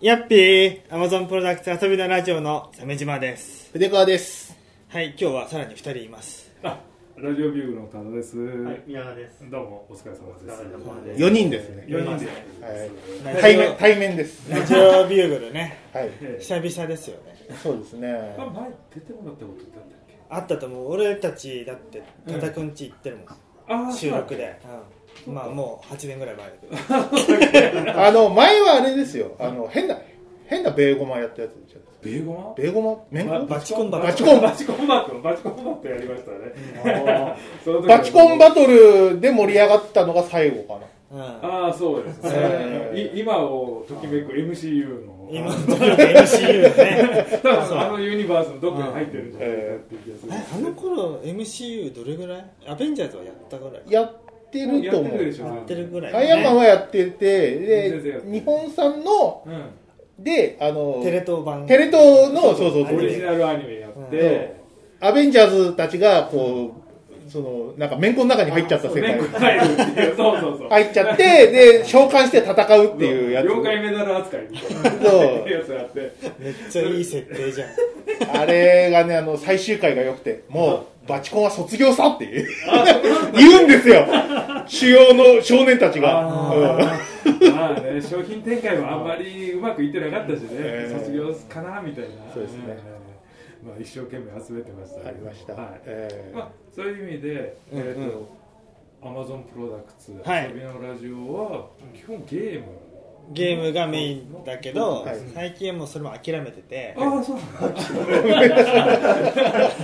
やっぴー、アマゾンプロダクツ遊びのラジオの鮫島です。筆川です。はい、今日はさらに2人います。あ、ラジオビューの田田です。宮川です。どうもお疲れ様です。 4人ですね。四人で。はいラ対ジ面オ、対面です。ラジオビューグルね、はい。ええ久々ですよね。そうです ね。あ前出てもらったことってあったっけ？あったと思う。俺たち、だって、多田くんち行ってるもあん。収録。で。うんまあ、もう8年ぐらい前だけど。あの前はあれですよ。あの変な変なベーゴマやったやつでしょ。ベーゴベーゴマ？めんマ？こ？バチコンバトルバチコンバチコンバトルバチコンバトルやりましたね。その時はバチコンバトルで盛り上がったのが最後かうな。ん。ああそうですえね。い今をときめく MCU の。今のところの MCU ね。多分あのユニバースのどこに入ってるんじゃないかなっていう気がする。えあの頃、MCU どれぐらいアベンジャーズはやったぐらいやってるとやっ思てるでしう。ょ。やってるぐらいだアね。イアンマンはやってて、全然やっでてる日本産のうん。であのテレ東版。テレ東のそうそうそオうリジナルアニメやって。アベンジャーズたちがこうそのなんか面子の中に入っちゃった世界ね。入るっていうそうそうそう。入っちゃってで召喚して戦うっていうやつ。妖怪メダル扱いみたいなそうやつやってめっちゃいい設定じゃん。あれがね、あの、最終回が良くて、もう、バチコンは卒業さっていう 言うんですよ。主要の少年たちが。うんあーまあね商品展開もあんまりうまくいってなかったしね、えー卒業かなみたいなそうですねんまあ、一生懸命集めてましたけどありました。はいえーまあ、そういう意味で、うんうんえーとアマゾンプロダクツはい遊びのラジオは基本ゲーム、ゲームがメインだけど、はい最近はもうそれも諦めてて、ああそうなんだ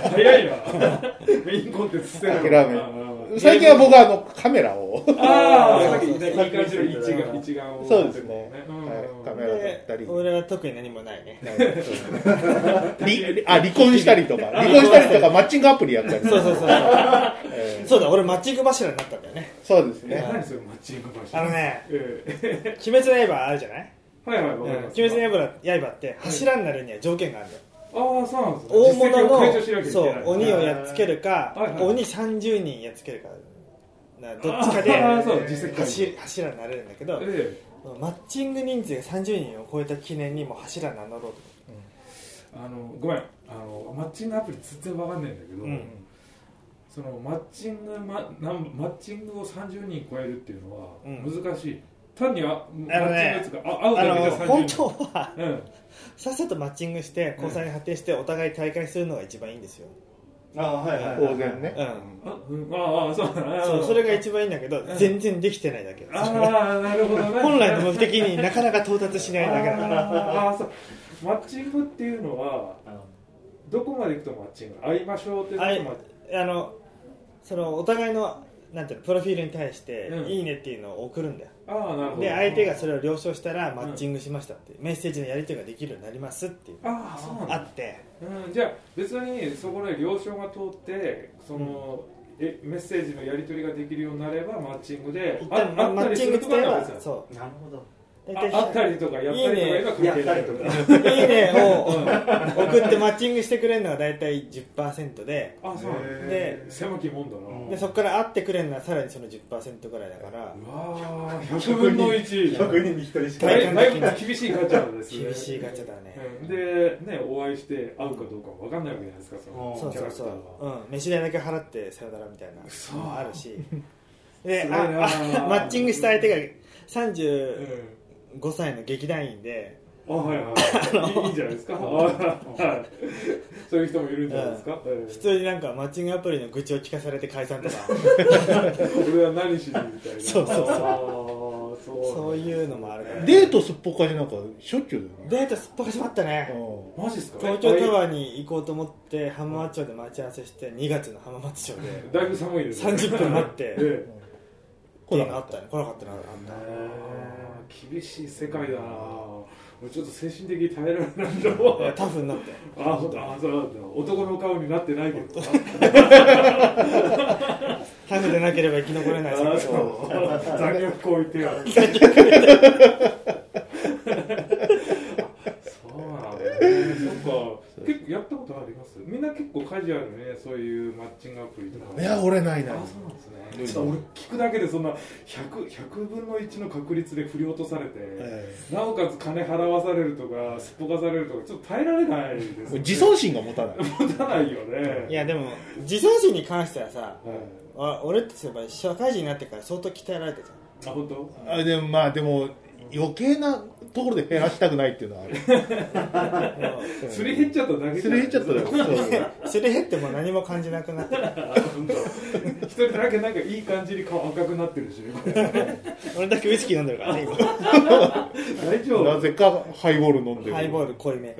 早 いなメインコンテンツ捨てるの諦めあー最近は僕はあの、カメラを、はいああ、さっきそう言っそうたいい感じの一眼、一眼を。そうですねうんカメラだったでり。俺は特に何もないね そうりあ、離婚したりとか、離婚したりとか、マッチングアプリやったりとそうか。そうそうそう えーそうだ俺マッチング柱になったんだよねそうですえ、ね。何それ、マッチング場所。あのねえ「鬼滅の刃」あるじゃないえ。はいは「い、うんわかります。鬼滅の刃」って柱になるには条件があるんだよああ、そうなんですね。大物実績を解消しなきゃいけなのいそう鬼をやっつけ。るかはいはい鬼30人やっつけるかなどっちかあーそうで実績柱柱になれるんだけどええマッチング人数が30人を超えた記念にもう柱名乗ろうとあの、ごめん、あの、マッチングアプリ全然わかんないんだけどうん。そのマッチング、ま、なん、マッチングを三十人超えるっていうのは、うん難しい。単にあ、マのねッチングやつが、あ、合うあだけので三本十当人。はうん。さっさとマッチングして交際に発展してお互い大会するのが一番いいんですよ、あはいはい当然ねう。んあ、うん、ああ、そうなんだそうそれが一番いいんだけど全然できてないだけああ、なるほどね。本来の目的になかなか到達しないだけだからああーそうマッチングっていうのはどこまで行くとマッチング会いましょうっていうのあがれあのそのお互いのなんていうのプロフィールに対して「うんいいね」っていうのを送るんだよ、ああなるほどで相手がそれを了承したらマッチングしましたって、メッセージのやり取りができるようになりますっていうああそうなんあだ、ってうん、じゃあ別にそこで了承が通ってその、えメッセージのやり取りができるようになればマッチングで一あ旦ママ会ッったりチンすグるつとけれかはば別なんそうなるほど大あ会ったりとかやったりとか今関やっ係なたいりとか「いいね」 を送ってマッチングしてくれるのが大体10%であそうなんだで狭きもんだでな、そこから会ってくれるのはさらにその10%ぐらいだからうわあ100分の1 100人に1人しかだいいだいぶ厳しいガチャなんですね厳しいガチャだね、うんでねお会いして会うかどうか分かんないわけじゃないですかそのそうキャそラうクそターはう、うん、飯代だけ払ってさよならみたいな嘘のもある しで辛いなああマッチングした相手が35うん歳の劇団員で、あはい はいはいいいんじゃないですかはいそういう人もいるんじゃないですかえ普通になんかマッチングアプリの愚痴を聞かされて解散とかえ俺は何しにみたいなそうそうそうそうそうそういうのもあるからデートすっぽかしなんか、しょっちゅうだよデね。ートすっぽかしまったねうんマジっすか東京ターワーに行こうと思って浜松町で待ち合わせして2月の浜松町でだいぶ寒いですね30分待ってえ来なかったね来なかったなあったえあー厳しい世界だな俺ちょっと精神的に耐えられないんだもんいやタフになってあそうだあそうなんだ男の顔になってないけどタフでなければ生き残れない世界あそう残虐行為ってやるそうなんだねそっか結構やったことありますみんな結構カジュアルねそういうマッチングアプリとかいや、俺ないな。あそうなんですどねういうちょっとの俺聞くだけでそんな 100, 100分の1の確率で振り落とされて、えなおかつ金払わされるとかすっぽかされるとかちょっと耐えられないです、え自尊心が持たない持たないよねいやでも自尊心に関してはさはいあ俺ってやっぱ社会人になってから相当鍛えられてたあ本当あでもまあでも余計なところで減らしたくないっていうのはあるすり減っちゃっただけすり減っちゃったよそうすり減っても何も感じなくなって一人だけなんかいい感じに顔赤くなってるしねこれ俺だけウイスキー飲んでるからね大丈な夫ぜかハイボール飲ん今でるハイボール濃いめ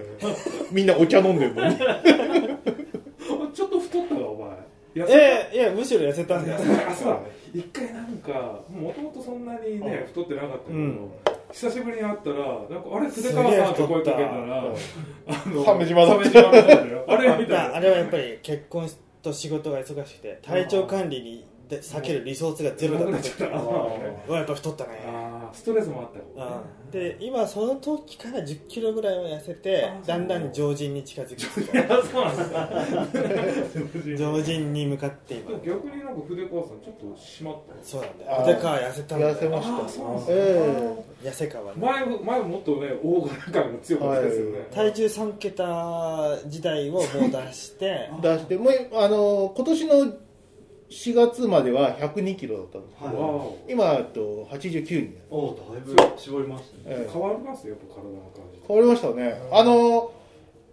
みんなお茶飲んでるのにちょっと太ったわお前痩せたええいやむしろ痩せたんだよあそう一回なんかもともとそんなにね太ってなかったけど、うん久しぶりに会ったらなんかあれ筆川さんって声かけたらあの鮫島だ鮫島の方だよあれみたいだなあれはやっぱり結婚と仕事が忙しくて体調管理にで避けるリソースがゼロだった時あうわやっぱ太ったねあーストレスもあったようんで今その時から1 0キロぐらいは痩せてあだんだん常人に近づきいやそうなんですか常人に向かって今逆になんか筆川さんちょっと締まったそうなんだあよー腕川痩せたんだよ痩せましたあーそうなんですかえ痩せ川ね前も前ももっとね大柄感が強かったですよね、はい体重3桁時代をもう出してえ出してもうあの今年の4月までは1 0 2キロだったんですけわど、お今あと89になる、おおだいぶ絞りましたねええ変わりますよやっぱ体の感じ変わりましたねあの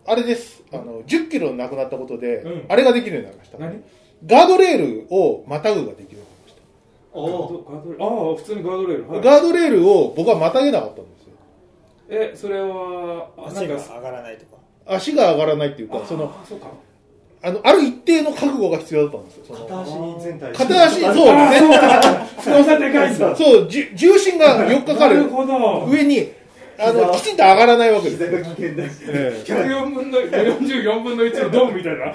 あれですあの1 0キロなくなったことで、うんあれができるようになりました何ガードレールをまたぐができるようになりましたおガーおドガードレールああ普通にガードレール、はい、ガードレールを僕はまたげなかったんですよえそれはあな足んがか上がらないとか足が上がらないっていうかそのあそうかあのある一定の覚悟が必要だったんですよその片足に全体片足そう全太さでかいん だそうじゅ重心が4日かかなるるほど上にあ膝のきちんと上がらないわけです膝が危険だしええ104分の44分の1のドンみ たいな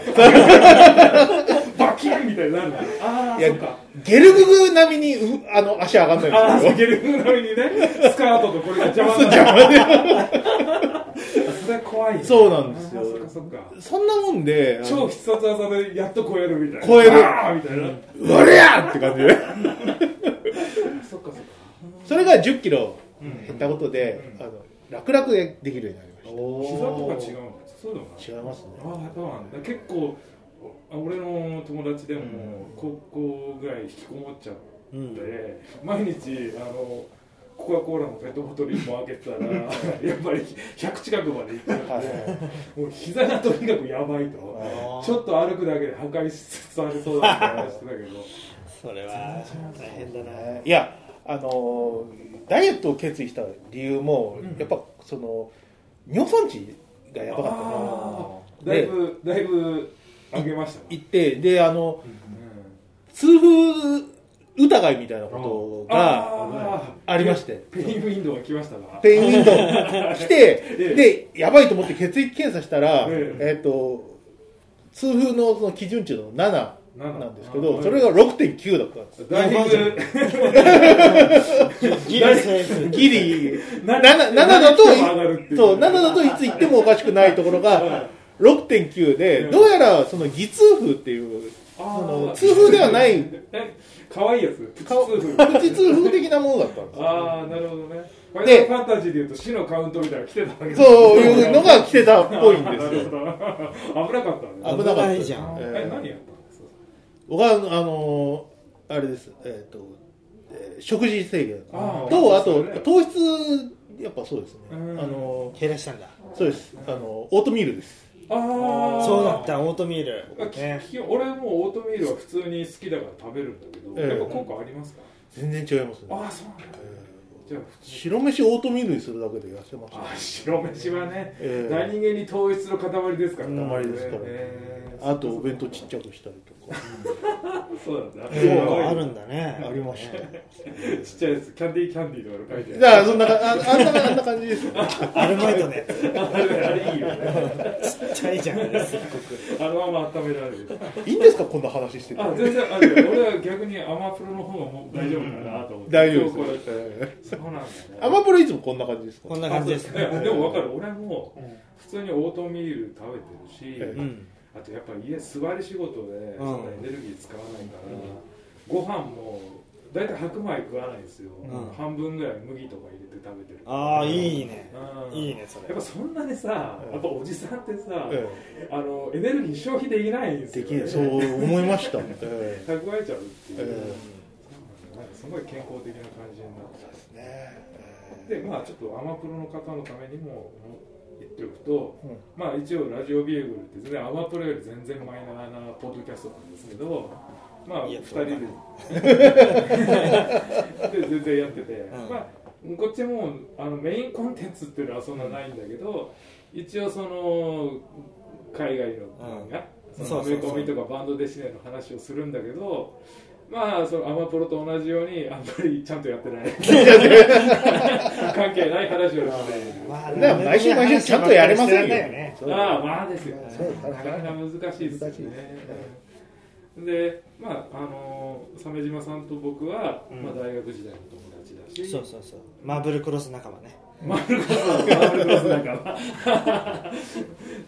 バキンみたいになるああいやそうかゲルググ並みにうあの足上がんあなあいんでそうゲルフの上にねスカートとこれが邪魔になる それ怖いねそうなんですよあーそっかそっかすよそんなもんであ超の必殺技でやっと超えるみたいな超えるあーみたいな俺やって感じでそっかそっかそれが1 0キロ減ったことであの楽々でできるようになりまし膝とか違うのそうでもないた違いますねああそうなんだ結構あ俺の友達でも高校ぐらい引きこもっちゃって、うん毎日あのコカ・コーラのペットボトル1本開けてたらやっぱり100近くまで行ってるんで、もう膝がとにかくやばいとちょっと歩くだけで破壊しつつありそうだなって話してたけどそれは大変だないやあのダイエットを決意した理由も、やっぱその尿酸値がやばかったなあーだいぶだいぶ上げましたね行ってであのうん痛風疑いみたいなことがあーありましてペインウィンドウが来ましたなペインウィンド ウ来て、ええでやばいと思って血液検査したら、ええっ、と痛風のその基準値の7 7なんですけあど、ーそれが6.9だったんですよだいぶギリセーフギリな 7, 7だと何が上がるっていうそう7だといつ行ってもおかしくないところが6.9でどうやらその偽痛風っていうそその痛風ではない可愛いやつプチ顔痛 風プチ痛風的なものだったんですよああなるほどねファイナルでファンタジーでいうと死のカウントみたいなの来てたわけそういうのが来てたっぽいんなでるすよほど 危なかった危ねなかったいじゃんえ何やったのそう僕はあのーあれですえっ、と、えー食事制限あーとあそとうですね糖質やっぱそうですねあうんのー減らしたんだそうですあのオートミールですああそうだったオートミールねきき俺もうオートミールは普通に好きだから食べるんだけど、ええやっぱ効果ありますか、全然違いますねああそうなんだじゃあ普通白飯オートミールにするだけで痩せましたあー白飯はね、ええ何気に糖質の塊ですからね塊ですからねええあとお弁当ちっちゃくしたりとかそうなんだ効果あるんだねありましたちっちゃいやつ、キャンディーキャンディーとか書いてある。だからそんなかああんなあんな感じです ねアルバイトねあれあれいいよね。ちっちゃいじゃんすっごくあのまま温められる。いいんですかこんな話しててあ、全然あるよ。俺は逆にアマプロの方がもう大丈夫かなと思って。大丈夫今で日これすそうなんだね。アマプロいつもこんな感じです かこんな感じですねね。でも分かる。俺も普通にオートミール食べてるえしう、んあとやっぱ家座り仕事んでそんなエネルギー使わないから。ご飯も大体白米食わないんですよ、うん半分ぐらい麦とか入れて食べてるああいいねうんいいねそやっれぱそんなにさ、やっぱおじさんってさ、えあのエネルギー消費できないんでえすでよ、きないそう思いました、え蓄えちゃうっていう、ええなんかすごい健康的な感じになってえねえでまあちょっとアマプロの方のためにも言っておくと、うんまあ一応ラジオビーグルって全然アマプロより全然マイナーなポッドキャストなんですけどまあいや2人 でで全然やってて、んまあこっちもあのメインコンテンツっていうのはそんなないんだけど、一応その海外のが、うんそのアそうそメうそうコミとかバンドデシネの話をするんだけどまあそのアマプロと同じようにあんまりちゃんとやってない関係ない話をしてまだから毎週毎週ちゃんとやれませんよねああまあですよねそうなかなか難しいですよ難しいでねでまああの鮫島さんと僕は、うんまあ、大学時代の友達だしそうそうそうマーブルクロス仲間ねマルコス マルコスだから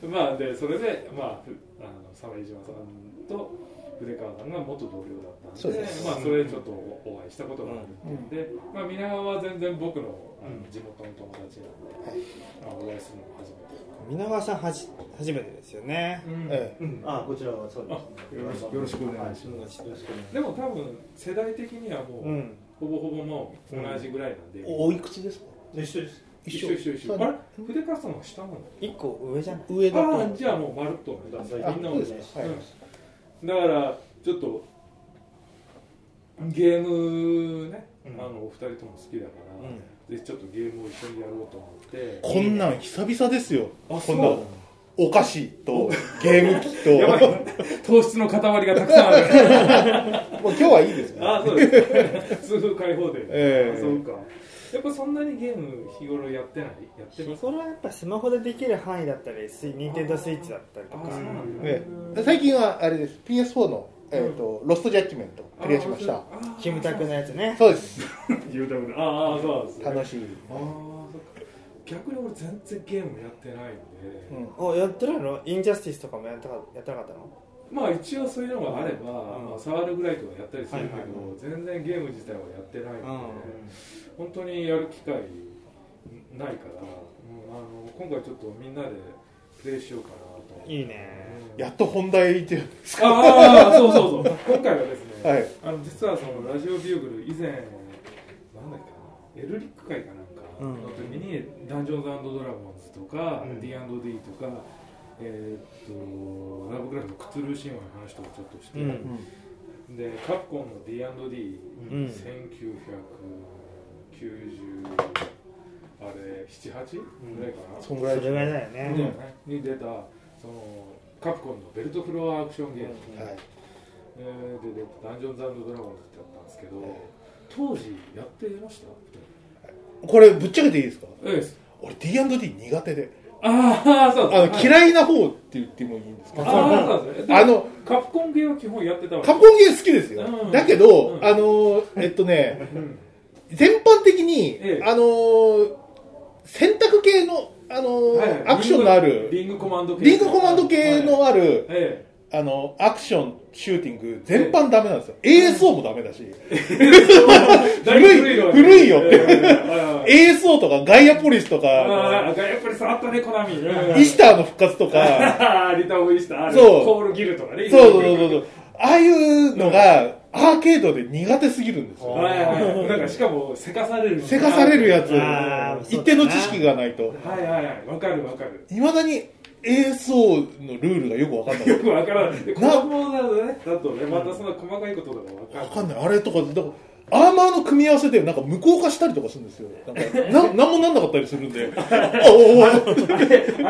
まあでそれでまあふあの鮫島さんと筆川さんが元同僚だったんでそうですまあ、それでちょっとおお会いしたことがあるっていうんで、まあ、皆川は全然僕のあの地元の友達なんで、まあ、お会いするの初めて。皆川さんはじ初めてですよねうんえうんあこちらはそうであよろしすくねよろしくお願いしはよろしくお願いしでも多分世代的にはもう、うんほぼほぼもう同じぐらいなんで、えおいくつですかます一緒です一緒一緒一緒あれ筆川さんは下なの一個上じゃない上だとああ思うじゃあもうまるっとだあみそうんですあそうな同じですかはいだからちょっとゲームね、うんあのお二人とも好きだから、ぜひちょっとゲームを一緒にやろうと思ってこんなん久々ですよあこんなそうお菓子とゲーム機とやばい糖質の塊がたくさんある もう今日はいいですねああそうです痛風解放で、ええあそうかやっぱそんなにゲーム日頃やってないやってますそれはやっぱスマホでできる範囲だったりスイニンテンドースイッチだったりとあかあそうなんだ、ええ最近はあれです PS4 の、えーとロストジャッジメントクリアしましたキムタクのやつねそうです言うたくないああそうなんですね楽しい、ああそっか逆に俺全然ゲームやってないんで、うんおやってないのインジャスティスとかもやったかやってなかったのまあ一応そういうのがあれば、うんまあ、触るぐらいとかやったりするけど、はいはい全然ゲーム自体はやってないんで、うん本当にやる機会ないから、うんあの今回ちょっとみんなでプレイしようかなと思っていいねうんやっと本題でああそうそうそう 今回はですね、はいあの実はそのラジオビューグル以前なんだっけなエルリック会かなんかうんの時に「ダンジョンズドラゴンズ」とかう「ん D&D」とか「えーっとラブグラフ」の「クツルー神話」の話とかちょっとして、うんでカプコンの D&D1990 うんあれ78ぐらいかな、そんそぐらいれでぐすらいねだよね、ねに出たそのカプコンのベルトフロアアクションゲーム、はいえーでで「ダンジョンズドラゴンズ」ってやったんですけど、当時やってましたこれぶっちゃけていいですかええ俺 D&D 苦手でああそあうですの嫌いな方って言ってもいいんですかああそうですあのカプコンゲーは基本やってたわけカポンゲー好きですよ、うんだけど、うんあのーえっとねうん全般的に、ええあのー選択系の、あのーはいはいアクションのあるリングコマンド系リングコマンド系はいのある、えあのアクションシューティング全般ダメなんですよ、ASO もダメだし、えだぶのが古いよええはいはい ASO とかガイアポリスとか、ああ、やっぱり触ったね、コナミ。イースターの復活とか、ああ、リターンオブイースター、あれそうコールギルとかね。そうそうそうそう。ああいうのが、アーケードで苦手すぎるんですよ。はいはいはい。なんかしかも、せかされる。せかされるやあーつ、一定の知識がないと。はいはいはい。わかるわかる。いまだに ASO のルールがよくわかんない。 よくわからない。で子供だとね、だとね、またその細かいこととかわかんないわかんない。あれとか、だからアーマーの組み合わせでなんか無効化したりとかするんですよ。なんか、ななんもなんなかったりするん で。あ、おおおあ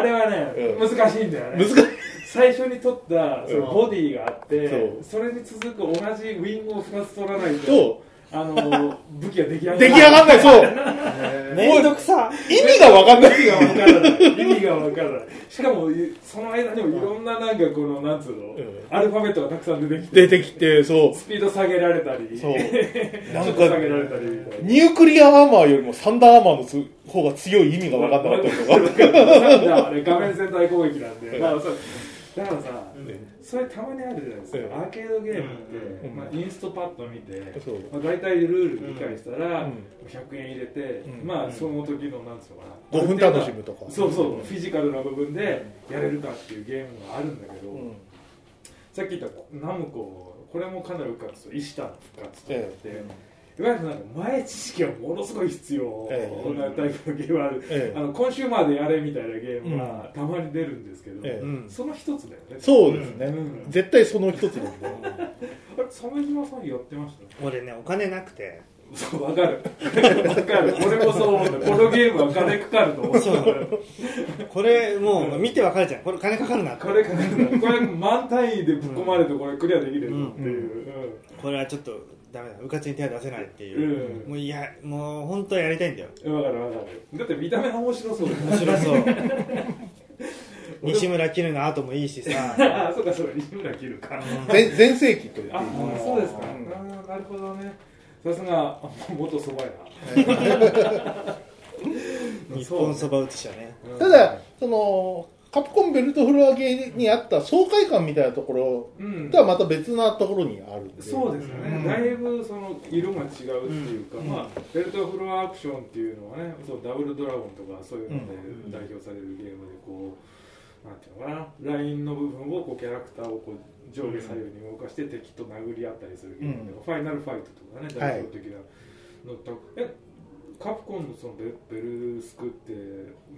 れはね、う難しいんだよね。難しい最初に取ったそうのんボディがあって、そうそれに続く同じウィングを2つ取らないとと、あの、武器が出来上がらな出い。来上がんない、そう。めんどくさ意味がわかんない。意味がわからない。意味がわからない。しかも、いその間にもいろんななんかこの、なんつうの、んアルファベットがたくさん出てきて、出てきて、そう。スピード下げられたり、そう。ちょなっんと下げらか、れたりみたいな。ニュークリアアーマーよりもサンダーアーマーのつ方 が強い意味がわかんなかったりとか。なんだあれ画面全体攻撃なんで、まあ、そうだからさ、うんそれたまにあるじゃないですか、うんアーケードゲームって、うんまあ、インストパッド見て、そうまあ、大体ルール理解したら、うん100円入れて、うんまあその時のなんつうのかな5分楽しむとかそうそうフィジカルな部分でやれるかっていうゲームがあるんだけど、うんさっき言ったナムコこれもかなり復活とイシタン復活とかって、えいわゆるなんか前知識がものすごい必要ええなタイプのゲームある、ええあのコンシューマーでやれみたいなゲームがたまに出るんですけど、ええうんその一つだよねそうですね、うん絶対その一つですねあれ鮫島さんやってました俺ねお金なくてそう、わかる。わかる。俺もそう思うんだ。このゲームは金かかると思ってた。これもう見てわかるじゃんこれ金かかるなってこれかかる。これ満単位でぶっ込まれてこれクリアできるよっていう。これはちょっとダメだ部活に手は出せないってういう、ん。もういやもう本当はやりたいんだようん。わかるわかる。だって見た目が面白そうだ面白そう 西村絹の後もいいし さ ああ、そうか、そうか。西村切るか。全全盛期と言っていいあ、そうですか。うんあーなるほどね。さすが、元そばやな。 日本そば打ち社ねうんただ、そのカプコンベルトフロアゲーにあった爽快感みたいなところうんとはまた別なところにあるんでそうですよね、うんだいぶその色が違うっていうか、うんまあ、ベルトフロアアクションっていうのはねそうダブルドラゴンとかそういうのでうん代表されるゲームでこうなんていうのかなラインの部分をこうキャラクターをこう上下左右に動かして敵と殴り合ったりするゲームとか、ファイナルファイトとかねはい代表的なのと、えカプコンのそのベベルスクって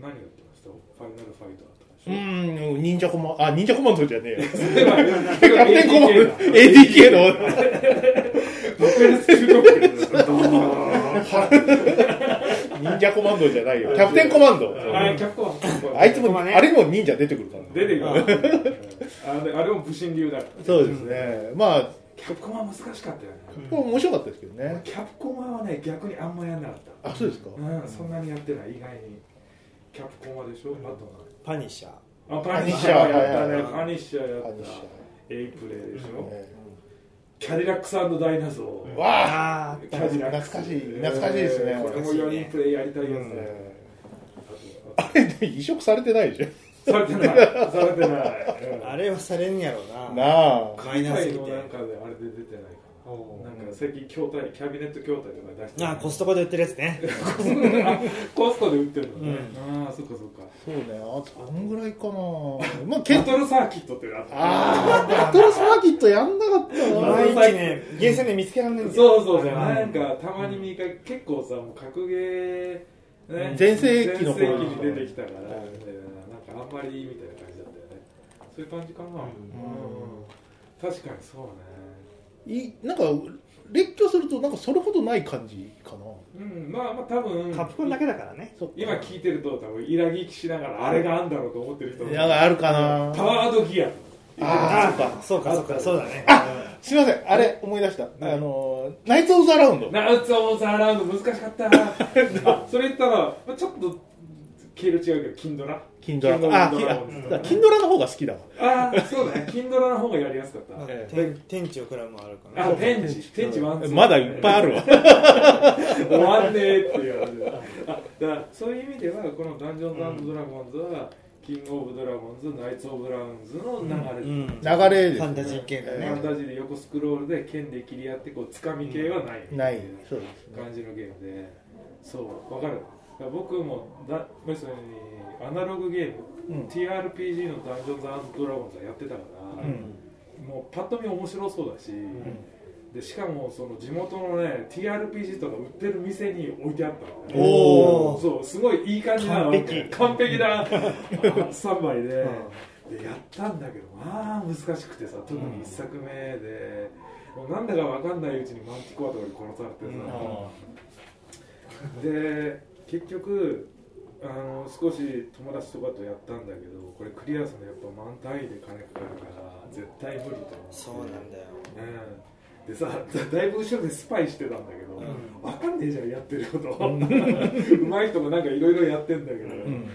何やってましたファイナルファイトだったでしうょ、ん忍者コマあ忍者コマンドじゃねえよ キキャプテンコマンド ADK のベルスクドッグだった ド ーン忍者コマンドじゃない よキャプテンコマンドあれ、キャプコン。あいつも、コマねあれにも忍者出てくるからね出てくる。 あれ、あれも武神流だ。そうですね、まあキャプコンは難しかったよね。これ面白かったですけどねキャプコンはね、逆にあんまやんなかっあそうですかた。うん、そんなにやってない、意外に。キャプコンはでしょ、あパニッシャーとは。あ、パパニニッッシシャャーーやったはいはいね。はいパニッシャーパやっニッシた。エイプレイでしャーょ。ねキャディラックスダイナソー。わああ キャディラックス懐かしい懐かしいですねえーこれも4人プレイやりたいやつうんね。あれで移植されてないじされてない。されてないうんあ。あ れはされんやろゃうんななあマイナーすぎて海外のなんかであれで出てないかな。おなんか最近筐体キャビネット筐体とか出してるあコストコで売ってるやつねコスコであコスコで売ってるのね、ああそっかそっかそうねあそんぐらいかなまあけケトルサーキットっていうのあったああバトルスマーキットやんなかったいなまいちねゲーセンで見つけられないんだよそうそうあそうれなはんかたまに見かけ結構さもう格ゲーね全盛期の全頃盛期に出てきたから、はいみたいななんかあんまりみたいな感じだったよねそういう感じかな、うんん確かにそうねいなんか列挙するとなんかそれほどない感じかなうんまあまあ多分カプコンだけだからねそっか今聞いてると多分イラギきしながらあれがあんだろうと思ってる人もいやあるかパなワードギアあーあそうかそうかそうだねすいませんあれ思い出したあのナイツ・オブ・ザ・ラウンドナウツ・オン・ザ・ラウンド難しかったなあそれ言ったらまあちょっと毛色違うけど金ドラキンドラキンドあラキンあうんだからキンドラの方が好きだわああそうだね金ドラの方がやりやすかったええ天天地を食らうもあるかあな天地天地ワンツーまだいっぱいあるわ終わんねえっていう話だあだからそういう意味ではこの「ダンジョンズドラゴンズ」はキング・オブ・ドラゴンズナイツ・オブ・ラウンズの流れ、うん流れファンでタジー系だファンねタジーで横スクロールで剣で切り合ってこうつかみ系はない、すないそうですね感じのゲームでそうわかるだから僕もだ要するにアナログゲーム、うん TRPG の「ダンジョンズドラゴンズ」はやってたから、うんもうパッと見面白そうだし、でしかもその地元のね TRPG とか売ってる店に置いてあったの、ね、おーそうすごいいい感じな完璧完璧な3枚で,、でやったんだけどまあ難しくてさ特に1作目で、もうなんだか分かんないうちにマンティコアとかに殺されてさ、で結局あの少し友達とかとやったんだけどこれクリアするのやっぱ満単位で金かかるから絶対無理と思ってそうなんだようんでさ だだいぶ後ろでスパイしてたんだけど、んわかんねえじゃんやってること うまい人もなんかいろいろやってんだけど、うん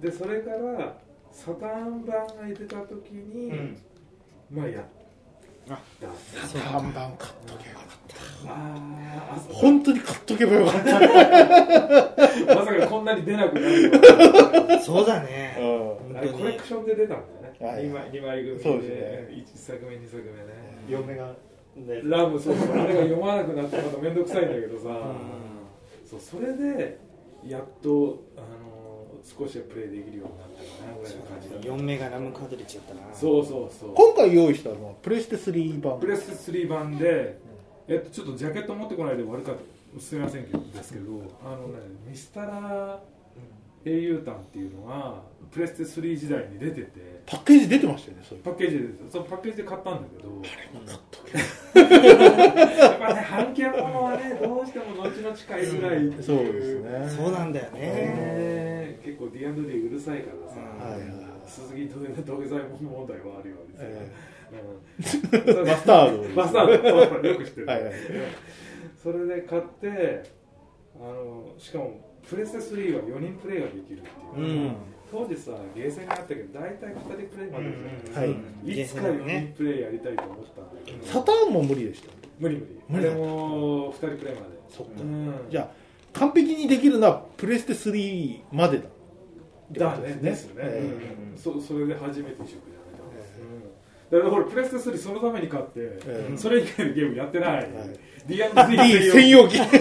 でそれからサターン版が出てた時に、うんまあやっあた看板買っとけばよかったあー本当に買っとけばよかったあまさかこんなに出なくなるとはそうだねうんあれコレクションで出たんだよね、はい2枚二枚組でそうです1作目2作目ね嫁がねラブそうそうあれが読まなくなってまた面倒くさいんだけどさ、そうそれでやっと、あのー少しはプレイできるようになったかなぐらいの感じだった4メガラムカートリッジだったなそうそうそう今回用意したのはプレステ3版プレス3版で、えっと、ちょっとジャケット持ってこないで悪かったすみませんけどですけどあのねミスタラ英雄譚っていうのがプレステ3時代に出ててパッケージ出てましたよねそういうパッケージでそのパッケージで買ったんだけど納得やっぱね半キャものはねどうしても後々買いづらいっていうそうですねそうなんだよねね結構 D&D うるさいからさ、うんはいはい鈴木土下座問題はあるようですよえうんバスタードバスタードそうよく知ってる、はいはいそれで買ってあのしかもプレステ3は4人プレイができるっていう、うん当時さゲーセンがあったけど大体2人プレイまでじゃない、はいいつか4人プレイやりたいと思ったんだけど、サターンも無理でした無理無無理理でだったも2人プレイまでそっかうんじゃあ完璧にできるのはプレステ3までだだねですよね、うんそそれで初めて食やめたんです、うんだから俺プレステ3そのために買って、えそれ以外のゲームやってない、D&D いい専専用 用 機久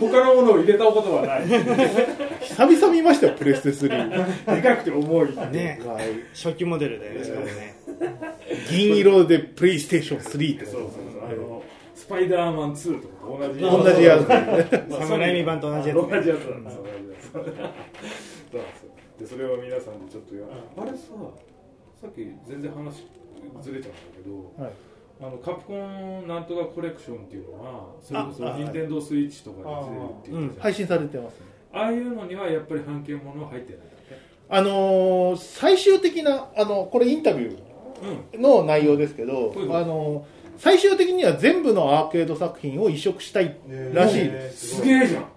他のものを入れたことはないで々見ましたよプレステ3かくて重いねはい初期モデルだよねしかもね銀色でプレイステーション3ってそうそうそうあのスパイダーマン2とかと同じ同じやつまあサムライミ版と同じやつね同じやつなんですよ同じやつそうなんですよでそれを皆さんでちょっとやあれささっき全然話ずれちゃうんだけど、はいあのカプコンなんとかコレクションっていうのはそれこそああ任天堂スイッチとかで出るっていうじゃん配信されてますねああいうのにはやっぱり半径ものは入ってないんだっあのー最終的なあのこれインタビュけうーんの内容ですけど、うんあのー最終的には全部のアーケード作品を移植したいらしいですすげえじゃん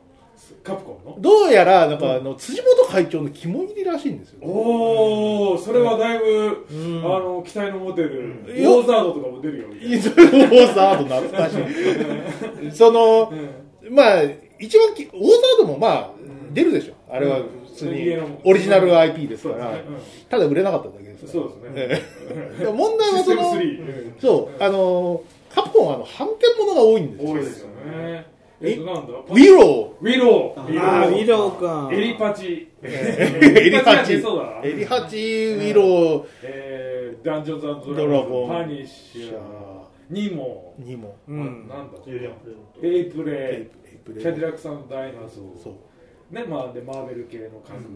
カプコンのどうやらなんかあの辻元会長の肝入りらしいんですよおおそれはだいぶ、うんあの期待の持てる、んウォーザードとかも出るよみたいイズルオーザード懐かしいそのな、うんまあ一番きオーザードもまあ出るでしょあれは普通にオリジナル IP ですそかうですらね、ただ売れなかっただけですうんからそうですね、でも問題シはスそテムの3、うんそう、あのーカプコンはあの、版権ものが多いんですよ。多いですよねえっとなんウだィロウィローあウーィロああウーィローかエリパチ。ー、エリハチ、 エそうだな。エリハチ、ウィロえー、ダンジョンズドドララゴゴンンパニッシャー、ニモ、ーにも、うあんなんだ、ユリアンプレエイプレエイイ、プキレイャディラックさんのダイナソー、そうね、まあ、で、マーベル系の家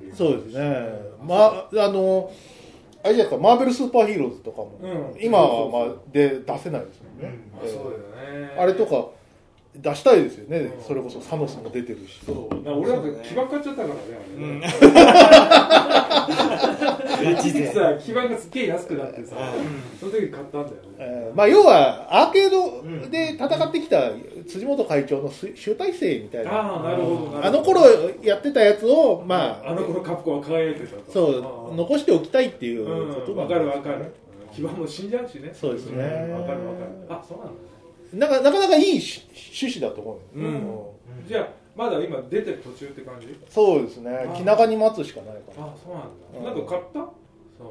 族、そうですね。まあ、あのーあれじゃないですか、マーベルスーパーヒーローズとかも、うん今そうそうはまあで出せないですもんね。まあそうだよね。あれとか、出したいですよね、うんそれこそサノスも出てるし。そう、な俺なんか気ばっかっちゃったからね、あれね。一時期さ、基盤がすっげえ安くなってさ、その時買ったんだよね。えーまあ、要はアーケードで戦ってきた辻元会長の集集大成みたいなああ、なるほどなあの頃やってたやつを、まあ、あの頃カプコンは輝いてたとそう、あ残しておきたいっていうあうことん、わかるわかる基盤も死んじゃうしねそうですねんわかるわかるあそうなんだねなんかなかなかいいし趣旨だと思う、うんじゃあまだ今出てる途中って感じそうですねあ気長に待つしかないかなあそうなんだうなんんか買ったそ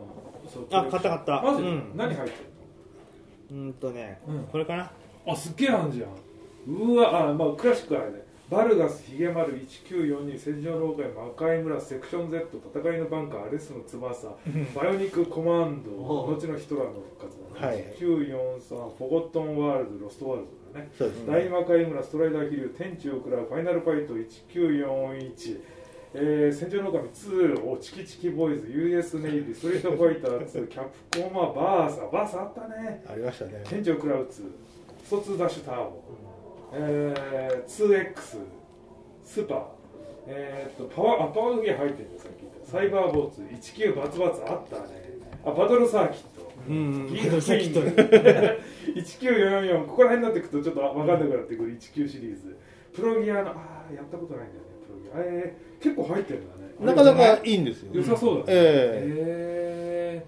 うそうあ買った買ったマジうん何入ってるうんとねうんこれかなのあすっげえあんじゃんうわあまあクラシックあれねバルガス、ヒゲマル、1942、戦場の狼、魔界村、セクション Z、戦いのバンカー、アレスの翼、バイオニックコマンド、おう後のヒトラーの復活だはいね、1943、フォゴットンワールド、ロストワールドだね、そうですね大魔界村ストライダー飛竜天地を食らうファイナルファイト1941、えー、戦場の狼2おチキチキボーイズ US ネイビーストリートファイター2キャプコンはバーサバーサあったねありましたね天地を食らう2スト2ダッシュターボ、えー、2X スーパーえー、とパワーあパワーのゲー入ってるんださっき言ったサイバーボーツ19バツバツあったねあバトルサーキット、うんギギリリギさっリきと1944ここら辺になってくくとちょっと分かんなくなってくる19シリーズプロギアのああやったことないんだよねプロギアえー、結構入ってるんだねなかなかいいんですよ良さそうだねええ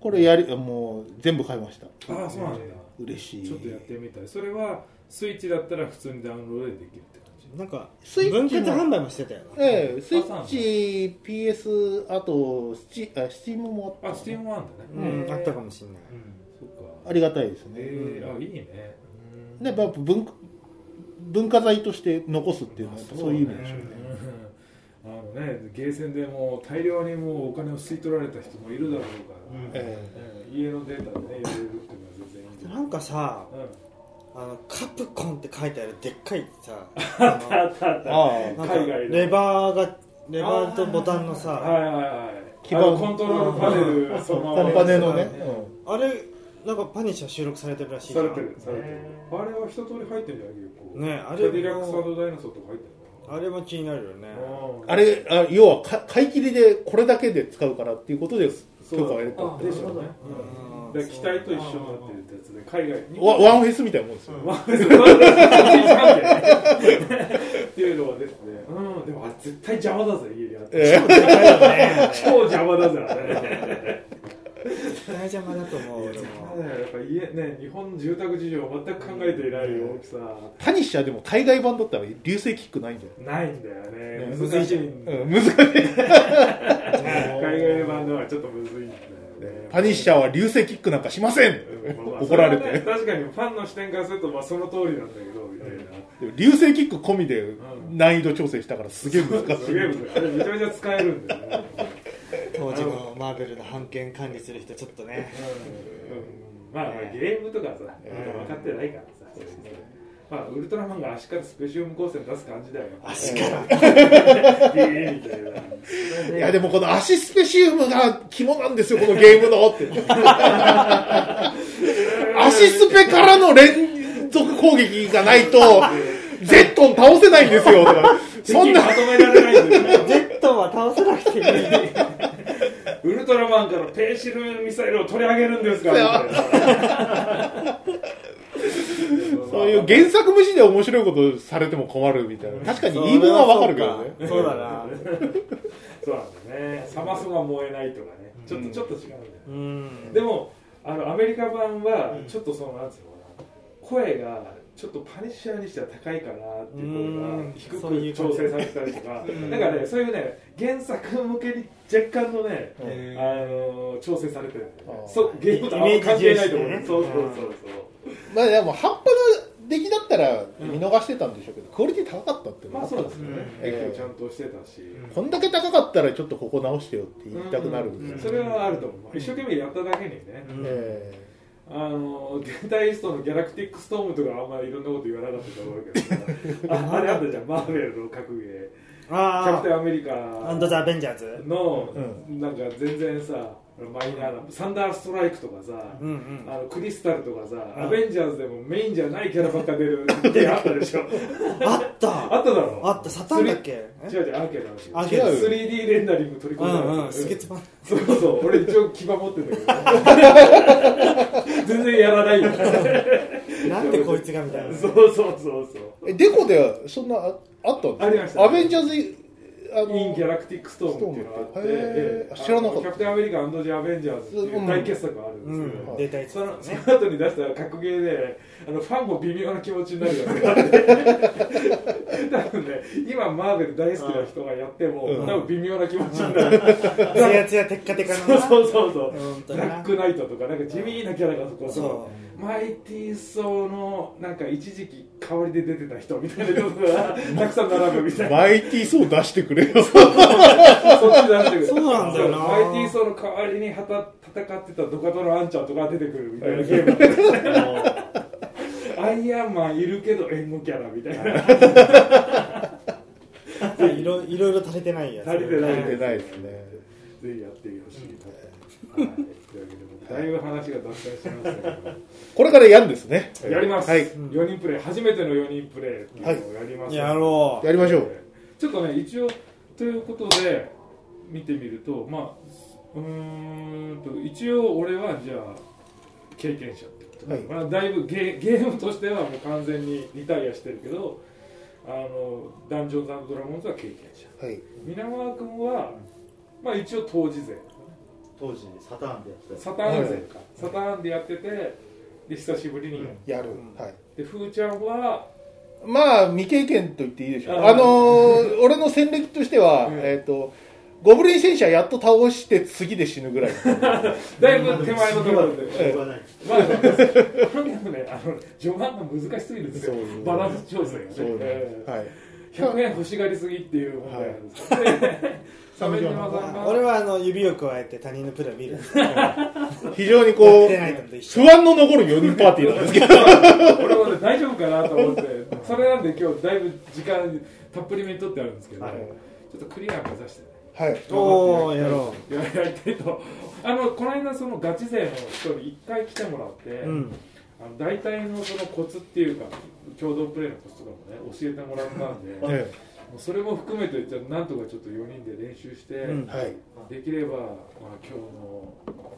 これやりもう全部買いましたーああそうなんだ嬉しいちょっとやってみたいそれはスイッチだったら普通にダウンロードでできるって感じなんかスイッチも分割販売もしてたよなええスイッチ、PS、あとスチ、あスチームもああっスたティームワンだねううんんあったかもしれないそっかありがたいですね。えー、あいいねうんで、やっぱ文化文化財として残すっていうのは、やっぱそういう意味でしょうね。うんあのねゲーセンでもう大量にもうお金を吸い取られた人もいるだろうから、うんえええ家のデータでねやれるっていうのは全然いいんじゃなないんかさうんあのカプコンって書いてあるでっかいさ ああったあっえたあのあ、なん海外かのレバーがレバーとボタンのはいさはいはい基盤あのコントロールパネルそのままコンパネのね。あれなんかパニッシャー収録されてるらしいじさゃんれてるされてるねあれは一通り入ってるんじゃない結構ねああれれもディラックスダイナソーとか入ってあれも気になるよねるのあれ、あ要はか買い切りでこれだけで使うからっていうことでそう許可を得るとあ。でしょうねうんで機体と一緒になってるってやつで海外にワワンフェスみたいなもんですよ。まあ、そういうねっていうのはですね、うん、でもあれ絶対邪魔だぜ、家にあって。ええ超邪魔だぜ、あれ。絶対邪魔だと思う俺まあもねやっぱ家ね、日本住宅事情全く考えていない大きさ。パニッシャーでも海外版だったら流星キックないんじないんだよねね。難しいゃんだない、よ。うん、難しい。海外版ではちょっとむずいんだよね。パニッシャーは流星キックなんかしませんうんまあ怒られてそはね確かにファンの視点からすると、まあ、その通りなんだけど、みたいな。流星キック込みでうん難易度調整したからすげえ難しすげえい。むずい。あれめちゃめちゃ使えるんだよね。当時のマーベルの版権管理する人ちょっとねうんまあまあゲームとかさ、分かってないからさ、まあウルトラマンが足からスペシウム光線出す感じだよ足からビーみたいないやでもこの足スペシウムが肝なんですよ、このゲームのって。足スペからの連続攻撃がないと、ゼットン倒せないんですよ、とか。そん敵なま、とめられないんだよジェットンは倒せなくていいウルトラマンからペンシルミサイルを取り上げるんですからみたいなそういう原作無視で面白いことされても困るみたいな。確かに言い分はわかるけどね。そうだなそうなんだねサマソが燃えないとかねちょっとちょっと違うんだよねうんでもあのアメリカ版はちょっとその、なんつうのかな声がちょっとパニッシャーにしては高いかなっていう声うんが低そういうく感調じ整されてたりとかんなんかねそういうね原作向けに若干のね、へーあの調整されてるんだよねあーそうゲームとあんまイメージ関係ないと思う、重視でねそうそうそうまあでも半端な出来だったら見逃してたんでしょうけど、クオリティ高かったってそうのまはあそうですよねうん影響ちゃんとしてたし、こんだけ高かったらちょっとここ直してよって言いたくなるみたいな、それはあると思う一生懸命やっただけにね、うんえあのゲンタイストのギャラクティックストームとかあんまりいろんなこと言わなかったと思うけど さああれあったじゃんマーベルの格ゲーキャあプテンアメリカあアンド・ザ・アベンジャーズのうなんか全然さマイナーなサンダーストライクとかさ、うんうんあのクリスタルとかさ、うんアベンジャーズでもメインじゃないキャラばっか出るってあった でしょあったあっただろあったサタンだっけえ違う違うアーケードの話アーケード 3D レンダリング取りう込んだやんつうんすげえつまんそうそう俺一応牙持ってん だけど全然やらないよ なんでこいつがみたいな そうそうそうそうえデコでそんなああったんですかありましたアベンジャーズあのインギャラクティックストームっていうのがあっスてトームってええへー知らなかったあのキャプテンアメリカジアベンジャーズっていう大傑作があるうんですけど、ん出たやつそのそねの後に出した格ゲーであのファンも微妙な気持ちになるよね 多分ね今マーベル大好きな人がやっても、うん多分微妙な気持ちになる、ツヤツヤテッカテカのなそうそうそううん本当ブになラックナイトとかなんか地味なキャラがそこそマイティーソーのなんか一時期代わりで出てた人みたいな のがたくさん並ぶみたいなマイティーソー出してくれよそっち出してくるそうなんだよなそうマイティーソーの代わりにはた戦ってたドカトのアンちゃんとか出てくるみたいなゲームなんですよアイアンマンいるけど援護キャラみたいなういろいろいろ足りてないやつ足りてない出てないですねぜひやってほしいなはい、というわけでだいぶ話が脱線しましたけこれからやるんですねどやります、はい4人プレイ初めての4人プレイっていうのをやります、やろうやりましょうちょっとね一応ということで見てみるとまあうーんと一応俺はじゃあ経験者ってことで、はいまあ、だいぶゲーゲームとしてはもう完全にリタイアしてるけどあのダンジョンズドラゴンズは経験者はい皆川君は、まあ、一応当時勢当時サターンでやってたやつサターン勢か、サターンでやっててで久しぶりに、うんやる、うんはいでふーちゃんはまあ未経験と言っていいでしょうああのー俺の戦歴としては、うんえっ、とゴブリン戦車やっと倒して次で死ぬ ぐらいだいぶ手前のところで。しょうがないまあ、とにかくね、あの序盤が難しすぎるんですよそうです、ねバランス調整がねそうねええはい100円欲しがりすぎっていう問題なんですけ ど、鮫島さんが俺はあの指を加えて他人のプラン見るんです非常にこう出ないのと一緒不安の残る4人パーティーなんですけど 俺はね大丈夫かなと思って、それなんで今日だいぶ時間たっぷりめに取ってあるんですけど、はいちょっとクリア目指してね。はいおーやろう。やりたいと。あの、この間そのガチ勢の人に一回来てもらって、うんあの大体のそのコツっていうか、共同プレーのコツとかもね、教えてもらったんで。えもうそれも含めてじゃあなんとかちょっと4人で練習して、うんえはいできれば、まあ、今日の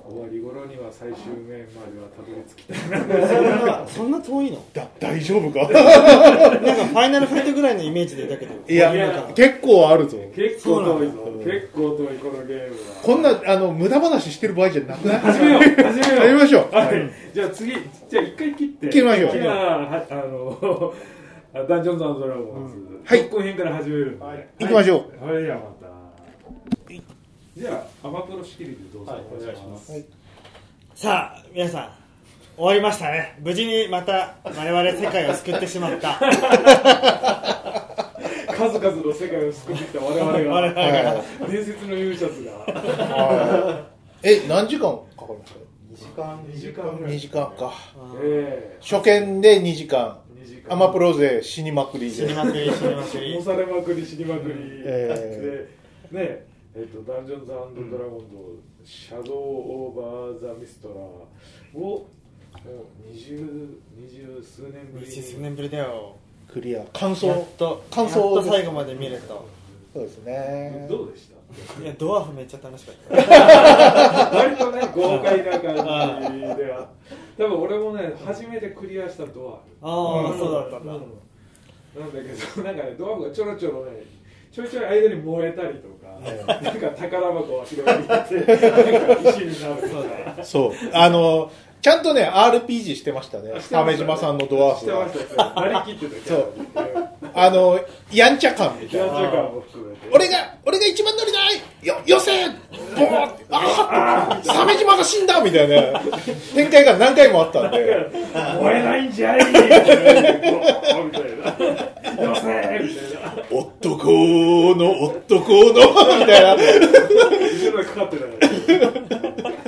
終わり頃には最終面まではたどり着きたいなそんなそんな遠いのだ大丈夫かなんかファイナルファイトぐらいのイメージでいたけど いいやや結構あるぞ結構遠いぞそうなんだ結構遠いこのゲームはこんなあの無駄話してる場合じゃなくない始めよう始やめりようましょう、はい、じゃあ次じゃあ一回切って切りましょうじゃあはあのあダンジョンズドラゴンズ、はい特攻編から始めるんで、はい、行きましょう、それではまたじゃあアマプロ仕切りでどうぞはいお願いしますさあ皆さん終わりましたね無事にまた我々世界を救ってしまった数々の世界を救ってきた我々我々がは伝説の勇者たちがいはいえ何時間かかりました2時間2時間ぐら2い時間かええ初見で2時間2時間アマプロ勢死にまくり死にでまくり死にまくり押されまくり死にまくり、えでねえっとダンジョンズドラゴンとシャドウオーバーザミストラをもう二十二十数年ぶり20に年ぶりだよクリア感や想っと感想やっと最後まで見るとそうですねどうでした いやドワーフめっちゃ楽しかった割とね豪快な感じであ多分俺もね初めてクリアしたドアああ、そうだったんだ。うんなんだけどなんかねドアがちょろちょろねちょいちょい間に燃えたりとか、なんか宝箱を拾いに行って、なんか石になるとか、そうあのちゃんとね RPG してましたね鮫島さんのドワーしフてまがしたよ、なりきってたキャラであのやんちゃ感みたいやなんちゃ感も含めて。俺が俺が一番乗りないよよせボーってああ鮫島が死んだみたいな展開が何回もあったんで燃えないんじゃいみたいな。みたいな。よせみたいな。男の男のみたいな後ろにかかってない。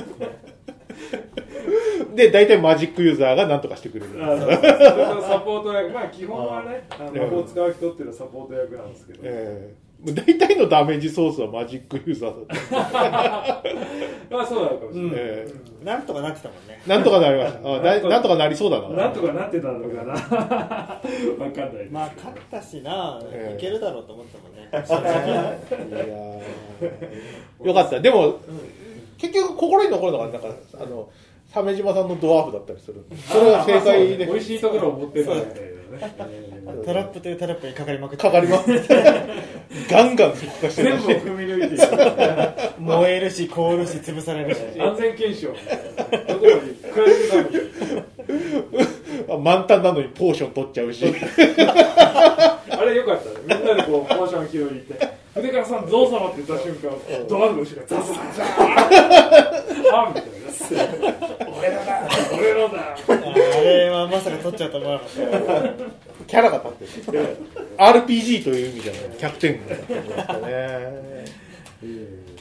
で大体マジックユーザーが何とかしてくれるあのそれのサポート役、まあ基本はね、あの魔法使う人っていうのはサポート役なんですけど。ええ大体のダメージソースはマジックユーザーだった、まあそうなのかもしれない。えなんとかなってたもんね。えなんとかなりましたあだなんとかなりそうだななんとかなってたのかな。 わかんない。まあ、勝ったしな、ええいけるだろうと思ったもんね。いやーよかったでも、結局心に残るのがなんかあの鮫島さんのドワーフだったりするんでそれが正解で美味しいところを持ってるんだよね。トラップというトラップにかかりまくって。かかりますガンガン復活して全る部しを踏み抜いていく。 燃えるし、凍るし、潰されるし。安全検証。どこに暮らしてたのあ満タンなのにポーション取っちゃうしあれよかったね。みんなでこう、ポーション拾いに行って、筆川さん、ゾウ様って言った瞬間、ドアの後ろがザザザザあみたいな。俺のだ俺のだあれはまさか取っちゃうと思わなかった。キャラが立ってる RPG という意味じゃない100点だったんですかね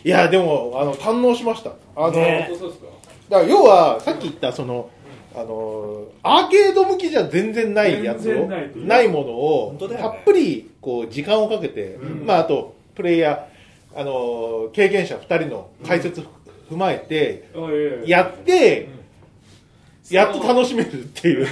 いやでもあの堪能しましたあの、ね本当そうですかだから要はさっき言ったそのあのアーケード向きじゃ全然ないやつ全を然ないというものを本当だよたねっぷりこう時間をかけて、うんまああとプレイヤーあの経験者2人の解説ふ踏まえてあいやいやって、うんやっと楽しめるっていう、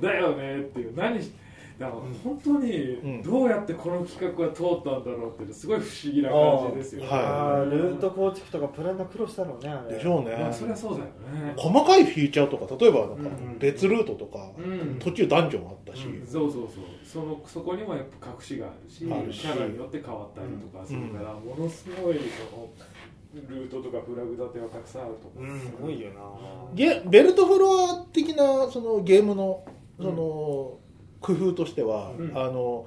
だよねっていう、何しだから本当にんどうやってこの企画が通ったんだろうっていうのすごい不思議な感じですよね。ああはあ、ルート構築とかプランナー苦労したろうね、あれ。でしょうね、まあそりゃそうだよね。細かいフィーチャーとか例えばなんかうん別ルートとか、うん途中ダンジョンあったし、うんそうそうそうそのそこにもやっぱ隠しがあるしあるしキャラによって変わったりとかするから、ものすごいそのルートとかフラグ立てはたくさんあると思う、うん、すごいよな。ゲベルトフロア的なそのゲームのその、工夫としては、うんあの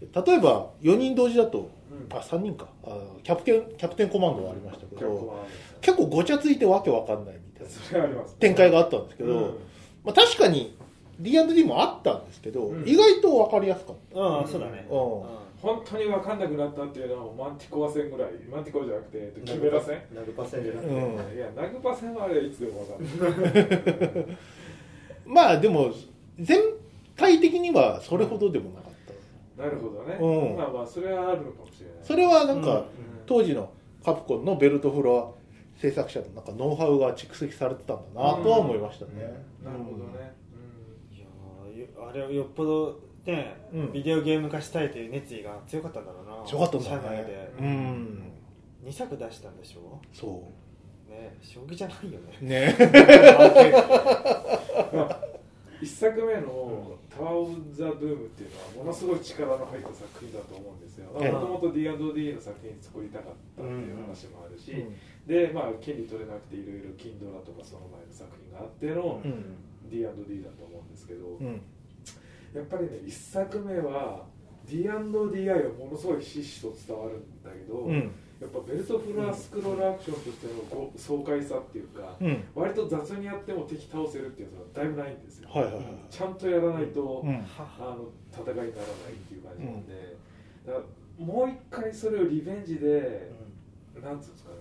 例えば4人同時だと、うんあ3人かあキャプテンキャプテンコマンドがありましたけ脚ど本は結構ごちゃついてわけわかんないみたいなそれはあります展開があったんですけど、うんまあ、確かに D&D もあったんですけど、うん意外と分かりやすかっうんそうだねた、うん本当に分かんなくなったっていうのはもうマンティコア戦ぐらいマンティコアじゃなくてえっとキメラ戦ナルパ戦じゃなくうてんいやナグパ戦はあれはいつでも分かんないまあでも全体的にはそれほどでもなかった、なるほどね、うんまあまあそれはあるのかもしれないそれはなんか、うんうん当時のカプコンのベルトフロア制作者のなんかノウハウが蓄積されてたんだなとは思いましたね、なるほどね、いやーよあれはよっぽどね、うんビデオゲーム化したいという熱意が強かったんだろうな強かったんだ社内ねでうん2作出したんでしょそね将棋じゃないよねうね 一作目の「タワー・オブ・ザ・ドゥーム」っていうのはものすごい力の入った作品だと思うんですよもええともと D&D の作品作りたかったっていう話もあるし、でまあ権利取れなくていろいろ金ドラとかその前の作品があってのうん D&D だと思うんですけど、うんやっぱりね一作目は D&D 愛はものすごいひしひしと伝わるんだけど、うんうんやっぱベルトフラースクロールアクションとしてのこう爽快さっていうか、うん割と雑にやっても敵倒せるっていうのはだいぶないんですよ、はいはいはいちゃんとやらないと、うんあの戦いにならないっていう感じなんで、だからもう一回それをリベンジで、なんつうんですかね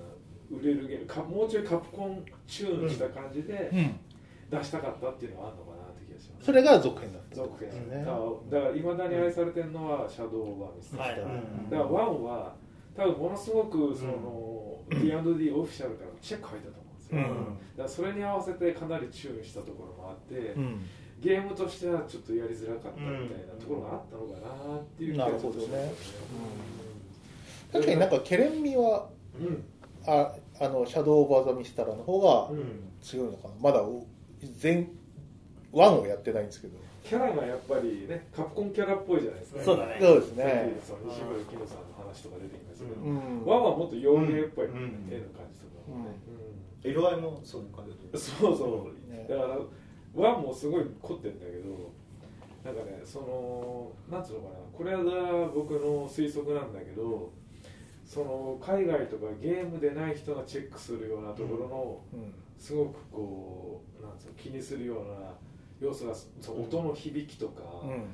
売れるゲームかもうちょいカプコンチューンした感じでうん出したかったっていうのはあるのかなって気がしますそれが続編だった続編ねだからだからいまだに愛されてるのはシャドウ・オブ・アミスはい、うんだからワンは多分ものすごくその、D&D オフィシャルからのチェック入ったと思うんですよ、うんだからそれに合わせてかなりチューンしたところもあって、うんゲームとしてはちょっとやりづらかったみたいなところがあったのかなっていう気がちょっとしますなるほどね確かになんかケレン味はうん、うんああのシャドウ・オブ・アザ・ミスタラの方が強いのかなまだお全ワンをやってないんですけどキャラがやっぱりねカプコンキャラっぽいじゃないですかそうだねそうですさっきねその西村きのさんの話とか出てきましたけど、うワンんはもっと洋芸っぽい、うん絵の感じとかもね、うん色合いもそういう感じそうそう、ねだからワンもすごい凝ってんだけどなんかねそのなんつうのかなこれは僕の推測なんだけどその海外とかゲームでない人がチェックするようなところの、うんすごくこうなんつうの気にするような要素がそう音の響きとか、うん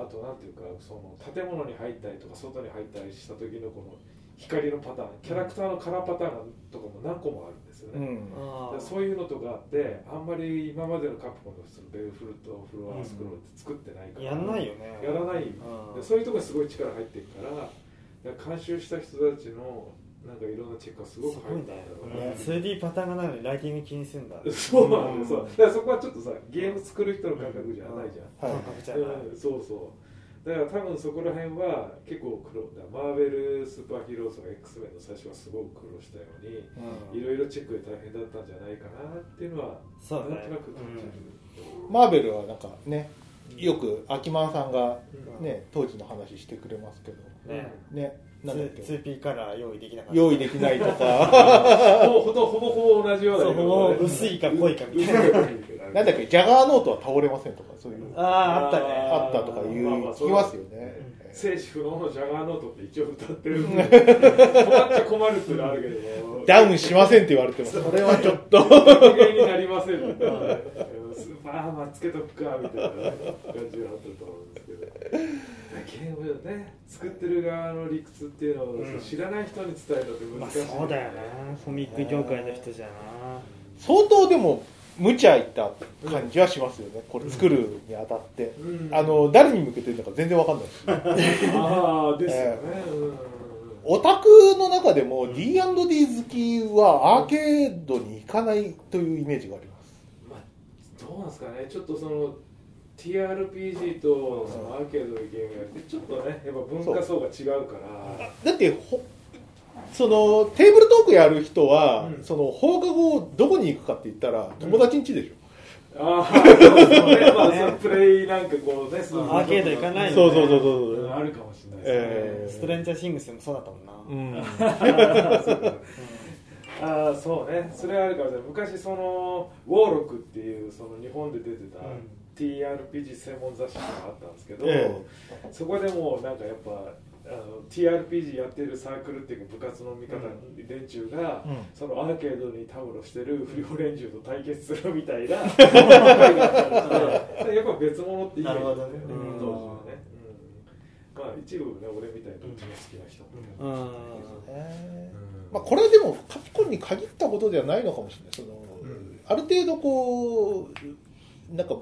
あとなんていうかその建物に入ったりとか外に入ったりした時のこの光のパターンキャラクターのカラーパターンとかも何個もあるんですよね。うんあーそういうのとかあってあんまり今までのカプコンの人のベルフルトフロアスクロールって作ってないから、やんないよねやらないうんでそういうところにすごい力入ってるからだから監修した人たちのなんかいろんなチェックがすすごごく入いってるねんだねろうねうん 2D パターンがないのにライティング気にするんだそうなんだよ、うんそうだからそこはちょっとさゲーム作る人の感覚じゃないじゃん、はい感覚じゃない、うんそうそうだから多分そこら辺は結構苦労だマーベルスーパーヒーローズとか X メンの最初はすごく苦労したよううにんいろいろチェックで大変だったんじゃないかなっていうのはそうだなんねとなく感じる、マーベルはなんかねよく秋間さんがうんね当時の話してくれますけどねねなんだっけ 2P カラー用意できなかった用意できないとかほぼほぼほぼほぼ同じようなそうほぼ薄いか濃いかみたい ななんだっけジャガーノートは倒れませんとかそういうあああったねあったとかいう聞きますよね生死不能のジャガーノートって一応歌ってるん で困っちゃ困るっていうのはあるけどダウンしませんって言われてもそれはちょっと格ゲーになりませんみたいなスーパーハンマーつけとくかみたいな感じになってると思うんですけどゲームね作ってる側の理屈っていうのを知らない人に伝えるのまあって難しい、そうだよなコミック業界の人じゃな相当でも無茶いった感じはしますよねこれ作るにあたってうんあの誰に向けてるのか全然わかんないしああですよね、うんオタクの中でも D&D 好きはアーケードに行かないというイメージがありますまあ、どうなんですかね、ちょっとその TRPG とそのアーケードのゲームやって、ちょっとね、やっぱ文化層が違うから、だってほそのテーブルトークやる人は、うんその放課後どこに行くかって言ったら友達ん家でしょ、あ あ、そうですね、まあ、そのプレイなんかこうね、そのアーケード行かないそようねそうそううそんうあるかもしれないえですね。ストレンジャーシングスもそうだったもんな、うん、 ああそうねそれはあるかもしれない昔そのウォーロックっていうその日本で出てたうん TRPG 専門雑誌があったんですけど、えそこでもうなんかやっぱあの TRPG やってるサークルっていうか部活の味方、連中が、うんそのアーケードにたむろしてる不良連中と対決するみたい な会があったんでやっぱ別物っていいなるほどねうん当時はね、うん、まあ一部ね俺みたいな感じが好きな人もいるかもしれないけどえうんまあ、これはでもカプコンに限ったことではないのかもしれないその、んある程度こうなんか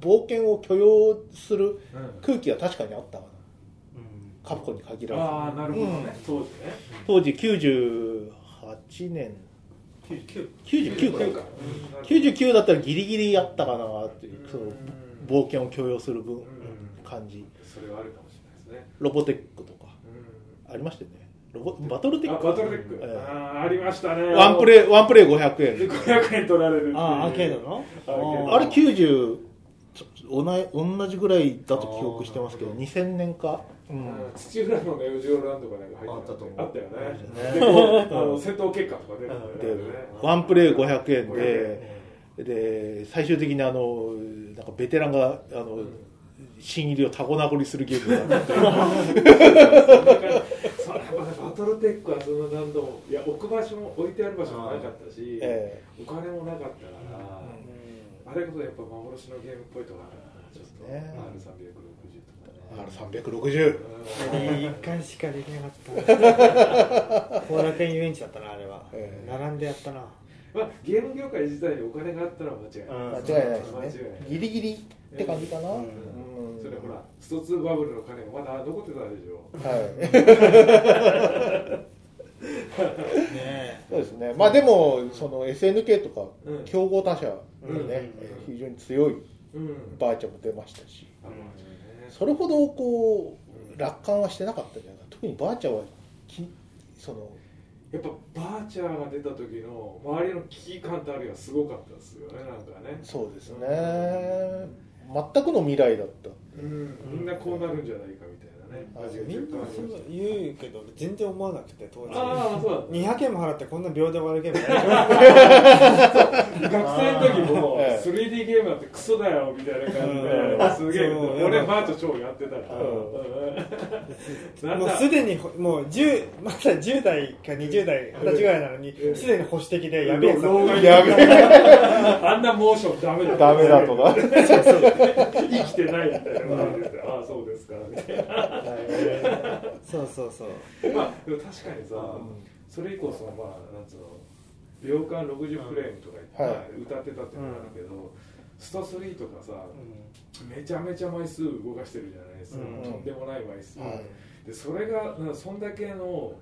冒険を許容するうん空気は確かにあったかうんなカプコンに限あらあなるほどね、当時ずね当時98年99 99か九十99だったらギリギリあったかなっていうそのうん冒険を許容する分うん感じそれはあるかもしれないですねロボテックとかうありましたよねロボバトルテんあックバトルテックええあーありましたねワンプレイワンプレイ500円500円取られるっていうああアーケードのアーケードーあれ90ちょおな同じぐらいだと記憶してますけどあー2000年か、ううんん土浦のネオジオランドかなんか入っあてったと思うあったよねねでこうあの戦闘結果とか出るんだでよねワンプレイ500円500でで最終的にあのなんかベテランがあの、新入りをタコ殴りするゲームが それはねバトルテックはその何度もいや置く場所も置いてある場所もなかったし、えお金もなかったから、あれこそやっぱ幻のゲームっぽいとこあるなちょっと、ね R360 とかねえ R360 1回しかできなか った後楽園遊園地だったなあれは、ええ並んでやったなまあ、ゲーム業界自体にお金があったら間違いうない、ん間違いない間違ですいねないギリギリって感じかな、うんうんそれほらスト2バブルの金がまだ残ってたでしょはい ねそうですねまあでもその SNK とかうん競合他社がね、うんうんえー非常に強いうんバーチャーも出ましたしあのねそれほどこう楽観はしてなかったんじゃないか特にバーチャーはきそのやっぱバーチャーが出た時の周りの危機感たるがすごかったですよねなんかねそうですね全くの未来だったうんみんなこうなるんじゃないかみたいなねあえみんなそう言うけど全然思わなくて当時ああそうだった200円も払ってこんな秒で終わるゲーム やる学生の時もええ 3D ゲームだってクソだよみたいなうん感じですげえそう俺バーチャー超やってたからうんなんもうだすでにもう10まだ10代か20代二十歳ぐらいなのにうんすでに保守的でやべえぞ老害やべえあんなモーションダメだダメだと か生きてないみたいなこと言ってああそうですかみたいなそうそうそうまあでも確かにさ、それ以降そのまあなんつうの秒間60フレームとか言って、はいまあ歌ってたってのがあるけど、スト3とかさめちゃめちゃ枚数動かしてるじゃないですか、うんとんでもない枚数、はいでそれがなんかそんだけの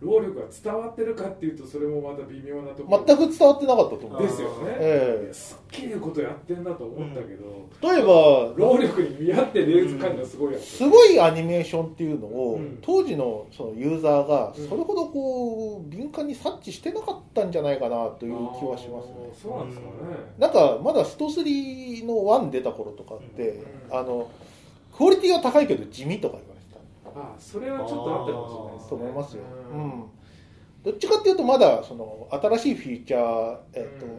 労力が伝わってるかっていうとそれもまた微妙なところ全く伝わってなかったと思うですよね、ええすっげえことやってんなと思ったけど、例えば労力に見合ってレース感がすごいやつ、すごいアニメーションっていうのを、うん当時のそのユーザーがうんそれほどこう敏感に察知してなかったんじゃないかなという気はしますねあーそうなんですかね、なんかまだスト3の1出た頃とかって、うんあのクオリティが高いけど地味とか言われてたああそれはちょっとあったかもしれないですねと思いますよ、ううんんどっちかっていうとまだその新しいフィーチャー、えっとうん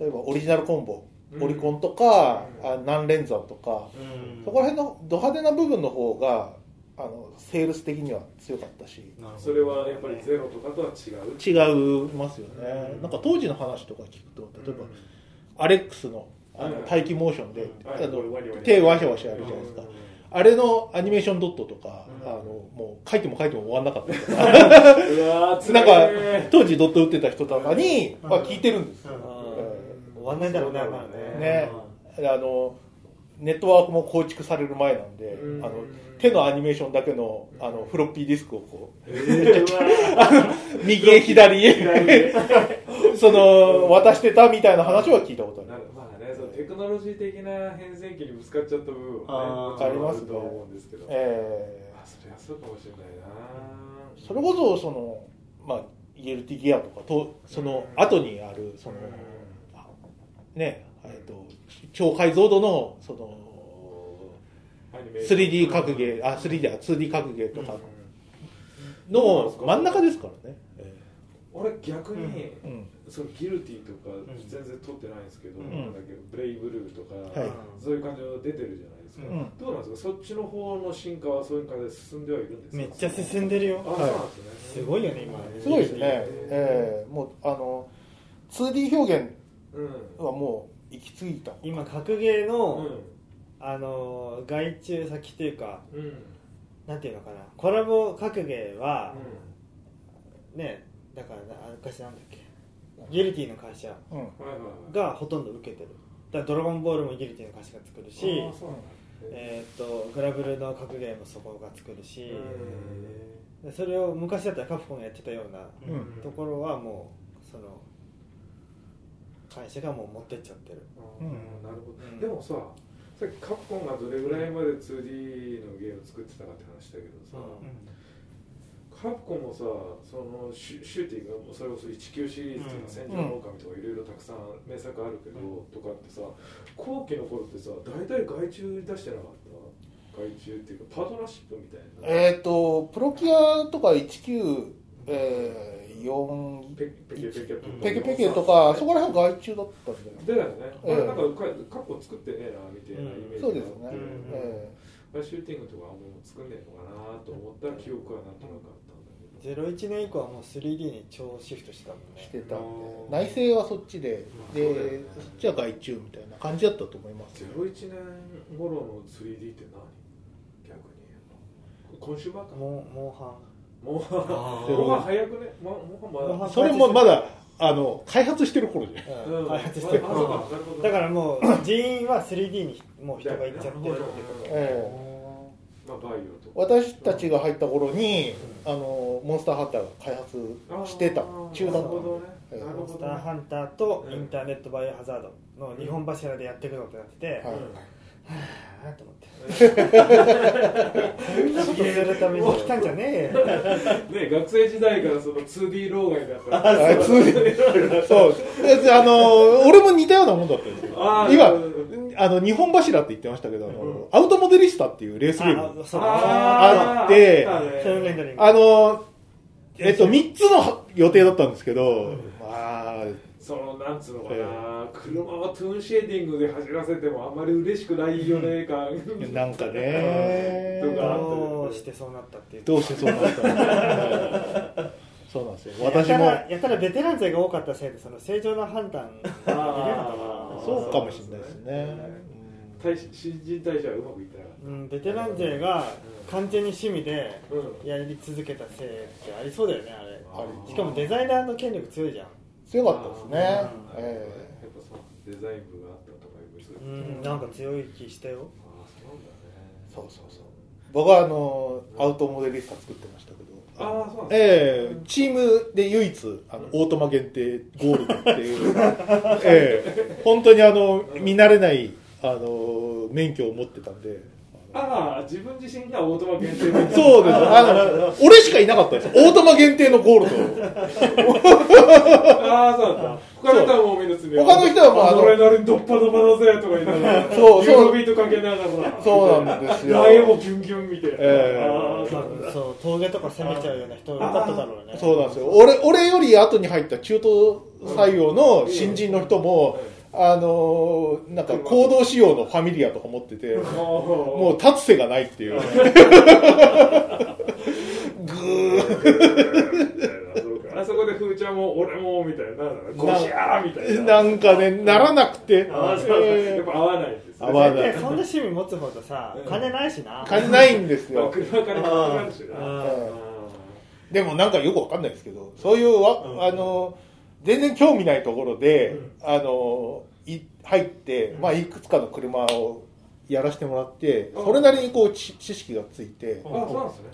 例えばオリジナルコンボ、うんオリコンとか、うんあ何連山とか、うんそこら辺のド派手な部分の方があのセールス的には強かったしなるほどそれはやっぱりゼロとかとは違う違いますよね、うんなんか当時の話とか聞くと例えば、うんアレックスのあのはい待機モーションで、はいあのワニワニ手ワシャワシャやるじゃないですか、うんあれのアニメーションドットとか、うんあのもう書いても書いても終わんなかったと かうわーつなんらいかね当時ドット打ってた人とかに、うんまあ、聞いてるんですよ、うん終わんないだろうねそまだねねあのネットワークも構築される前なんで、うんあの手のアニメーションだけのあのフロッピーディスクをこえーうわう 右へ左ー嫌いへね その渡してたみたいな話は聞いたことあるなんかまあねそのテクノロジー的な変遷期にぶつかっちゃった部分はあねーもちろんるとは思うんですけどえあそりゃそうかもしれないなーそれこそその、まあ、ELT ギアとかとその後にあるその、あねえっと超解像度のその 3D 格ゲーあ 3D だ 2D 格ゲーとかの真ん中ですからね、え俺逆に、うんそのギルティとかん全然撮ってないんですけど、うんなんだっけブレイブルーとか、はいそういう感じの出てるじゃないですか、うんどうなんですかそっちの方の進化はそういう感じで進んではいるんですかめっちゃ進んでるあ、よそうなんですすねごいよね今すごいですね、ええもうあの 2D 表現うんはもう行き過ぎた今格ゲーの、うんあのー外注先というかうんなんていうのかなコラボ格ゲーは、ねだからなあの昔なんだっけギルティの会社うんうんはいはいはいがほとんど受けてるだからドラゴンボールもギルティの会社が作るしあーそうなんだえーっとグラブルの格ゲーもそこが作るし、うんでそれを昔だったらカプコンがやってたようなうんところはもうその会社がもう持ってっちゃってるあーうんなるほど、うんでもささっきカプコンがどれぐらいまで 2D のゲーム作ってたかって話だけどさ、うんカプコンもさそのシュシューティングがもうそれこそ19シリーズとかうん「戦場の狼」とかいろいろたくさん名作あるけど、うとかってさ後期の頃ってさ大体外注出してなかった外注っていうかパートナーシップみたいな、えっ、とプロキアとか19えー4ペペケペケとかペケペケとかそこら辺外注だったんだよね、うんだよね、あれなんかカプコン作ってねえなみたいなイメージそがあってうですね、うんえシューティングとかはもう作んねえのかなと思った記憶はなんとなくあったんだけど01年以降はもう 3D に超シフトしてたもんえねしてたんでうん内政はそっちででそそうだよねっちは外注みたいな感じだったと思いますよ01年頃の 3D って何逆に今週版かモもンモンハうもあーうは早くね、ま、もうはまもだうそれもまだあの開発してる頃じゃんン、うん開発してるあそうかなるほどだからもう人員は 3D にもう人がいっちゃってるってことええまあバイオとか私たちが入った頃に、あのモンスターハンターが開発してたあー中だなっるたほどねええなるモンほスタどーハ ねンターとインターネットバイオハザードの日本柱でやっていくぞってなってて、はいああと思ってこんなことするために来たんじゃねえよね学生時代からその 2D 老害だったあいつそうであの俺も似たようなもんだったんですよあーなるほ今あの日本柱って言ってましたけど、あのアウトモデリスタっていうレースゲームあそうあってあったねセブンレンドリングあのえっと3つの予定だったんですけど、まあそのなんつうのかな、車はトゥーンシェーディングで走らせてもあんまり嬉しくないよね感、なんかねとかどうしてそうなったっていうどうしてそうなったのかはいそうなんですよや私たもらやたらベテラン勢が多かったせいでその正常な判断ができなかあーっ、そうかもしれないですね対新人代謝はうまくいったなかったうん、ベテラン勢が完全に趣味でたうんやり続けたせいってありそうだよねあれあるしかもデザイナーの権力強いじゃん強かったですねあー、えやっぱそうデザイン部があったとかいうこうとでんなんか強い気したよああそうなんだねそうそうそうえ僕はあのアウトモデリスタ作ってましたけどああそうなんだええチームで唯一あのオートマ限定ゴールドっていう、ええ本当にあの見慣れないあの免許を持ってたんでああ自分自身がオートマ限定でそうですあの俺しかいなかったんですオートマ限定のゴールドをああそうなんだ他の人はもうみんな詰め他の人はもうあのアドレナリンドッパドパだぜとか言いながらそうそうユーロビートかけながらそうなんですよライオンもギュンギュンみたいな、ええああそうなんだそう峠とか攻めちゃうような人多かっただろうねそうなんですよ俺俺より後に入った中東採用の新人の人も、あのーなんか行動仕様のファミリアとか持っててももう立つ瀬がないっていうう あそこで風ちゃんも俺もみたいなゴシャーみたいななんかねならなくてああそうやっえぱ合わないですね合わなでいそんな趣味持つほどさ金ないしなー感じないんですまあよ車からかかるしなあーあでもなんかよくわかんないですけどそういうわ、うんあの全然興味ないところで、あのい入って、まあ、いくつかの車をやらせてもらってうんそれなりにこう知知識がついてーあそうなんですね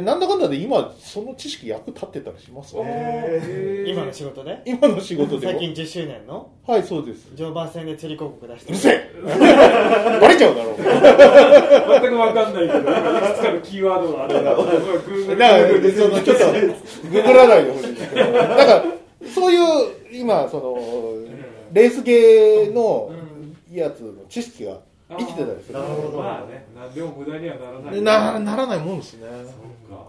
でなんだかんだで今その知識役立ってたりしますおーねへー今の仕事で今の仕事で最も近10周年のはいそうです常磐線で釣り広告出してうるせえ バレちゃうだろう全く分かんないけどなんかいくつかのキーワードがあるな Google だからそのちょっとググらないでほしいですけどなんかそういう今そのレースゲーのやつの知識が生きてたりするなるほどまあね何でも無駄にはならないなならないもんですねそうか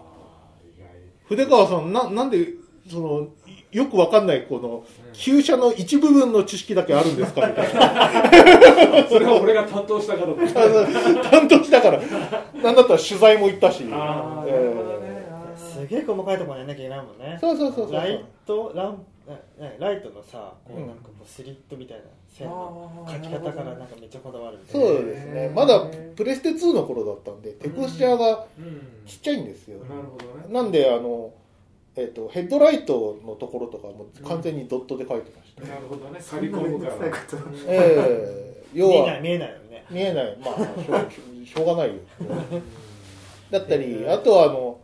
意外筆川さんななんでそのよくわかんないこの旧車の一部分の知識だけあるんですかみたいなそれは俺が担当したから だ担当したからなんだったら取材も行ったしああえなるほどねあーすげえ細かいところにやんなきゃいけないもんねーそうそうそうそうライトランななライトのさこううんなんかこうスリットみたいな線の描き方からなんかめっちゃこだわるみたいなそうですねまだプレステ2の頃だったんでテクスチャーがうんちっちゃいんですよ、なるほどねなんであの、えっとヘッドライトのところとかも完全にドットで書いて ました、なるほどねそ刈んりなめ込んむどくかさいこらとええ要見えなはい見えないよね見えないまあしょうしょうがないよだったりあとはあの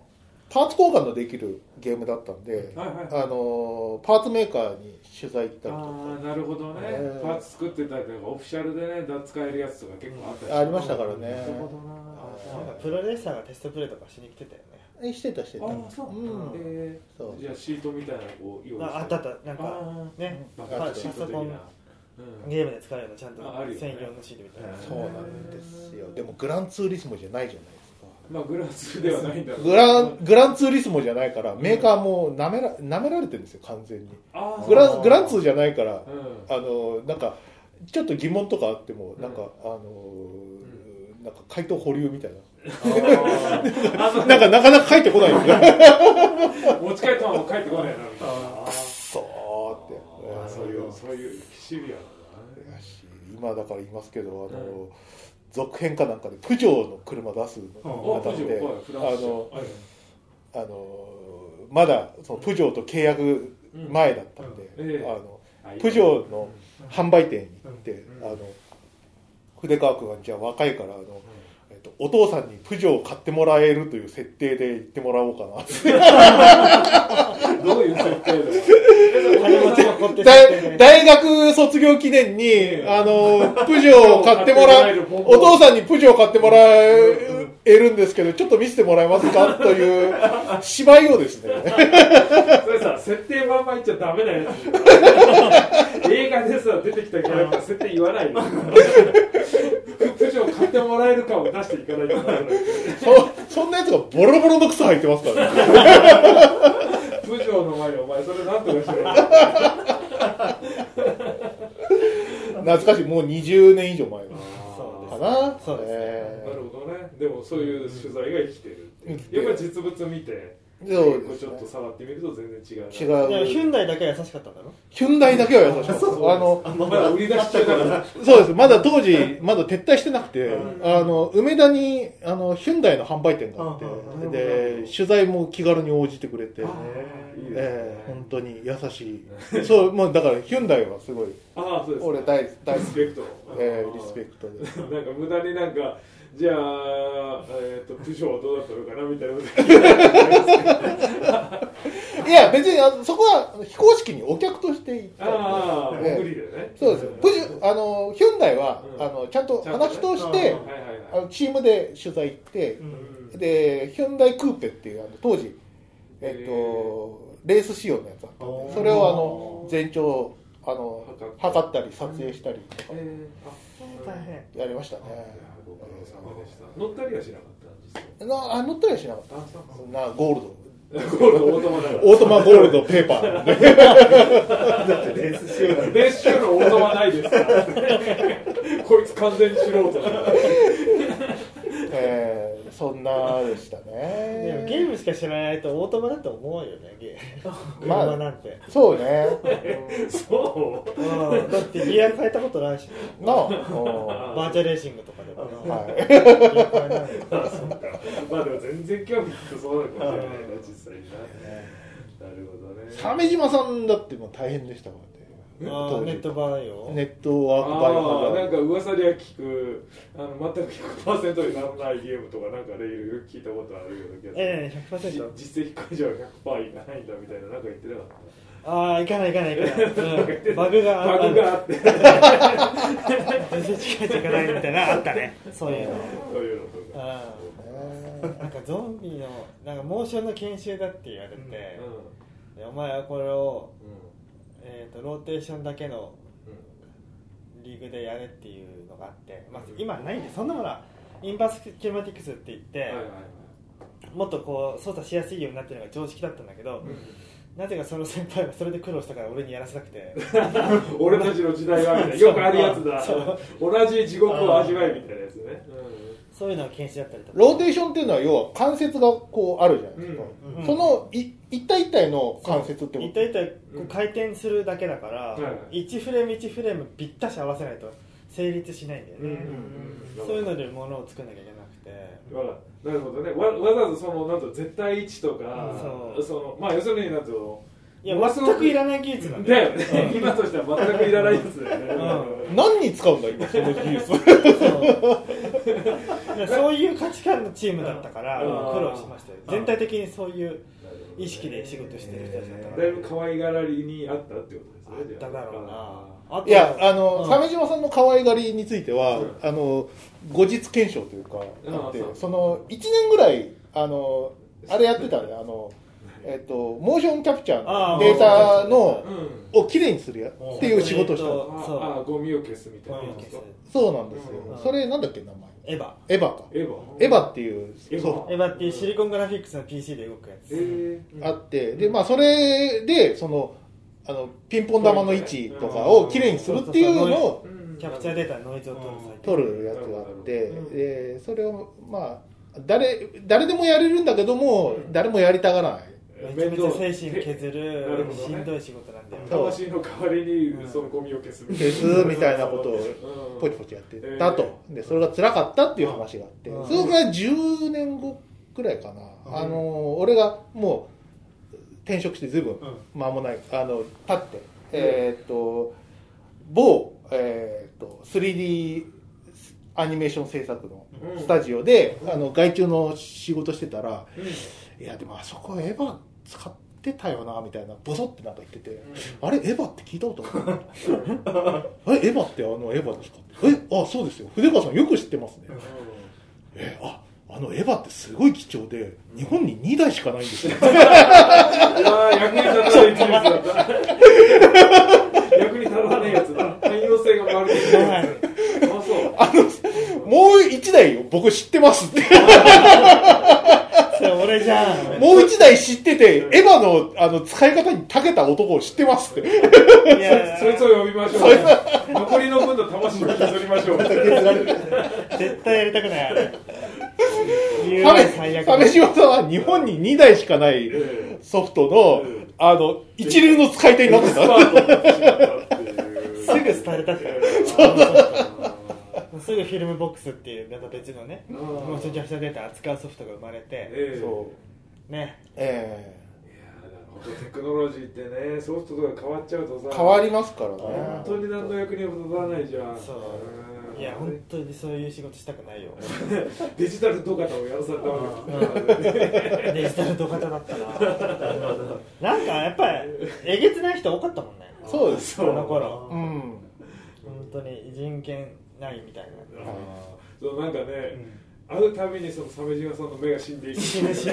パーツ交換のできるゲームだったんではいはいあのパーツメーカーに取材行ったりあとあなるほどね、えーパーツ作ってたりとかオフィシャルでねだ使えるやつとか結構あったかありましたからねなるほどななんかあプロレーサーがテストプレーとかしに来てたよねえしてたしてたーあーそう、うんえーそうじゃあシートみたいなのこう用意してああったあったなんかあねーバパカパシーソト的コなンうんゲームで使えるのちゃんとああるよね専用のシールみたいなうんそうなんですよでもグランツーリスモじゃないじゃないですかまあグラスではないんだろうグラングランツーリスモじゃないからメーカーもなめら舐められてるんですよ完全にあーグラングランツーじゃないからうんうんあのなんかちょっと疑問とかあってもなんか、あのーなんか回答保留みたいな あそうなんかなかなか返ってこないよね持ち帰ったまま帰ってこないなみたいなあーそうってあーそういうそういうシビうアなんんだだねし今だから言いますけどあのー、う続編かなんかでプジョーの車出すおのプ方ジョで、ーはいフランスあのはいあのーまだそのプジョーと契約前だったんで、うんええあのあいいねプジョーの販売店に行って、うんあの筆川君はじゃあ若いからあの、えっと、お父さんにプジョーを買ってもらえるという設定で行ってもらおうかなってどういう設定だよ金持ちがこって大大学卒業記念に、ええあのプジョーを買ってもら買ってえもらえるお父さんにプジョーを買ってもらえるんですけどちょっと見せてもらえますかという芝居をですねそれさ設定まんま言っちゃダメなやつ映画でさ出てきたキャラクター設定言わないよプジョー買ってもらえる感を出していかないとダメなんだよそそんなやつがボロボロの草入ってますからねプジョーの前にお前それなんとかしろよ懐かしいもう20年以上前かそうですなそうですねえなるほどねでもそういう取材が生きてるっていう生きてるやっぱり実物見てえそうこでうちすょっとね触ってみると全然違うな違でもヒュうンダイだけは優しかったんだろヒュンダイだけは優しかったですあのまだ売り出し中だからそうです。まだ当時、まだ撤退してなくて、うんあの、梅田に、あの、ヒュンダイの販売店があって、うんで、取材も気軽に応じてくれて、えーいいですねえー本当に優しい。そう、もうだからヒュンダイはすごい、ああそうです俺大、大リ好スき。ペクトえーリスペクトで。なんか無駄になんか、じゃあ、えっ、と、プショーはどうだったのかなみたいなこと聞いいや、別に、あのそこは非公式にお客として行ってた。ああ、ええ無理だよね。そうですよ。プジュあの、ヒュンダイは、うんあの、ちゃんとちゃんとね話通して、はいはいあはい。のチームで取材行って、うんで、ヒュンダイクーペっていう、あの当時、えっと、レース仕様のやつあったんあで、ーそれをあの全長あの測測ったり、撮影したりとかえーあ大変やりましたね。ご苦労様でした。乗ったりはしなかったんですなあ乗ったりはしなかっあ、そうた。そんなゴールド。ゴールドオートマだから。オートマゴールドペーパー。レースしようだ練習のオートマないですから。こいつ完全に素人だ。 えーそんなでしたでもゲね。ームしか知らないとオートマだと思うよねゲームまあ車なんて、そうね。 そううんだってギア変えたことないしなあ。うんバーチャルレーシングとかでもねはい。ギア変えないよあ、そうか。まあでも全然興味なくそうなのかもしれないな、実際にな。なるほどね。鮫島さんだってもう大変でしたからね。あーネットバーよ、ネットワークバイああハなザんーかド。噂では聞くあの全く100%にならないゲームとかなんかでいろいろ聞いたことあるような気がする、ええじ100%実績解除は100%いかないんだみたいななんか言ってなかっああいかないいかないいかない、たうん、バグがあバグがあって全然近い近ないみたいなあったねそういうのそういうのとか、うんなんかゾンビのなんかモーションの研修だって言われて、でお前はこれを、えー、とローテーションだけのリーグでやれっていうのがあって、まあ、今ないんでそんなものはインバースキューマティクスって言って、うんはいはいはいもっとこう操作しやすいようになってるのが常識だったんだけど、なぜかその先輩はそれで苦労したから俺にやらせたくて俺たちの時代はみたいなよくあるやつだ同じ地獄を味わえみたいなやつね、そういうのが禁止だったりとかローテーションっていうのは要は関節がこうあるじゃないですか、うんうんそのい一体一体の関節ってこ一と体一体こう回転するだけだから、はいはい1フレーム1フレームぴったし合わせないと成立しないんだようんね、うんそういうのでものを作んなきゃいけなくてわかったなるほどねわわざわざそのなんと絶対位置とか、うんそのまあ要するになんといや全くいらない技術なんだだよよね、今としては全くいらないやつだよね、何に使うんだ今その技術そうそういう価値観のチームだったからう苦ん労しましたようん全体的にそういう意識で仕事してる人たちだったかだらいぶ可愛がらりにあったってことですねじだゃあだろうなあといやあの、うん鮫島さんの可愛がりについては、うんあの後日検証というかうんあってそうその1年ぐらいあのあれやってたねあのえっとモーションキャプチャーあのーデータうのんをきれいにするやっていう仕事をしたえっとのそうああゴミを消すみたいゴなミやをつ消すそうなんですよ、うんそれなんだっけ名前エヴァエヴァかエヴァエヴァっていうエヴァそうエヴァっていうシリコングラフィックスの PC で動くやつ、えーあってでまあそれでそのあのピンポン玉の位置とかをきれいにするっていうのをうんキャプチャーデータのノイズを取る最中取るやつがあって、うんでそれをまあ誰誰でもやれるんだけども、誰もやりたがらないめちゃめちゃ精神面削なるるほどねしんどい仕事なんだよ倒そう魂の代わりにそのゴミを消すみたいな消すみたいなことをうんポチポチやってたと、でそれが辛かったっていう話があって、うんそれが10年後くらいかな、あの俺がもう転職して随分間もないあの立って、えーっと某、えーっと 3D アニメーション制作のうんスタジオで、あの外注の仕事してたら、いやでもあそこエヴァ使ってたよなみたいなボソってなんか言ってて、あれエヴァって聞いたことある えエヴァってあのエヴァですかえあそうですよ筆川さんよく知ってますね、えああのエヴァってすごい貴重で日本に2台しかないんですよ いやー役に立たない技術だった役に立たないやつだ汎用性が悪いやつあそうもう1台よ僕知ってますって それ俺じ ゃんもう一台知ってて、エヴァのあの使い方に長けた男を知ってますって。いやそいつを呼びましょう残りの分の魂を削りましょう絶対やりたくないあれ言うの最亀悪亀島さんは日本に2台しかないえソフトのええ、あの、一流の使い手になってスパた。ートになってしまったっていうすぐ廃れたからそうすぐフィルムボックスっていうまた別のねうんモーションキャプチャーデータ扱うソフトが生まれてええそう。ねえいやーなるほどテクノロジーってねソフトとか変わっちゃうとえさ変わりますからね。本当に何の役にも立たないじゃんそううんいや本当にそういう仕事したくないよデジタル土方をやらされたわけですねデジタル土方だったななんかやっぱりえげつない人多かったもんねそうです。あの頃うん。本当に人権ないみたいなそうなんかね、会うたびにその鮫島さんの目が死んでいく死ぬ死ぬ死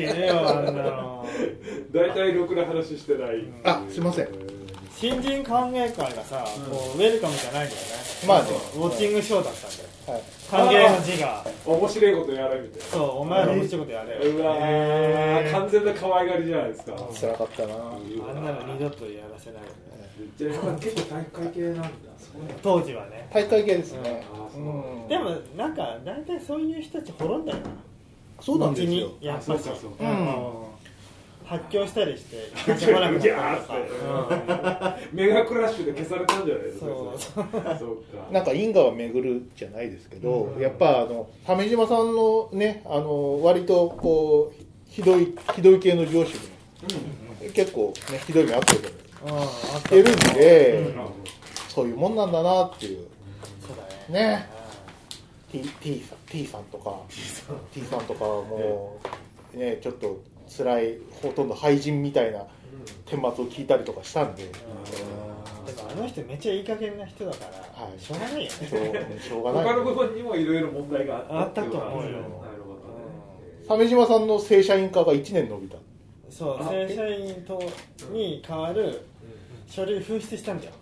ぬよあんなの大体ろくな話してないっていうあすいません新人歓迎会がさ、こうウェルカムじゃないんだよねまあねウォッチングショーだったんだよはい。歓迎の字が面白いことやれみたいそうお前ら面白いことやれなうよわー完全な可愛がりじゃないですか辛かったな。あんなの二度とやらせないよねじゃあやっぱ結構体育会系なんだそうなんだ当時はね大会系ですね。あそううなんんだでもなんか大体そういう人たち滅んだよなそうなんですよ後。にやっぱそうりかそううかん。発狂したりして会社来なくなったりとかメガクラッシュで消されたんじゃないですかそうそうかなんか因果は巡るじゃないですけど、やっぱあの鮫島さんのねあの割とこうひどいひどい系の上司で結構ねひどい目あってるうんうんあったてるんで、うんそういうもんなんだなっていうそうだねね T, T, さん T さんとか T さんとかはもうねちょっと辛いほとんど廃人みたいな顛末を聞いたりとかしたんで、でもあの人めっちゃいい加減な人だから、はいしょうがないよねそうしょうがない他の部分にもいろいろ問題があったってことなんあったと思うですねよなるほどね鮫島さんの正社員化が1年延びたそうあ正社員とに代わる書類紛失したんだよ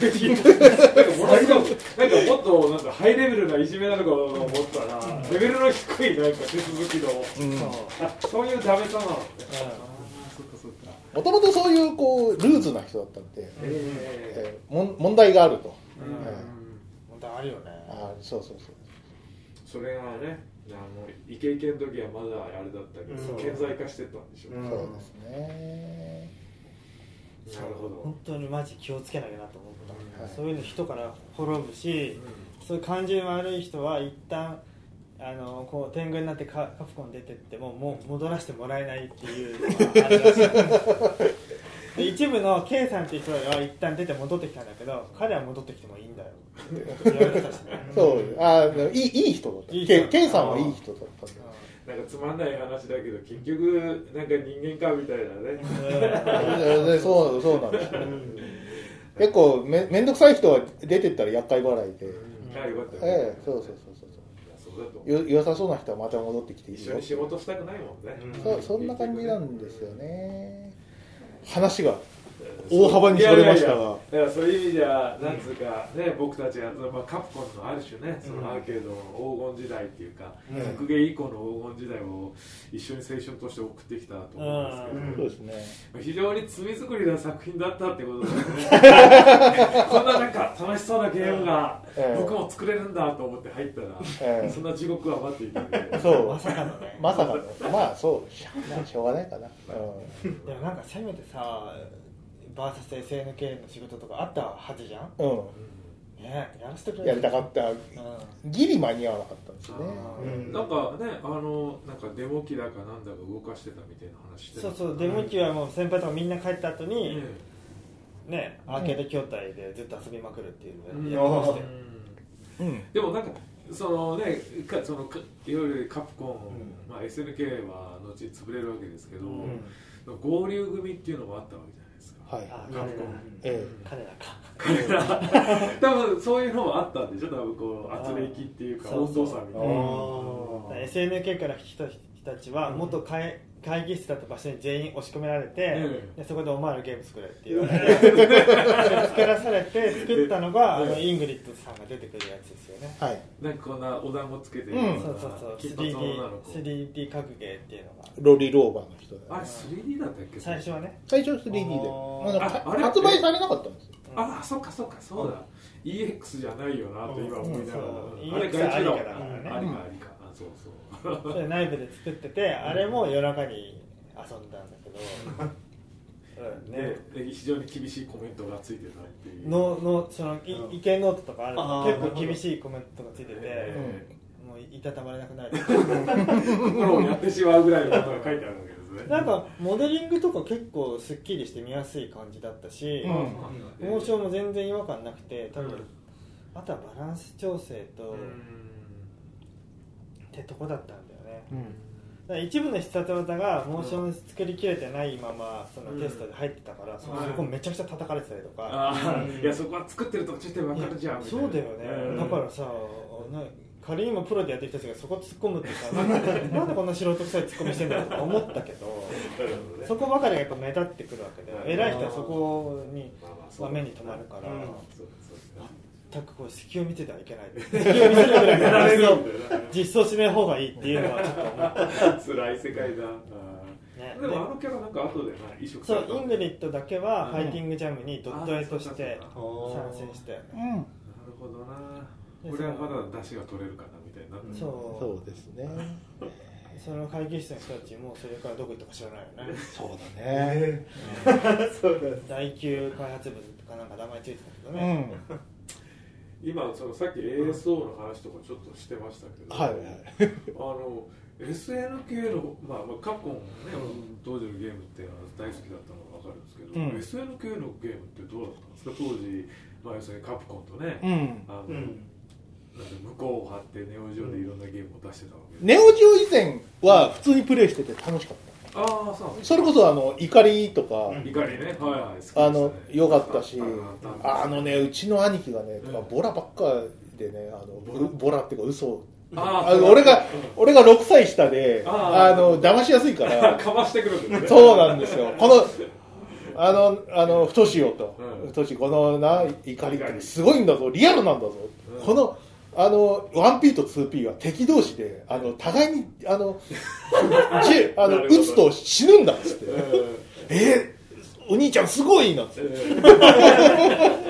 なんかものすごいなんかもっとなんかハイレベルないじめなのかと思ったらレベルの低いなんか手続きの、そうあそういうダメさなのねうそうかそうかもともとそういうこうルーズな人だったんで、ええーもん問題があると、えうんえ本当あるよねーあーそうそうそうそれがねあのイケイケの時はまだあれだったけど、うん顕在化してたんでしょう、うんそうですね、なるほど本当にマジ気をつけなきゃなと思った、はいそういうの人から滅ぶし、そういう感じ悪い人は一旦あのこう天狗になってカカプコン出てってももう戻らせてもらえないっていうのがあるらしいで一部の K さんっていう人は一旦出て戻ってきたんだけど彼は戻ってきてもいいんだよって言われてたしねそうあーいいいい人だったいい人ケンケンさんはいい人だったんだなんかつまんない話だけど結局なんか人間かみたいなねでそうそうなんですよ、結構め面倒くさい人は出てったら厄介払いで、ああよかったよかったええそうそうそうそういやそうだと思うそうよ良さそうな人はまた戻ってきていい一よ緒に仕事したくないもんね、うんそうそんな感じなんですよね話がそう大幅にそれましたがいやいやいやだからそういう意味じゃなんつうかね僕たちは、まあ、カプコンのある種ねそのアーケードの黄金時代っていうか、うん格ゲー以降の黄金時代を一緒に青春として送ってきたと思うんですそけど、うですね非常に罪作りな作品だったってことですねこんななんか楽しそうなゲームがええ僕も作れるんだと思って入ったら、ええそんな地獄は待っていたん でそうまさかのねまさかのまあそうしゃ まあしょうがないかな、うんでもなんかせめてさ VSSNK の仕事とかあったはずじゃんねやらせてくうれん、やりたかったうギリ間に合わなかったんですよねあーうんなんかねあのなんかデモ機だかなんだか動かしてたみたいな話してんたそうそうデモ機はもう先輩とかみんな帰った後うに、んねアーケード筐体でずっと遊びまくるっていううんのをやってましたよ、うんでもなんかそのねかそのかいわゆるカプコン、うまあ、SNK は後に潰れるわけですけど、うん合流組っていうのもあったわけじゃないですかはいあカプコンえ彼らか多分そういうのもあったんでしょ多分こう圧力っていうかあー温度差みたいなだから SNK から来た人たちは元会会議室だった場所に全員押し込められて、うんでそこでお前らゲーム作れって言われて 作らされて作ったのが、うあんのイングリッドさんが出てくるやつですよね、はいなんかこんなお団子つけてるうんよそうそうそうきっ 3D, 女の子 3D 格ゲーっていうのがロリローバーの人だあれ 3D だったっけ最初はね最初 3D であーあのああれ発売されなかったんですよああそっかそっかそうだ、EX じゃないよなって今思いながら、うんあれ EX 外注だもんありかだからねありかありかあそうそう それ内部で作っててあれも夜中に遊んだんだけど、うん ねでで非常に厳しいコメントがついてたっていうののそのい意見ノートとかあるあのー結構厳しいコメントがついてて、えもういたたまれなくなる え心をやってしまうぐらいのことが書いてあるわけですねなんかモデリングとか結構すっきりして見やすい感じだったし、うんモーションも全然違和感なくて多分、うんあとはバランス調整と、うっんてとこだったんだよね、うんだから一部の必殺技がモーション作りきれてないままそのテストで入ってたから、そのはいそこめちゃくちゃ叩かれてたりとか、あーいやそこは作ってる途中で分かるじゃんみたいそなうだよね、うんだからさな仮に今プロでやってる人たちがそこ突っ込むってさなんか なんでこんな素人臭い突っ込みしてんだろうとか思ったけどなるほどねそこばかりがやっぱ目立ってくるわけでうん偉い人はそこにまあまあそうは目に留まるから、うんそうそう全くこう隙を見ててはいけない隙を見せるぐらいやられのるん話をだよな 実装しない方がいいっていうのはちょっと思っ辛い世界だ、ねでもあのキャラなんか後でな移植たさそうれたイングリッドだけはファイティングジャムにドット絵としてあー参戦したよねうんなるほどなでこれはまだ出汁が取れるかなみたいなそそうですねうその会議室の人たちもそれからどこ行ったか知らないよねそうだねそうだ第9開発部とかなんか名前ついてたけどうね、ん今そのさっき ASO の話とかちょっとしてましたけど、はいはいあの SNK の、まあ、まあカプコンのね、当時のゲームっていうのは大好きだったのが分かるんですけど、うん SNK のゲームってどうだったんですか当時、まあ、要するにカプコンとね、うんあのうなんんて向こうを張ってネオジオでいろんなゲームを出してたわけで、ネオジオ以前は普通にプレイしてて楽しかったああそうなんですそれこそあの怒りとか、うん怒りねはいはい好きでしたねあの良かったしああああのねうちの兄貴がね、うんボラばっかでねあのボラボボラっていうか嘘ああの俺が俺が6歳下でああーの騙しやすいかあ らかましてくるんですねそうなんですよこのあのあの太しよとうん太しこのな怒りっ怒てりすごいんだぞリアルなんだぞ、うんこのあの 1P と 2P は敵同士であの互いにあの じゅあなのる撃ほどつと死ぬんだっつってうんえお兄ちゃんすごいなって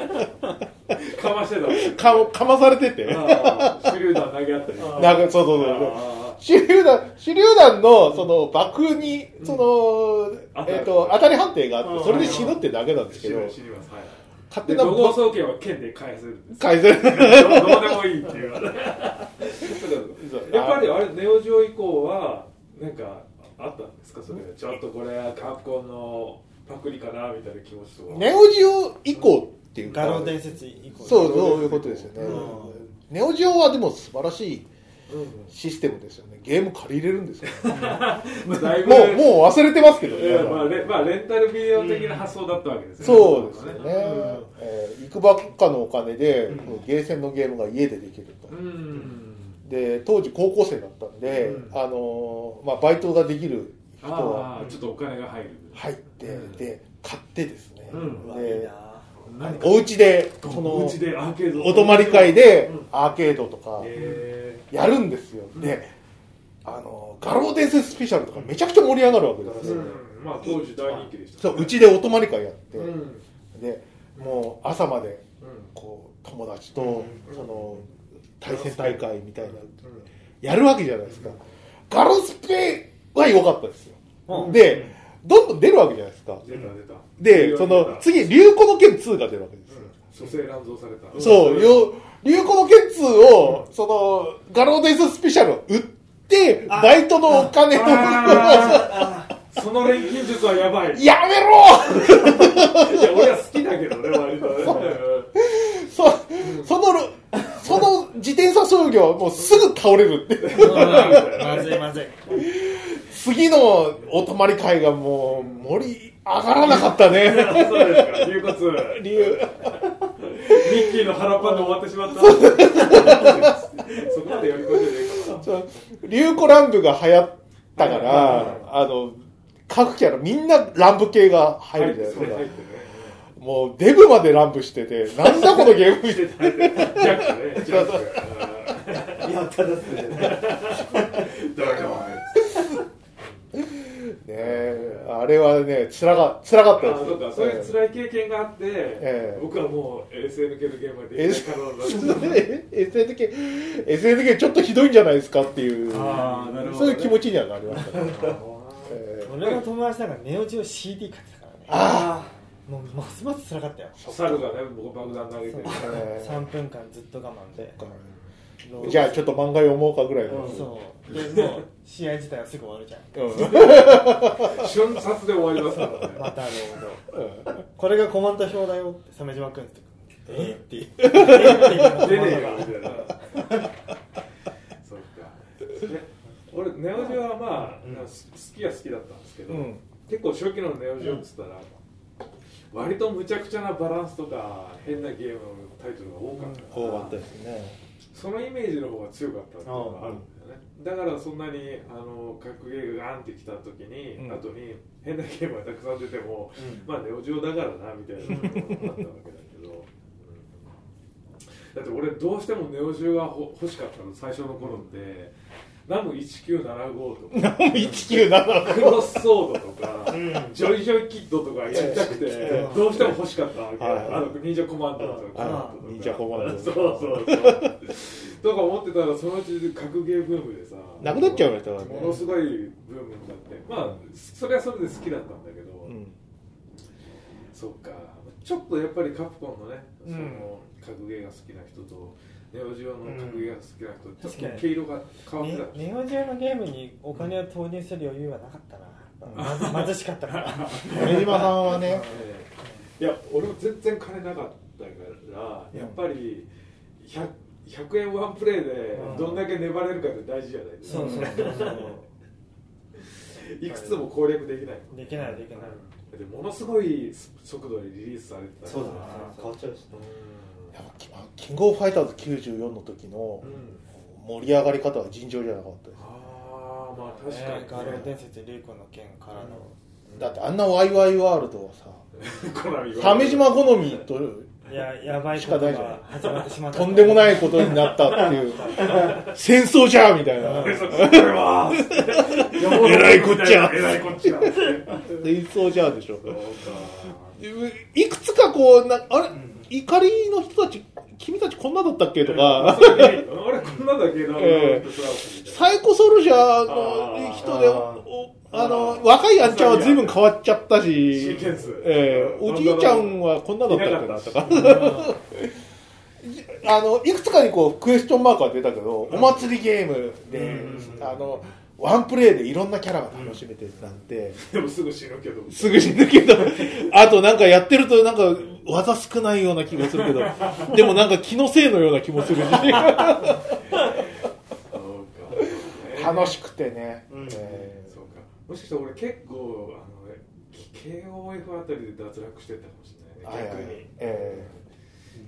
かましてたもんねかかまされててなんかああ手榴弾投げ合ったりあそうそうそうあ手榴弾手榴弾のその爆にその、うんえっと当たり判定があっうてんそれで死ぬってだけなんあですけ知りどます知りますはい勝手でな土合総研は県で返 せるんです改善どうでもいいって いうやっぱりあれネオジオ以降はなんかあったんですかそれちょっとこれ観光のパクリかなみたいな気持ちとかネオジオ以降っていう画か廊伝説以降そうそういうことですよね、うんネオジオはでも素晴らしいうんシステムですよねゲーム借りれるんですよ、まあだいぶもうもう忘れてますけどね、いやまあレまあレンタルビデオ的な発想だったわけですよそうですよね、うんえー行くばっかのお金で、ゲーセンのゲームが家でできると、うんで当時高校生だったんで、うんあのーまあ、バイトができる人はああちょっとお金が入る入って、うんで買ってですね、うんうわいいでな何かお家でそおの家でアーケードお泊まり会でうんアーケードとかえやるんですよ、であのー「画廊伝説スペシャル」とかめちゃくちゃ盛り上がるわけですーうよ、んまあ当時大人気でしたそううちでお泊まり会やって、うんでもう朝までうんこう友達とうんその対戦大会みたいなうんやるわけじゃないですかガロスペは良かったですよ、うんでどんどん出るわけじゃないですか出た出たでその次流行の剣2が出るわけですよ、蘇生乱造されたそうよ流行の剣2をそのガロデイススペシャルを売ってバイトのお金をあ ーその錬金術はやばいいややめろ 俺は好きだけどね割とねそそのその自転車操業はもうすぐ倒れるってまずいまずい次のお泊まり会がもう盛り上がらなかったねそうですか龍骨ミ理由ッキーの腹パンで終わってしまったそこまでやり込んでねえかそう流行乱舞が流行ったから、あの各キャラみんな乱舞系が入るじゃないそれ入でっすかてねもうデブまで乱舞しててなんだこのゲームみたいな入ってねジャックねジャックやっただってねだからねえあれはねつらが辛かったあそうでかすそういう辛い経験があって、え僕はもう SNK のゲームはでえきない可能だ SNK, SNK ちょっとひどいんじゃないですかっていうあーなるほどそうねいう気持ちにはなりましたね、ええ俺の友達なんかネオジオ CD 買ってたからねあもうますます辛かったよ猿がね僕爆弾投げてるあ、え3分間ずっと我慢でえじゃあちょっと漫画読もうかぐらいの、そうでもう試合自体はすぐ終わるじゃんうん瞬殺で終わりますからねまたあのこれがコマンド表だよって鮫島君って言うからえーって言う出ねえよみたいなそっかね俺ネオジオはまあ、好きは好きだったんですけど、うん結構初期のネオジオっつったら、割とむちゃくちゃなバランスとか変なゲームのタイトルが多かったから、多かったですねそのイメージの方が強かったっていうのがあるんだよねだからそんなにあの格ゲーがガンってきた時に、うん後に変なゲームがたくさん出ても、うまあネオジオだからなみたいなのがあったわけだけど、うんだって俺どうしてもネオジオがほ欲しかったの最初の頃って、ナム1975とか197クロスソードとか、んジョイジョイキッドとかやりたくて、うんどうしても欲しかったわけ、はいあの忍者コマンドとか、あ忍者コマンドそうそうそうとか思ってたらそのうち格ゲーブームでさなくなっちゃいましたからねものすごいブームになってまあそれはそれで好きだったんだけど、うんそっかちょっとやっぱりカプコンのねそうんの格ゲーが好きな人とネオジオの格ゲーが好きな人と、うんちょっと毛色が変わってた、ネオジオのゲームにお金を投入する余裕はなかった なまず貧しかったから鮫島さんはねええいや俺も全然金なかったからやっぱり 100, 100円ワンプレーでうんどんだけ粘れるかって大事じゃないですか、そうそうそうそう いくつも攻略できないできないできないでものすごい速度でリリースされてたそうだねね変わっちゃうしねやっぱキキングオブファイターズ94の時の盛り上がり方は尋常じゃなかったですああまあ確かに、ねね、ガロ伝説竜子の剣からのだってあんなワイワイワールドはさ コナミは鮫島好 みといややばいことが始まってしまったとんでもいないことになったって いう戦争じゃみたいな俺そこにはえらいこっちゃえらいこっちゃ戦争じゃでしょいくつかこうなあれ怒りの人たち君たちこんなだったっけとか俺こんなだけどえサイコソルジャーの人で、あーおあの、若いあんちゃんは随分変わっちゃったシーしケンス、ええおじいちゃんはこんなだったいなかっったけなとか。 あの、いくつかにこう、クエスチョンマークが出たけど、お祭りゲームで、あの、ワンプレイでいろんなキャラが楽しめてなんて、でもすぐ死ぬけどすぐ死ぬけど、あとなんかやってるとなんか、技少ないような気がするけど、でもなんか気のせいのような気もするし、 楽しくてね。うんええそうかもしかしたら俺結構あの KOF あたりで脱落してったかもしれないね逆に、え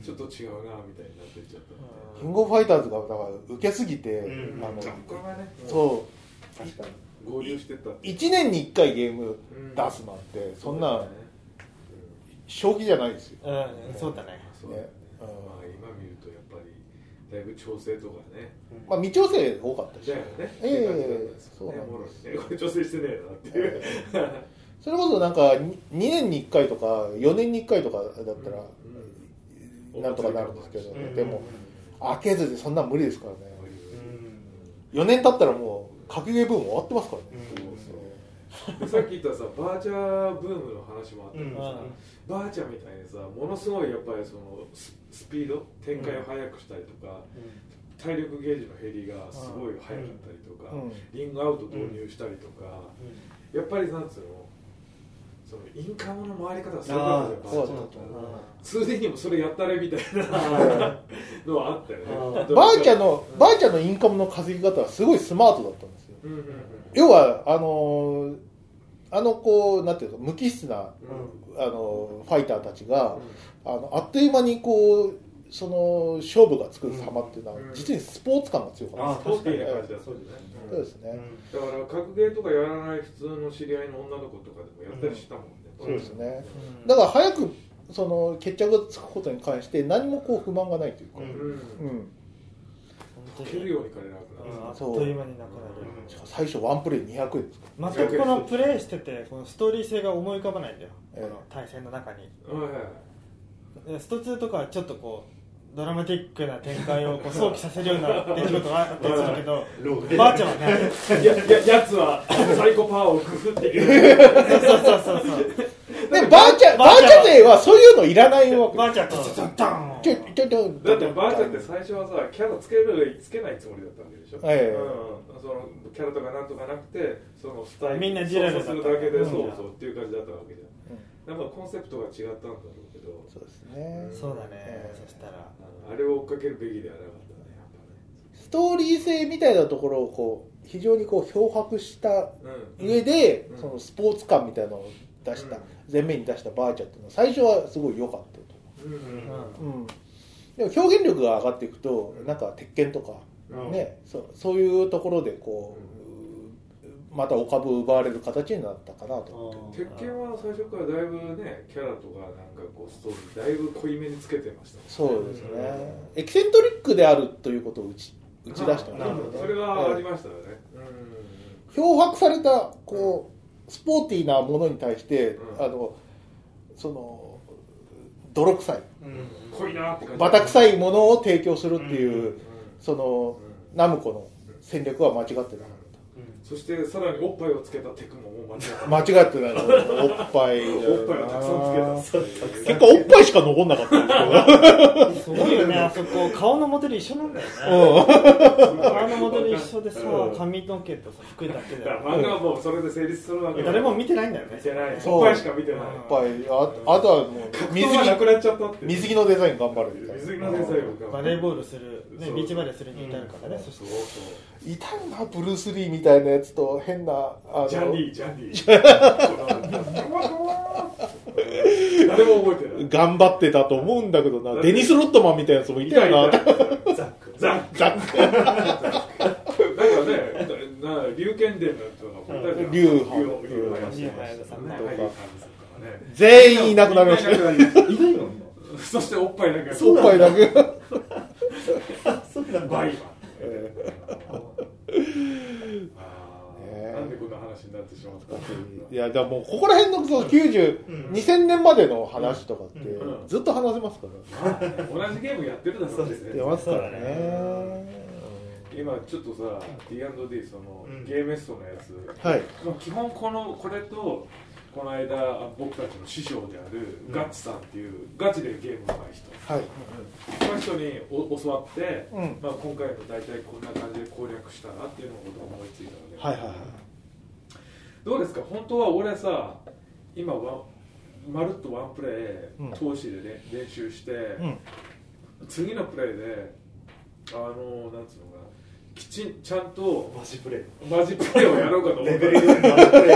ちょっと違うなみたいになっていっちゃったえキングオブファイターズがだから受けすぎて、うんあのこれはねそ確かにう合流してったう1年に1回ゲーム出すなんて、そんな将棋じゃないですよ、うんそうだねそうだねまあ今見るとやっぱりだいぶ調整とかねまあ、未調整多かったしだよねええそうねなんもろでにすねこれ調整してねえなっていう それこそなんか2年に1回とか4年に1回とかだったらなんとかなるんですけど、うんでも開けずでそんなん無理ですからねうん4年経ったらもう格ゲーブーム終わってますからね、うんさっき言ったさバーチャーブームの話もあったけどさ、うんバーチャーみたいにさものすごいやっぱりそのススピード展開を速くしたりとか、体力ゲージの減りがすごい速かったりとか、うんリングアウト導入したりとか、やっぱりなんつうのそのインカムの回り方がすごかあったーよバーそうチャーだとか 2D にもそれやったれみたいなのはあったよねあバーチャーのバーチチャーのインカムの稼ぎ方はすごいスマートだったんですよャーうんうんうん要はあのーあのこうなんていうか無機質なうんあのファイターたちがうん、あのあっという間にこうその勝負がつく様っていうのは、うん実にスポーツ感が強かったあスポーティーな感じだったよねそうですね、だから格ゲーとかやらない普通の知り合いの女の子とかでもやったりしたもんね、そうですねうんだから早くその決着がつくことに関して何もこう不満がないというか、ううんんうん本か当けにるように彼らくなうんるあっという間になくなるうんしかも最初ワンプレイ200円ですか全くこのプレイしててこのストーリー性が思い浮かばないんだよえこえの対戦の中にはいはいでスト2とかはちょっとこうドラマティックな展開をこう想起させるような出来事があったりするけどローバーチャーはねやややつはサイコパワーをくぐっているそうそうそうそうらでバーチャーバーチャー勢はそういうのいらないわけバーチャーとダンダンちょちょちょだってバーチャーって最初はさキャラつけるつけないつもりだったわけでしょ、ええうん、そのキャラとかなんとかなくてそのスタイルみんなジェラルだった操作するだけで、うんそうそうっていう感じだったわけじゃん、なんかコンセプトが違ったんだろうけどそうですねそうだねええそしたらあのあれを追っかけるべきではなかったねやっストーリー性みたいなところをこう非常にこう漂白したぱねうん上で、うんそのスポーツ感みたいなのを出した、うん前面に出したバーチャーっていうのは最初はすごい良かったとうんうんうん思う、うん、でも表現力が上がっていくと、うんなんか鉄拳とか、うんねそうそういうところでこう、またお株を奪われる形になったかなと思って鉄拳は最初からだいぶねキャラとかなんかこうストーリーだいぶ濃いめにつけてましたもんそうですね、うエキセントリックであるということを打ち打ち出したよなるほどそれはありましたよね、漂白されたこうスポーティーなものに対して、うんあのその泥臭いうん濃いなって感じバタ臭いものを提供するっていう、うんそのうナムコの戦略は間違ってなかそしてさらにおっぱいをつけたテクももう間違ったった間違ってないおっぱいだ おっよぱいなをたくさんつけたっていう結構おっぱいしか残んなか ったんですすごいよねあそこ顔のモデル一緒なんだよねけど、うん顔のモデル一緒でさうん髪の毛とさ服だけでだから漫画はもうそれで成立するわけ誰も見てないんだよね見てないそうおっぱいしか見てないうんおっぱいああとはもう水水着なく着なっちゃったって水着のデザイン頑張るみたいな水着のデザインがバレーボールする、ね、そうビーチバレーするに至るからね、うんそしてそういたよなブルース・リーみたいなやつと変なあそのうジャンディージャンディー誰も覚えてない頑張ってたと思うんだけどな、デニス・ロットマンみたいなやつもいたよな。ザックザックザックなんかねな龍剣伝のやつとかも誰だ竜竜派竜林竜さん林さんねとか林さんとかね全員いなくなりました。いないのそしておっぱいだけがおっぱいだけ。そうなんだバイいバねえなんでこんな話になってしまったんだろういや、じゃあもう、ここら辺のその90、うん2000年までの話とかってう、んずっと話せますから。まあね同じゲームやってるだろうしね出ますからねそうだね。今ちょっとさ D&D その、うんゲームエストのやつ、はい。まあ、基本このこれとこの間あ僕たちの師匠であるガッチさんっていう、ガチでゲームの上手い人はい。その人にお教わって、うんまあ、今回の大体こんな感じで攻略したなっていうのを思いついたので、はいはいはい。どうですか本当は俺さ今ワンまるっとワンプレうんー通しで、ね練習して、うん。次のプレーであのなんつうのかなきちんちゃんとマジプレイマジプレーをやろうかと思レっベルた4マジプレ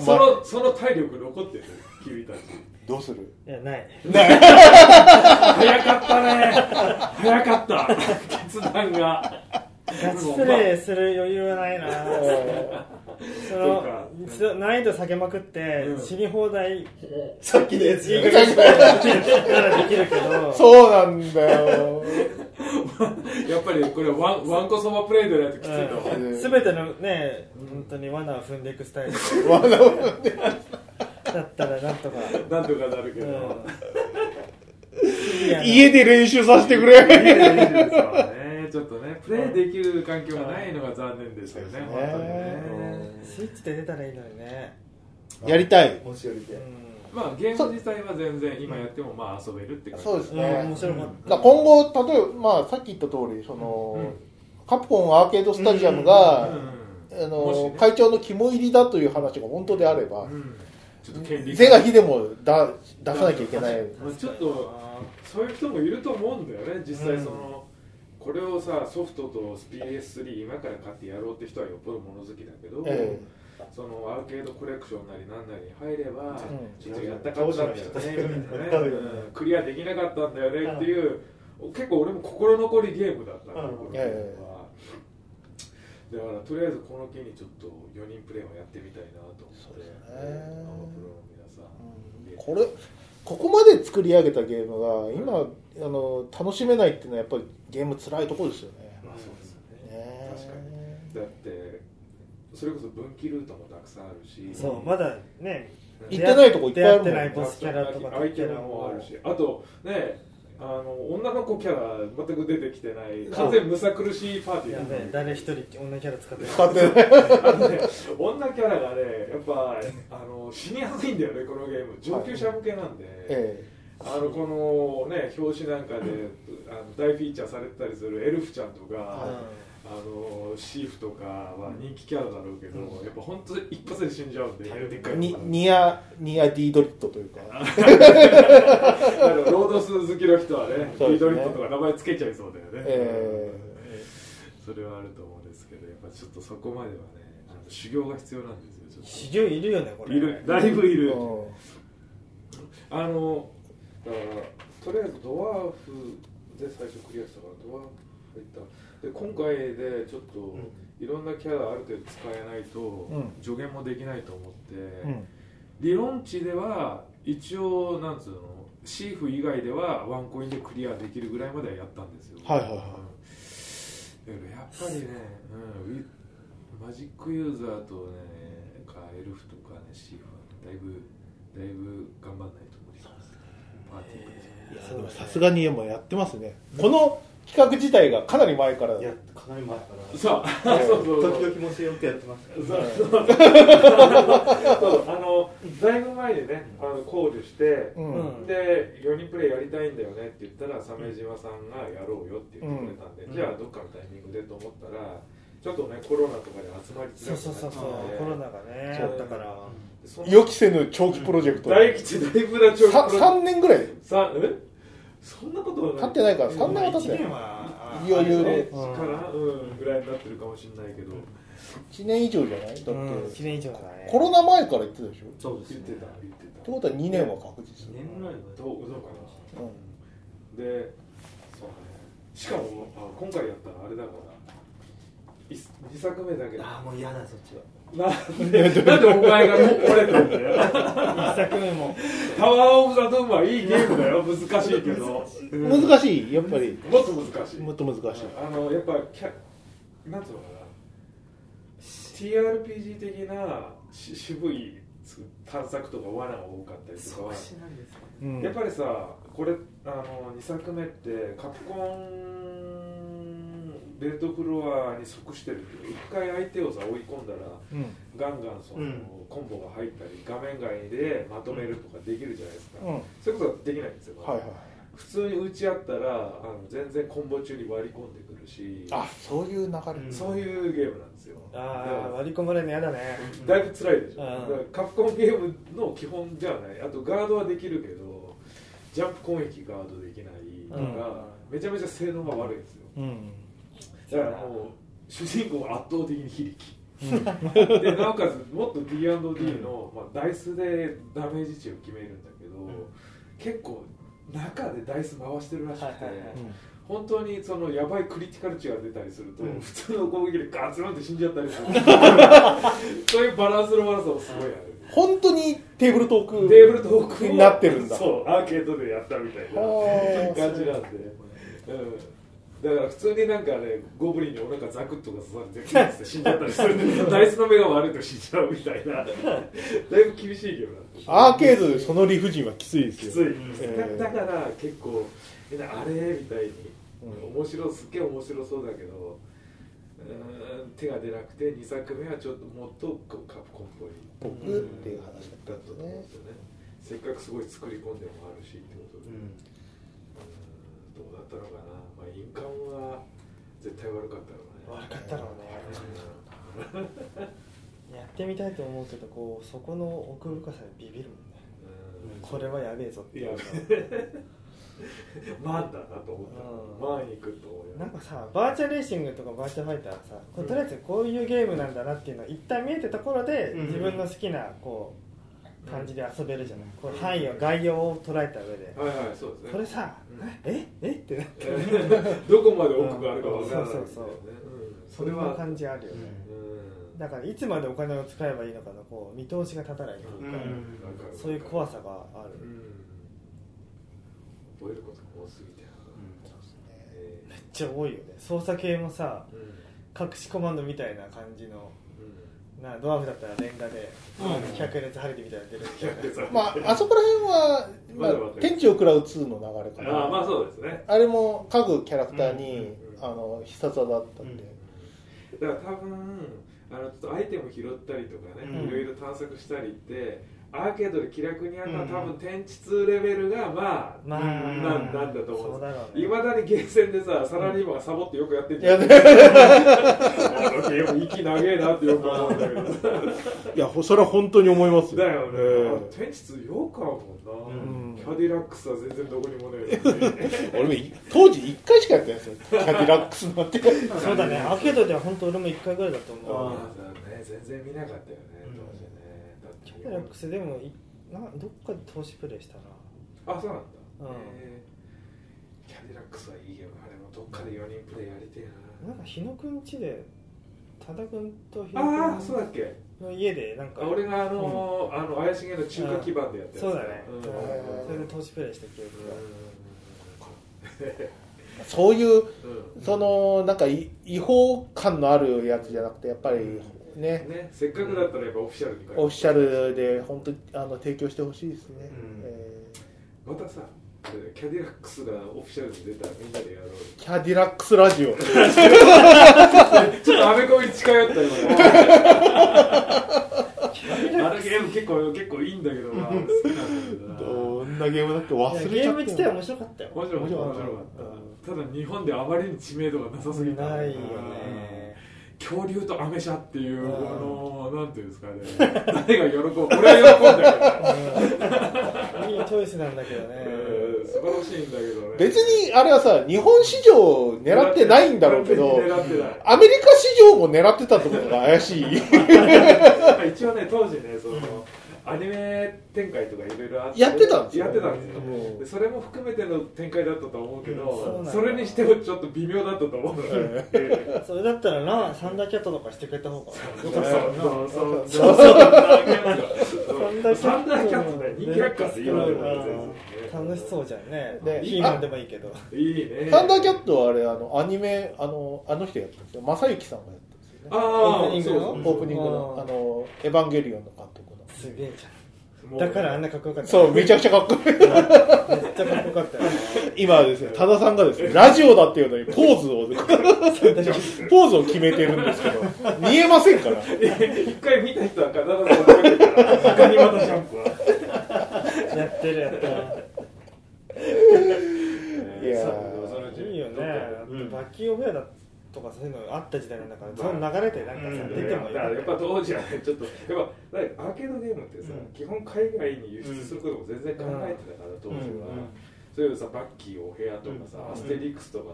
イそのその体力残ってる君たちどうするやない早かったね早かった決断がガチプレイする余裕はないなそそうかの一度難易度下げまくってうん死に放題さっきのやついい加減にならできるけどそうなんだ よ。やっぱりこれワンワンコそばプレーでやるときついと思う、うんすべてのね本当に罠を踏んでいくスタイルだったらなんとか、なんとかなるけうど、ん、家で練習させてくれ。いいですからねちょっとねプレーできる環境がないのが残念ですよね本当にねスイッチで出たらいいのにね、やりたい。もしよりでうまあゲーム自体は全然今やってもまあ遊べるって感じそうでん、すうんね面。白かっだから今後、例えば、まあ、さっき言った通り、その、カプコンアーケードスタジアムが、うあもしのね会長の肝入りだという話が本当であれば、んうん、ちょっと権利是が非でもだ出さなきゃいけない、まあちょっとそういう人もいると思うんだよね実際その、これをさソフトと PS3 今から買ってやろうって人はよっぽど物好きだけど、えそのアーケードコレクションなりなんなりに入れば、んちょっとやったかったんだよねみたいなね、うんうんクリアできなかったんだよねっていう、結構俺も心残りゲームだったのうんこのゲームはだからとりあえずこの機にちょっと4人プレイはやってみたいなと思って、アマプロの皆さん、えでこれここまで作り上げたゲームが今あの楽しめないっていうのはやっぱりゲーム辛いところですよねまあそうですよねね確かにだってそれこそ分岐ルートもたくさんあるしたそうまだね行ってないとこいっぱいあるもん出会ってないボスキャラとか相手のもあるしあとねあの女の子キャラ全く出てきてない完全にむさ苦しいパーティーやなんだべ よえ誰一人女キャラ使ってない使ってないあのね女キャラがねやっぱあの死にやすいんだよねこのゲーム上級者向けなんで、えあのこのね表紙なんかであの大フィーチャーされてたりするエルフちゃんとか、あのシーフとかは人気キャラだろうけど、やっぱ本当に一発で死んじゃうんで、でっかえいにのがニアニアディードリットというかだからロードス好きの人はねビそうですねードリットとか名前つけちゃいそうだよね、えそれはあると思うんですけどやっぱちょっとそこまではねあの修行が必要なんですよち修行いるよねょこっれといるだいぶいえる、うんあのだからとりあえずドワーフで最初クリアしたからドワーフ入ったで今回でちょっと、いろんなキャラある程度使えないと、ん助言もできないと思って、うん理論値では一応なんつうのシーフ以外ではワンコインでクリアできるぐらいまではやったんですよはいはいはいうんだけどやっぱりね、うんウィ、マジックユーザーとねかエルフとかねシーフはねだいぶだいぶ頑張んないと無理なんですねパーティープレイじゃないいいややででももささすすががにもうやってますねこの企画自体がかなり前からいやかなり前からそうそうそうそう時々もしよくやってますからそうそうそうあのだいぶ前にねあの考慮して、うんうんで4人プレイやりたいんだよねって言ったら鮫島さんがやろうよって言ってくれたんで、うんじゃあどっかのタイミングでと思ったらちょっとねコロナとかで集まりづそらうそうそうくなっちゃってそうコロナがねそあうったからその予期せぬ長期プロジェクト大吉大村町さ3年ぐらいさえそんなことはない経ってないから3年は経って1ない年は余裕ねでからうんぐらいになってるかもしれないけど1年以上じゃないだって、 1年以上だねコロナ前から言ってたでしょっそうです言ねってた言ってたてことは2年は確実2年ぐらいはどうどうかな、でそうねしかもあ今回やったらあれだから2作目だけどああもう嫌だそっちはなんでなんでお前が折れたんだよ一作目もタワー・オブ・ザ・ドームはいいゲームだよ難しいけどうんもっ難しいやっぱりと難しいもっと難しいあのやっぱキャなんつうのかな TRPG 的なし渋い探索とか罠が多かったりとかはなんですかうんやっぱりさこれあの2作目ってカプコンベルトフロアに即してるけど一回相手をさ追い込んだらうんガンガンその、うんコンボが入ったり画面外でまとめるとかできるじゃないですか、うんそういうことはできないんですよ、はいはい普通に打ち合ったらあの全然コンボ中に割り込んでくるしあそういう流れうんそういうゲームなんですよああだか割り込まれるのやだねらだいぶ辛いでしょ、うんだからカプコンゲームの基本ではないあとガードはできるけどジャンプ攻撃ガードできないとか、めちゃめちゃ性能が悪いんですようんだからもう主人公は圧倒的に非力でなおかつもっと D&D の、まあ、ダイスでダメージ値を決めるんだけど、結構中でダイス回してるらしくて、はいはいはい本当にそのやばいクリティカル値が出たりすると、うん普通の攻撃でガツンって死んじゃっ たりするそういうバランスの悪さもすごいある本当にテーブルトークテーブルトークをになってるんだそうアーケードでやったみたいなはあ感じなんで、うん、だから普通になんかねゴブリンにお腹ザクッとか刺されて死んじゃったりするんで ダイスの目が悪いと死んじゃうみたいなだいぶ厳しいゲームなんですよアーケードでその理不尽はきついですきよつい、えーだだから結構みんなあれみたいに面白すっげえ面白そうだけどうーん手が出なくて2作目はちょっともっとこうカプコンっぽい僕っていう話だっただんったでとす思うんでねすよねせっかくすごい作り込んでもあるしってことで、どうだったのかな、まあ、印鑑は絶対悪かったろう悪ね。かったろうねやってみたいと思うけどこうそこの奥深さにビビるもんねうんこれはやべえぞっていいやう、マンだなと思った。マン行くと思うよなんかさバーチャルレーシングとかバーチャルファイターはさこれとりあえずこういうゲームなんだなっていうのは一旦見えたところでうん自分の好きなこう感じで遊べるじゃないこう範囲を概要を捉えた上ではいはい、そうですこれね。さうんええってなってどこまで奥があるかわからない、ね。うんそうそうそううんそそれれはは。感じあるよねうん。だからいつまでお金を使えばいいのかのこう見通しが立たないというかうんわかるそういう怖さがあうるん。覚えることが多すぎて。えめっちゃ多いよね操作系もさーうん隠しコマンドみたいな感じのうなドワーフだったらレンガでうん100列針みたいなの出るみたいん。でなさまああそこら辺は、ままだわかある、天地を食らう2の流れかなああまあそうですねあれも各キャラクターに、うんうんあの必殺技だったんで、だから多分あのちょっとアイテム拾ったりとかね、うんいろいろ探索したりってアーケードで気楽にやるのはうん多分天地2レベルがまあまあうんなんなんだと思そううだろういねまだにゲーセンでさサラリーマンがサボってよくやってんいじゃやん、であのゲーム息長えなってよく思うんだけ どさいやほそれは本当に思いますだよね、え天地2よくあるもんな、うんキャディラックスは全然どこにもねええ俺もい当時1回しかやってな いですよキャディラックスなんてそうだねアーケードでは本当俺も1回ぐらいだと思あうーだね全然見なかったよね当時ねだってキャデラックスでもいなどっかで投資プレイしたなあそうなんだ、うんへーキャディラックスはいいゲームあれもどっかで4人プレイやりてなんか日野くん家で多田くんと日えなあ野あくそうだっけんの家でなんかあ俺があのーあの怪しげな中華基盤でやってそうだね、うんうんそれで投資プレイした記憶が、そういううんそのなんかい違法感のあるやつじゃなくてやっぱりね、ねせっかくだったらやっぱオフィシャルに変えようオフィシャルで本当にあの提供してほしいですね、うんえまたさあれキャディラックスがオフィシャルに出たらみんなでやろうーキャディラックスラジオちょっとアメコミに近寄ったよ 今あのゲーム結構結構いいんだけどな好きなんだけどなうんなゲームだっけ忘いれやちゃゲーったム自体は面白かったよ面白かった面白かった、ただ日本であまりに知名度がなさすぎたないよね恐竜とアメ車っていう、うんあのなんていうんですかね誰が喜ぶ俺は喜んだよ、いいチョイスなんだけどね、うん素晴らしいんだけどね別にあれはさ日本市場を狙ってないんだろうけど狙ってないアメリカ市場も狙ってたところが怪しい 一応ね当時ねその、アニメ展開とかいろいろあってやってたんですよやってたんですよもうでそれも含めての展開だったと思うけど、うんそれにしてもちょっと微妙だったと思うので、それだったらなサンダーキャットとかしてくれた方がそうそうそうそうそうそうサンダーキャットね人気百科って言われる楽しそうじゃんねでヒーマンでもいいけどういいねサンダーキャットはあれあのアニメあのあの人やったんですよ正幸さんがやったんですよねああそうオオープニングの「あのエヴァンゲリオン」の監督のすげえじゃんだからあんなかっこよかったそうめちゃくくちゃかっこいいめっちゃかっこよかったよ今ですね多田さんがですねラジオだっていうのにポーズ をポーズを決めてるんですけど見えませんから一回見た人は必ず驚くから他にまたジャンプはやってるやってるいいよねだってバッキー・オブエアだとかそういうのあった時代なんだからその流れでなんかさ出てもいいだからやっぱ当時はねちょっとやっぱなんかアーケードゲームってさ、基本海外に輸出することも全然考えてたから、当時は、そういうさバッキーお部屋とかさ、アステリックスとか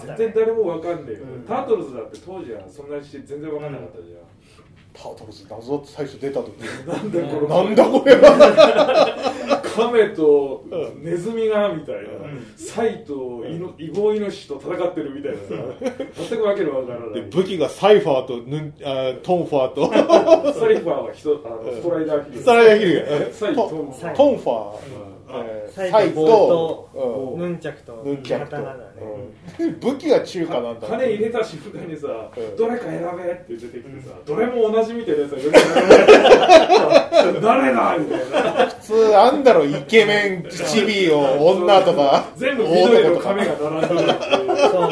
さ、全然誰もわかんねえよ、タートルズだって当時はそんなにして全然わかんなかったじゃタートルズ謎だって最初出た時ん、なんだこなのんだこれはカメとネズミがみたいな、サイとイノイボイノシシと戦ってるみたいなさ全くわけのわからなでい武器がサイファーとヌンあトンファーとサリファーは人あのストライダーヒルストライダーヒ ルサイとトントンボファーえーササイイとと棒うんヌンチャクとヌンチャクと刀だねうん武器が中華なんだ金入れた瞬間にさ、うんどれか選べって出てきてさ、どれも同じみたいなやつが出てきて 誰だみたいな普通あんだろイケメン唇を女とか全部緑大の男とか髪が並んでるっていうそう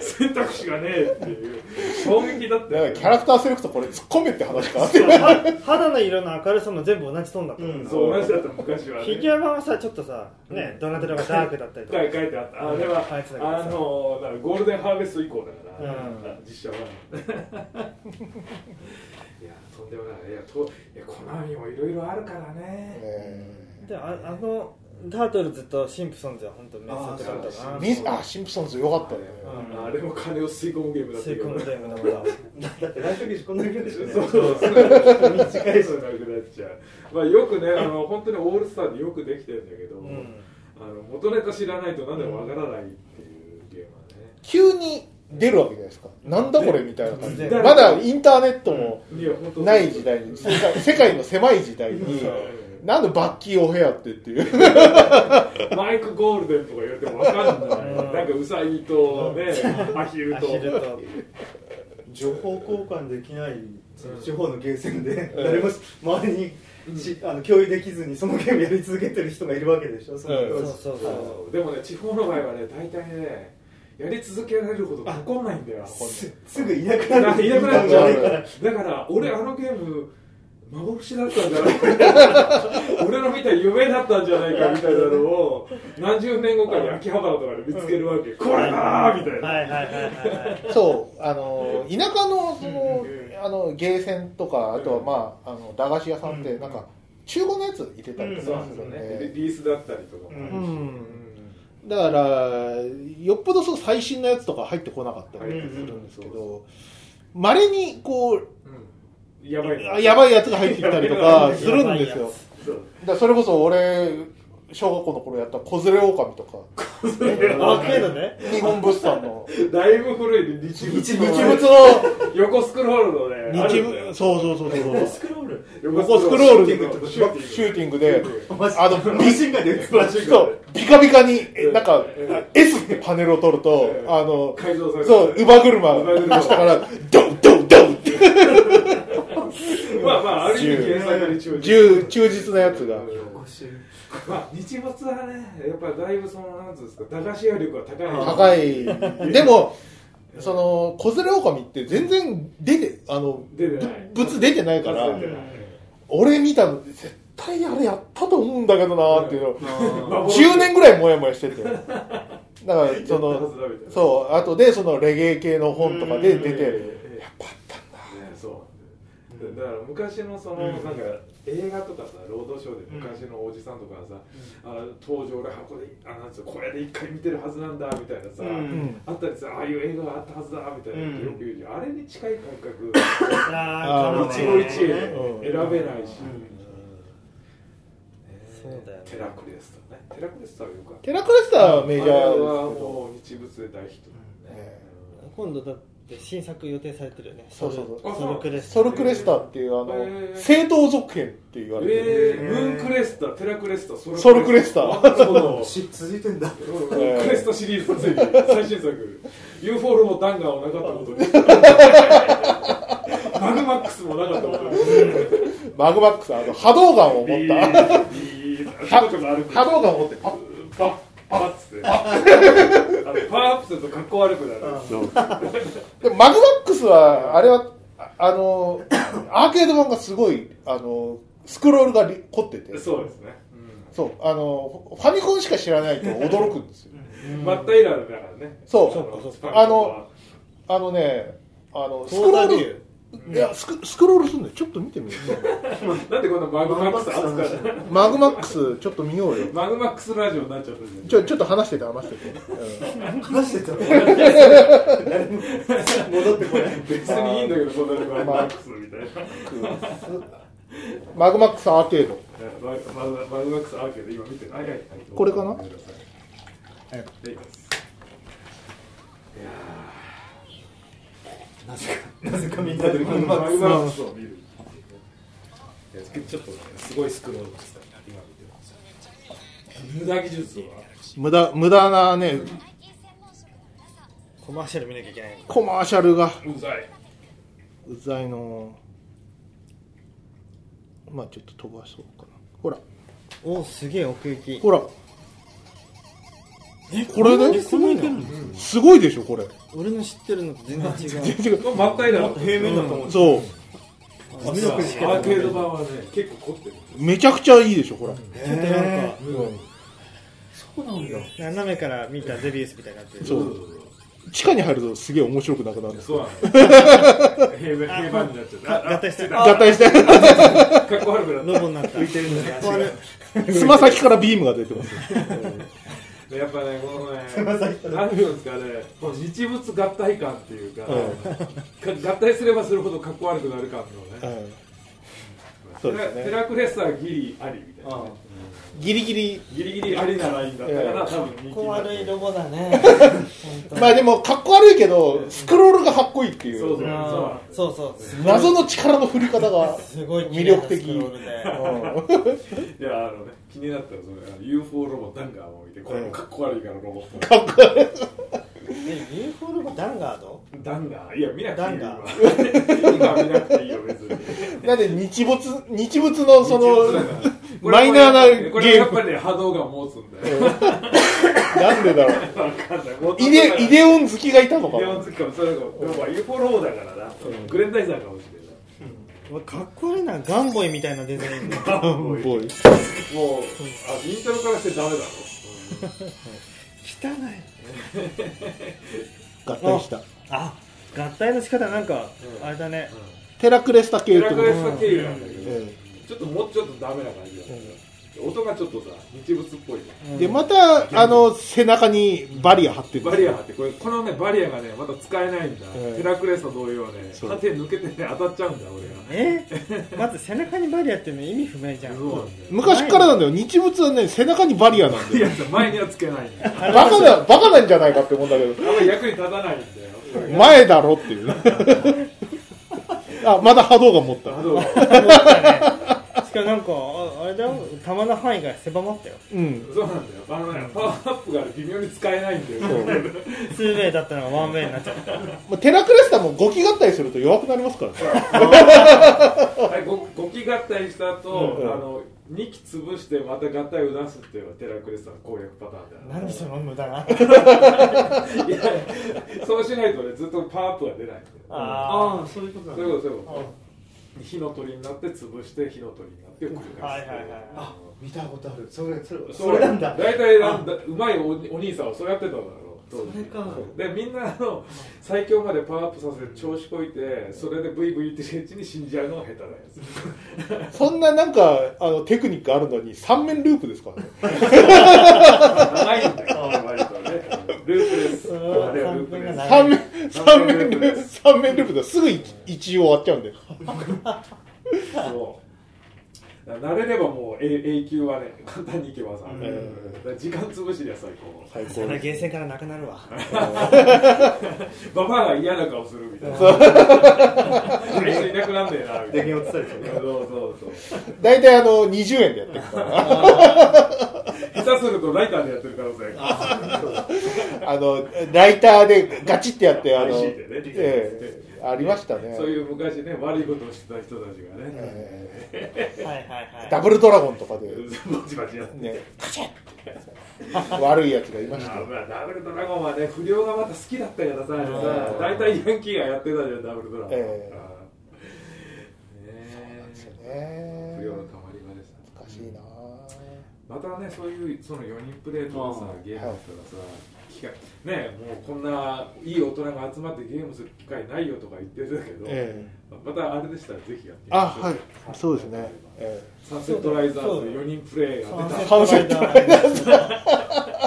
選択肢がねえっていう衝撃だっだたかよらねキャラクターセレクトこれ突っ込めって話かは肌の色の明るさも全部同じトーンだったもんなそう同じだった昔は、フね、ィギュア版はさちょっとさねドナテラがダークだったりとか書いてあったあれはあいつだけどさあのだからゴールデンハーベスト以降だから、うん実写はいやとんでもないいやといやコナミもいろいろあるからねでああのタートルズとシンプソンズは本当名作だったなミスあシンプソンズよかったねあれも金を吸い込むゲームだった吸けいど込むゲームだからだって来週ゲージこんなにいるんでしょそうそうそう短いしなくなっちゃう、まあ、よくねあの本当にオールスターでよくできてるんだけど、うんあの元ネタ知らないと何でもわからないっていうゲームはね急に出るわけじゃないですかなんだこれみたいな感じ突で然まだインターネットもいや本当ない時代に世界世界の狭い時代にうんなんでバッキーお部屋ってっていうマイク・ゴールデンとか言われてもわかんない、うんなんかウサギとねアヒルアとヒルと情報交換できないその地方のゲーセンで誰も周りにしあの共有できずにそのゲームやり続けてる人がいるわけでしょそのうんそうそ当時うそそうでもね地方の場合はね大体ねやり続けられるほど残んないんだよすすぐいなくななるいなくなっちうゃんうだから俺あのゲーム幻だったんじゃないか俺の見た夢だったんじゃないかみたいなのを何十年後かに秋葉原とかで見つけるわけ、これだーみたいうな、はいはいはいはいはいそうあの田舎のそのあのゲーセンとかあとはまああの駄菓子屋さんってなんか中古のやつ入れたりとそうかなんすでするよんね、でリリースだったりとかもあるし、うんだからよっぽどその最新のやつとか入ってこなかったりするんですけどまれにこううんやばいなやばいやつが入ってきたりとかするんでやばいすやよそうだからそれこそ俺小学校の頃やった「子連れ狼とかアーケードね日本物産のだいぶ古いね日日仏物のの横スクロールのねあ日るんだよ物そうそうそうそうスクロール横スクロールのシシュューティングーティングでマジあのマシンガンで撃つマシンガンそうビカビカにえなんかうん S ってパネルを取るとうんあの改造されたそう乳母車乳母車出したからドンドンドンってまあまあある意味原作に忠実銃忠実なやつがご主人まあ日没はねやっぱりだいぶそのなんつうんですか駄菓子屋力は高い高いでもその子連れ狼って全然出てあの出てないぶ物出てないから出てない俺見たの絶対あれやったと思うんだけどなっていうの幻10年ぐらいモヤモヤしててだからそやったはずだみたのいなそうあとでそのレゲエ系の本とかで出てやっぱあったんだそうだから昔のそのなんか映画とかさロードショーで昔のおじさんとかさ、うん、あ登場俺箱であなんつうこれで一回見てるはずなんだみたいなさ、うん、あったりさああいう映画があったはずだみたいな、うん、よく言うじゃんあれに近い感覚一期一会選べないし、そうだよ、ね、テラクレスタねテラクレスタはよかテラクレスタはメジャーですけどはもう日物で大ヒット、えー、今度だって新作予定されてるよねそうそうそうソルクレスタソルクレスタっていうあの、正統続編って言われてる、えー、ムーンクレスタテラクレスタソルクレスタ続いてんだクレスタシリーズついに最新作 UFO ロボダンガーもなか ったことにマグマックスもなかったことにマグマックスあの波動眼を持った波動が持ってパッパッパッつってパワーアップすると格好悪くなるでもマグマックスはあれはあのアーケード版がすごいあのスクロールが凝っててそうですねそうあのファミコンしか知らないと驚くんですよマッタイラーだからねそうあのあのねあのスクロールいやスク、スクロールすんのちょっと見てみよう。なんでこんなマグマックス扱うマグマックス、ちょっと見ようよ。マグマックスラジオになっちゃったちょ、ちょっと話してて、話してて。話してた戻ってこない。別にいいんだけど、そんなにマグマックスみたいな。マグマックスアーケード。マグマックスアーケード、今見て。はいはいこれかなはい。いやなぜか、なぜかみんなでマグマックスを見る。ちょっと、ね、すごいスクロールですから、今見てます。無駄技術は無駄、無駄なね、コマーシャル見なきゃいけない。コマーシャルが。うざい。うざいの。まあちょっと飛ばそうかな。ほら。お、すげえ奥行き。ほら。えこれで、すごいすごいでしょこれ 俺の知ってるのと全然違 う全然違う真っ平だ平面だと思うそうアーケード版はね結構凝ってるめちゃくちゃいいでしょこれちょっとなんかそうなんだ斜めから見たゼビウスみたいになってるそう地下に入るとすげえ面白くなくなるそうなんだ平面になっちゃった合体して合体して かっこ悪くなったロボになった浮いてるんだつま先からビームが出てますやっぱね、この ね、何ていうんですかね、この日物合体感っていうか、 合体すればするほどかっこ悪くなる感のね、テラクレスはギリありみたいな、ギリギリ、ギリギリありなラインだったから、多分かっこ悪いロボだね、 まあでも、かっこ悪いけど、スクロールがかっこいいっていう、そうそうそう謎の力の振り方 が魅力的。いやあのね気になったらそれあの UFO ロボダンガーを見てこれもかっこ悪いからロボットかっこ悪い UFO ロボダンガードダンガーいや見なくていいよ今は見なくていいよ別になんで日没日没の そのマイナーなゲームこれやっぱりね波動が持つんだ よなんでだろうイ デイデオン好きがいたのかイデオン好きかもそれかも UFO ロボだからな、うん、グレンダイザーかもしれないかっこいいなガンボイみたいなデザインガンボイもうあイントロからしてダメだろ、汚い合体したあ合体の仕方なんか、あれだね、テラクレスタ系テラクレスタ系なんだけど、ちょっともうちょっとダメな感じだ、音がちょっとさ日物っぽい、でまたあの背中にバリア張ってるバリア張ってこれこのねバリアがねまた使えないんだ、テラクレスと同様ね縦抜けてね当たっちゃうんだ俺がえまず背中にバリアっていうの意味不明じゃん昔からなんだよ日物はね背中にバリアなんだよ前にはつけないんだバカだバカなんじゃないかって思うんだけどあんま役に立たないんだよ前だろっていう あまだ波動が持った波動が持ったねしかもなんかあれだよ弾の範囲が狭まったようんそうなんだよあのねパワーアップが微妙に使えないんだよツーウェイだったのがワンウェイになっちゃったまあ、テラクレスタもゴキ合体すると弱くなりますからねはいゴゴキ合体した後、うんうん、あの2機潰してまた合体を出すっていうのはテラクレスタの攻略パターンだ何その無駄ないやそうしないとねずっとパワーアップが出ないああそういうことだ、ね、そういうことそういうこと火の鳥になって潰して火の鳥になって繰り返すあ見たことあるそれそれそれなんだ大体うまいおお兄さんはそうやってたんだろう当時でみんなの最強までパワーアップさせて調子こいてそれでブイブイ言ってるうちに死んじゃうのが下手なやつそんななんかあのテクニックあるのに3面ループですからね長いんだよ割とねループです3面3面ループ3面ループだすぐ一応終わっちゃうんでそう慣れればもう永久はね簡単にいけばさ、うん、時間潰しで最高最高なゲーセンからなくなるわババアが嫌な顔するみたいな最初いなくなんねえなみたいな電源落ちたりとかそうそうそう大体あの20円でやってるから下手するとライターでやってる可能性があのライターでガチってやってあの、ねえー、ありましたねそういう昔ね悪いことをしてた人たちがね、えー、はいはいはい、ダブルドラゴンとかで、バチバチやって、ね、カシャッ悪いやつがいました、まあ、ダブルドラゴンはね、不良がまた好きだったからさ、大体ヤンキーがやってたじゃん、ダブルドラゴン。えー、ね、不良のたまり場でした、ね、難しいなまたね、そういうその4人プレートのさ、ゲームだったらさ、はいね、もうこんないい大人が集まってゲームする機会ないよとか言ってたけど、えー、またあれでしたらぜひやってみましょうあはいそうですね、えー、サンセットライザーズ4人プレイが出たサンセットライザー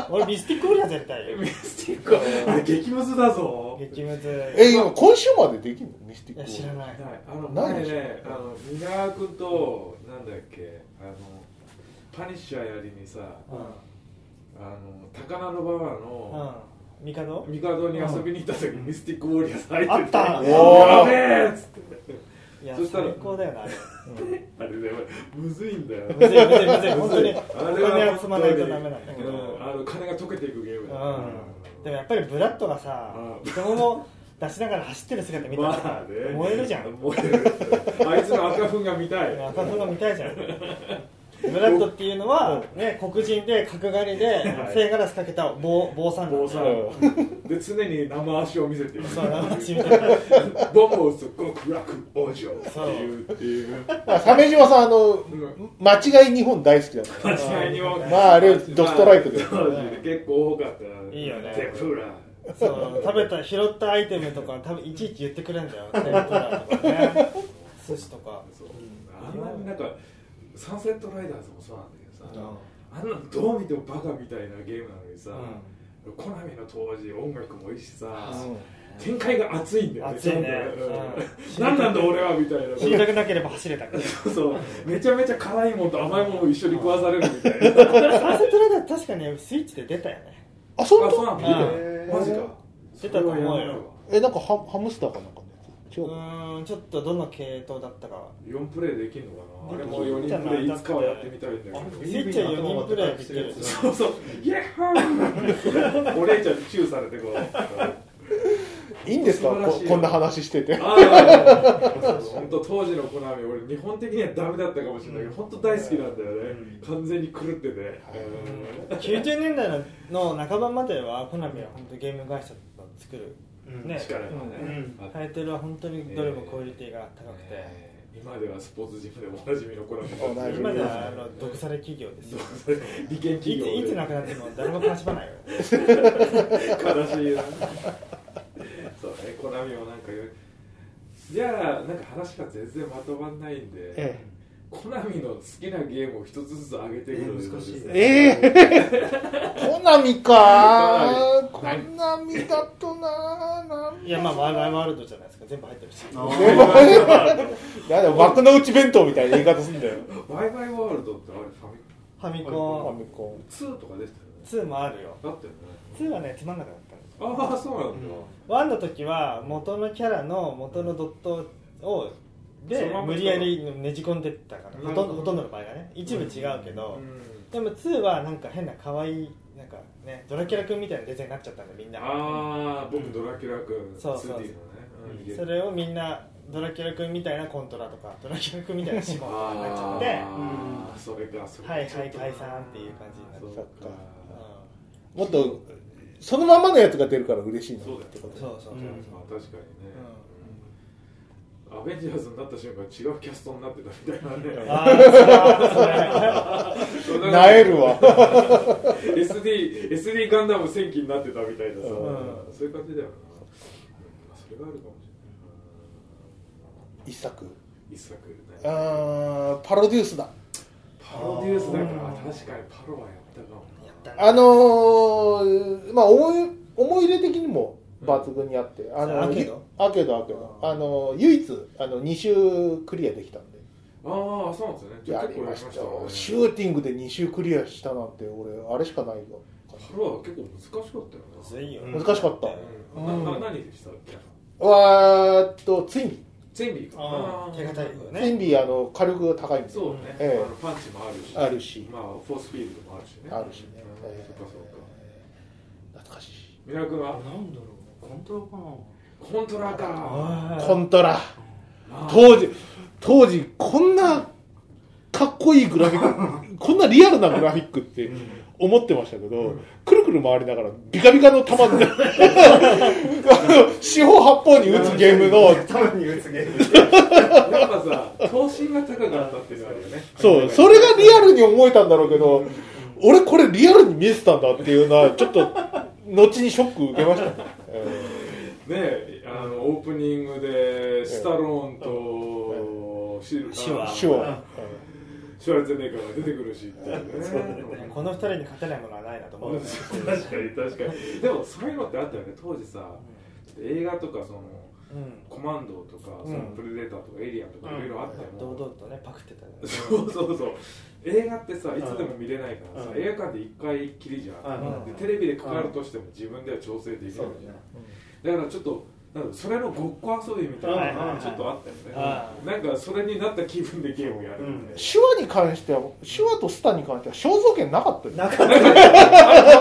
ズ俺ミスティックオーラ絶対ミスティックあれ 激ムズだぞ激ムズえ今今週までできるのミスティック知らない、はい、あの前ねあの皆川君となんだっけあのパニッシャーやりにさ、うんあの高菜の馬場の、うん、帝帝に遊びに行った時、うん、ミスティックウォリアーズ入っててあったやべえっつってそしたら最高だよなあれあれねむずいんだよ、むずいむずい むずい本当にお金集まないとダメなんだけど、うん、あの金が溶けていくゲームだ、うんでもやっぱりブラッドがさ太もも出しながら走ってる姿見たら、まあね、燃えるじゃん燃えるあいつの赤粉が見たい赤粉が見たいじゃんブラッドっていうのは、ね、黒人で角刈りで背ガラスかけた坊坊さん坊さんで常に生足を見せているそう生足見せてボンボウス極楽王女っていうっていう鮫島さんあの、間違い日本大好きだった間違い日本まああれドストライクで、結構多かったいいよねテプラそう食べた拾ったアイテムとか多分いちいち言ってくれるんだよ天ぷらとかね寿司とかそう、あんまりなんかサンセットライダーズもそうなんだけどさ、あんなのどう見てもバカみたいなゲームなのにさ、うん、コナミの当時音楽もいいしさ、うん、展開が熱いんだよね熱いね、うん、 何なんだ俺はみたいな知りたくなければ走れたからそうめちゃめちゃ辛いものと甘いものを一緒に食わされるみたいなサンセットライダー確かねスイッチで出たよねあそうなんだ、えー、マジか出たと思うよえなんかハハムスターかなんかうんちょっとどの系統だったか4プレイできるのかなあれも4人プレイいつかはやってみたいんだけどスイッチは4人プレイできるそうそうイエッハ ーお姉ちゃんにチューされてこういいんですかこんな話してて本当当時のコナミ俺日本的にはダメだったかもしれないけど本当大好きなんだよね完全に狂ってて90年代の半ばまではコナミは本当ゲーム会社作るね、力がね、タイトルは本当にどれもクオリティが高くて、今ではスポーツジムでもおなじみのコラボ今ではあの独裁企業です利権企業いついつなくなっても誰も悲しまないよ悲しいなそうねコナミもなんかじゃあなんか話が全然まとまんないんで、コナミの好きなゲームを一つずつ上げていくの難しいですね。えー、コナミかコナミだとななんいや、まあ、ワイワールドじゃないですか。全部入ってるし。やだ、枠の内弁当みたいな言い方すんだよ。ワイワイワールドってあれファミコン。ファミコン。 2とか出てたよね。2もあるよ。だったよね。 2はね、つまんなかったああ、そうなんだ。ワ、ン、の時は、元のキャラの元のドットを、で無理やりねじ込んでったからほとんどほとんどの場合がね一部違うけど、でも2はなんか変な可愛いなんかねドラキュラ君みたいなデザインになっちゃったんでみんなああ僕ドラキュラ君、うん、そうそうそれをみんなドラキュラ君みたいなコントラとかドラキュラ君みたいなシモンとかになっちゃってああ、それかそれはいはい解散っていう感じになっちゃったもっとそのままのやつが出るから嬉しいなってことそうそうそうそう確かにね、アベンジャーズになった瞬間違うキャストになってたみたいなね。ああ、ガン ダムなえるわ SD, SD ガンダム戦記になってたみたいなさ、うそういう感じだよな、うんそれがあるかもしれな一作い一作あねーパロデュースだパロデュースだから確かにパロはやったかもやったなあのーまあ思い思い入れ的にも抜群にあって、あのアーケードアーケードアーケードあのー唯一あの2周クリアできたんでああそうなんですよねじゃあや結り構やまりしまたよしシたねューティングで2周クリアしたなんて俺あれしかないよパロは結構難しかったよなずるいようん難しかった、うんなな何でしたっけわーっとツインビゼンビーかあー手堅いよー、ねツインビーあの火力が高いんですよそうね、ええあのパンチもあるしあるしまあフォースフィールドもあるしねあるしね、うんえーそっかそっか懐かしいミラクルはなんだろうコントロールかなコントラかコントラあー当時当時こんなかっこいいグラフィック こんなリアルなグラフィックって思ってましたけど、くるくる回りながらビカビカの弾であの四方八方に打つゲームのたまに打つゲームやっぱさ頭身が高かったっていうのあるよねそう、それがリアルに思えたんだろうけど、俺これリアルに見えてたんだっていうのは、ちょっと、後にショック受けま したね。ねあのオープニングでスタローンとシルシュワあ手話。シュワルツェネッガーが出てくるしっていうねこの二人に勝てないものはないなと思う確かに確かにでもそういうのってあったよね当時さ映画とかそのうんコマンドとかそのプレデターとかエイリアンとかいろいろあったよ堂々とねパクってたね そうそうそう映画ってさいつでも見れないからさ、うん映画館で1回きりじゃん、うでんテレビでかかるとしても自分では調整できないじゃん、だからちょっとなんだろうそれのごっこ遊びみたいなのがちょっとあったよね、はなんかそれになった気分でゲームをやるみたいな、手話に関しては、手話とスタに関しては肖像権なかったよね。なかっ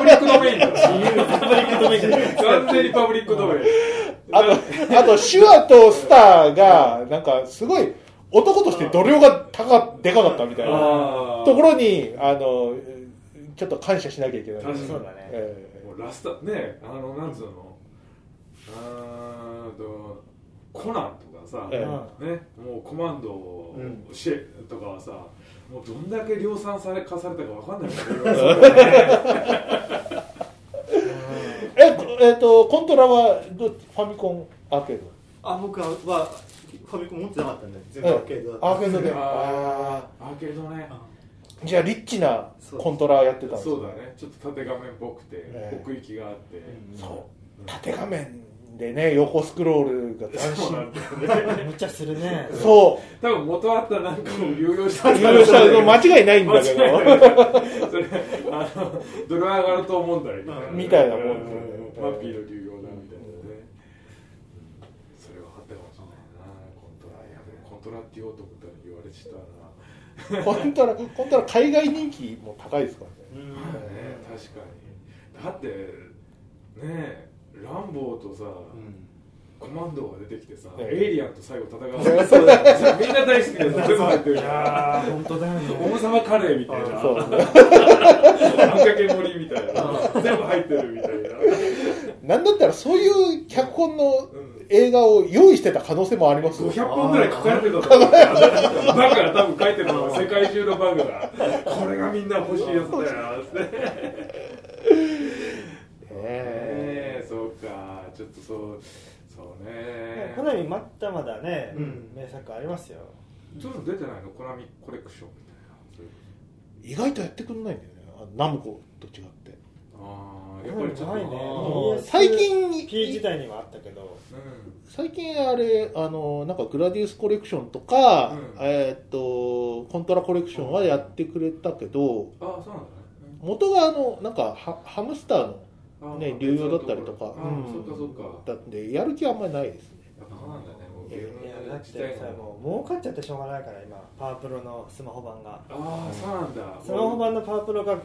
あれパブリックドメインだ完全にパブリックドメインあと、あと手話とスタが、なんかすごい、男として度量が高か、でかかったみたいなあところに、あの、ちょっと感謝しなきゃいけない。確かたにそうだねえもうラスタねあのなんつうのあーっとコナンとかさ、えねもうコマンドをシェとかはさもうどんだけ量産され化されたかわかんないからね ーええっと、コントラはど、ファミコンアーケードあ僕はファミコン持ってなかったんで全部アーケードだったアーケードで。あーアーケードねじゃあリッチなコントラをやってたんですそうだねちょっと縦画面っぽくて、ええ奥行きがあって、そう縦画面でね横スクロールが斬そうな新んだよねね無茶するねそ多分元あったなんかを流用しう たいろいろしたんのだよね間違いないんだけ間違どいないそれあのドル上がると思うんだよみたいなもんですよねマッピーの流用だみたいなねそれはあったかもしれないなコントラいやでもコントラって言おうと思ったら言われちゃったなコントラコントラ海外人気も高いですからねね確かにだってねランボーとさ、コマンドが出てきてさ、ねエイリアンと最後戦うそうだみんな大好きでさ全部やってるからああ本当だよね王様カレーみたいなそうあんかけ盛りみたいな全部入ってるみたい ななんだったらそういう脚本のうん映画を用意してた可能性もありますよ500本ぐらい書かれてたと思うバカが多分書いてるの世界中のバカがこれがみんな欲しいやつだよつってねえええそうかちょっとそうそうねかなりまだまだねうん名作ありますよそういうの出てないのコナミコレクションみたいなそういう意外とやってくんないんだよねあのナムコと違ってのああやっぱりちょっとないねー BS 最近 P 時代にはあったけどう最近あれあのなんかグラディウスコレクションとか、うんえーっとコントラコレクションはやってくれたけど、んああそうなんだね元があのなんかハハムスターあの、あね、流用だったりとか、ああうんそっかそっかだってやる気あんまりないですねやっぱそうなんだねもうゲームいやだっ自体てさもう儲かっちゃってしょうがないから今パワープロのスマホ版が ああそうなんだスマホ版のパワープロが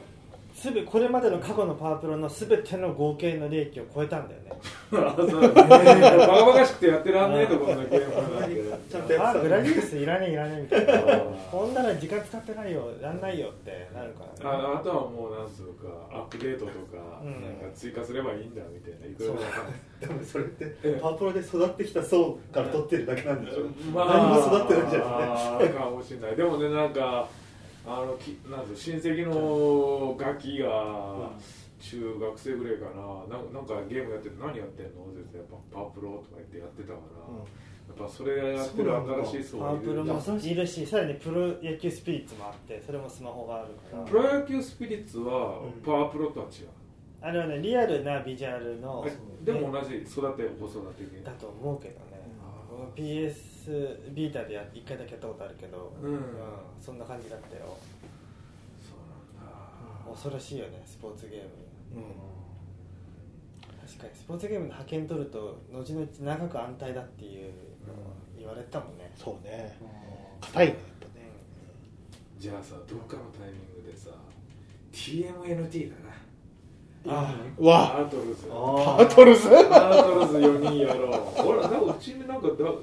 すべこれまでの過去のパワープロのすべての合計の利益を超えたんだよねあそうなんだバカバカしくてやってらんねえとこんなゲームなんてちゃんとやあってーたグラディウスいらねえいらねえみたいあなーこんなの時間使ってないよやんないよってなるからねああとはもうなんつうかアップデートとか,、うんなんか追加すればいいんだみたいないくらでも多分それってええパワプロで育ってきた層から取ってるだけなんでしょまあ何も育ってないじゃないあーかもしれないでもねなんかあのきなんです親戚のガキが中学生ぐらいかなななんかゲームやってて何やってんのって言ってやっぱパワープロとか言ってやってたから、やっぱそれやってる新しい層パワープロもいるしさらにプロ野球スピリッツもあってそれもスマホがあるからプロ野球スピリッツはパワープロとは違う、あれはねリアルなビジュアルの、でも同じ育て子育て系だと思うけどね PS ビータでや1回だけやったことあるけど、うん、うん、そんな感じだったよそうなんだ恐ろしいよねスポーツゲーム、うん、確かにスポーツゲームの派遣取ると後々長く安泰だっていうのは言われたもんね、うん、そうね硬いねやっぱね、じゃあさどっかのタイミングでさ TMNT だなああわアートルズアートルズアートルズ4人やろう俺なんかうちになんかダダウンロー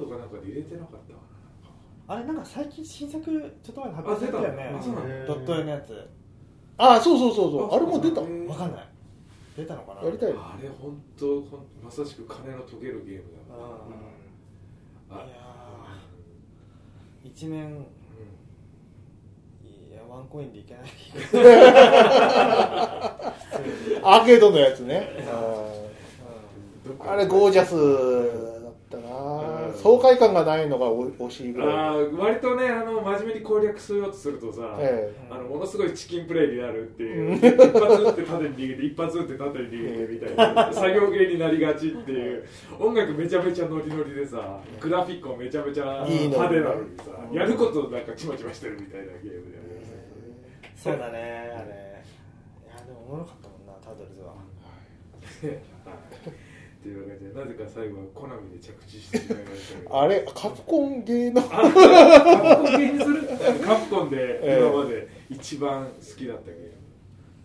ドかなんかで入れてなかったあれなんか最近新作ちょっと前に発表されたよねドット絵のやつあそうそうそうそうあれも出たわかんない出たのかなやりたいあれ本当まさしく金のとげるゲームだよ、ね、ああいや一面ワンコインでいけない アーケードのやつねあれゴージャスだったな爽快感がないのが惜しいぐらい割とねあの真面目に攻略しようとするとさ、ええ、あのものすごいチキンプレイになるっていう、うん、一発撃って縦に逃げて一発撃って縦に逃げてみたいな、え ー、作業系になりがちっていう音楽めちゃめちゃノリノリでさグラフィックもめちゃめちゃ派手なのにさやることなんかちまちましてるみたいなゲームで、ねそうだね、あれ。いや、でもおもろかったもんな、タートルズは。というわけで、なぜか最後はコナミで着地してしまいましたけど。あれ、カプコンゲーの。カプコンゲーにするカプコンで今まで一番好きだったゲーム。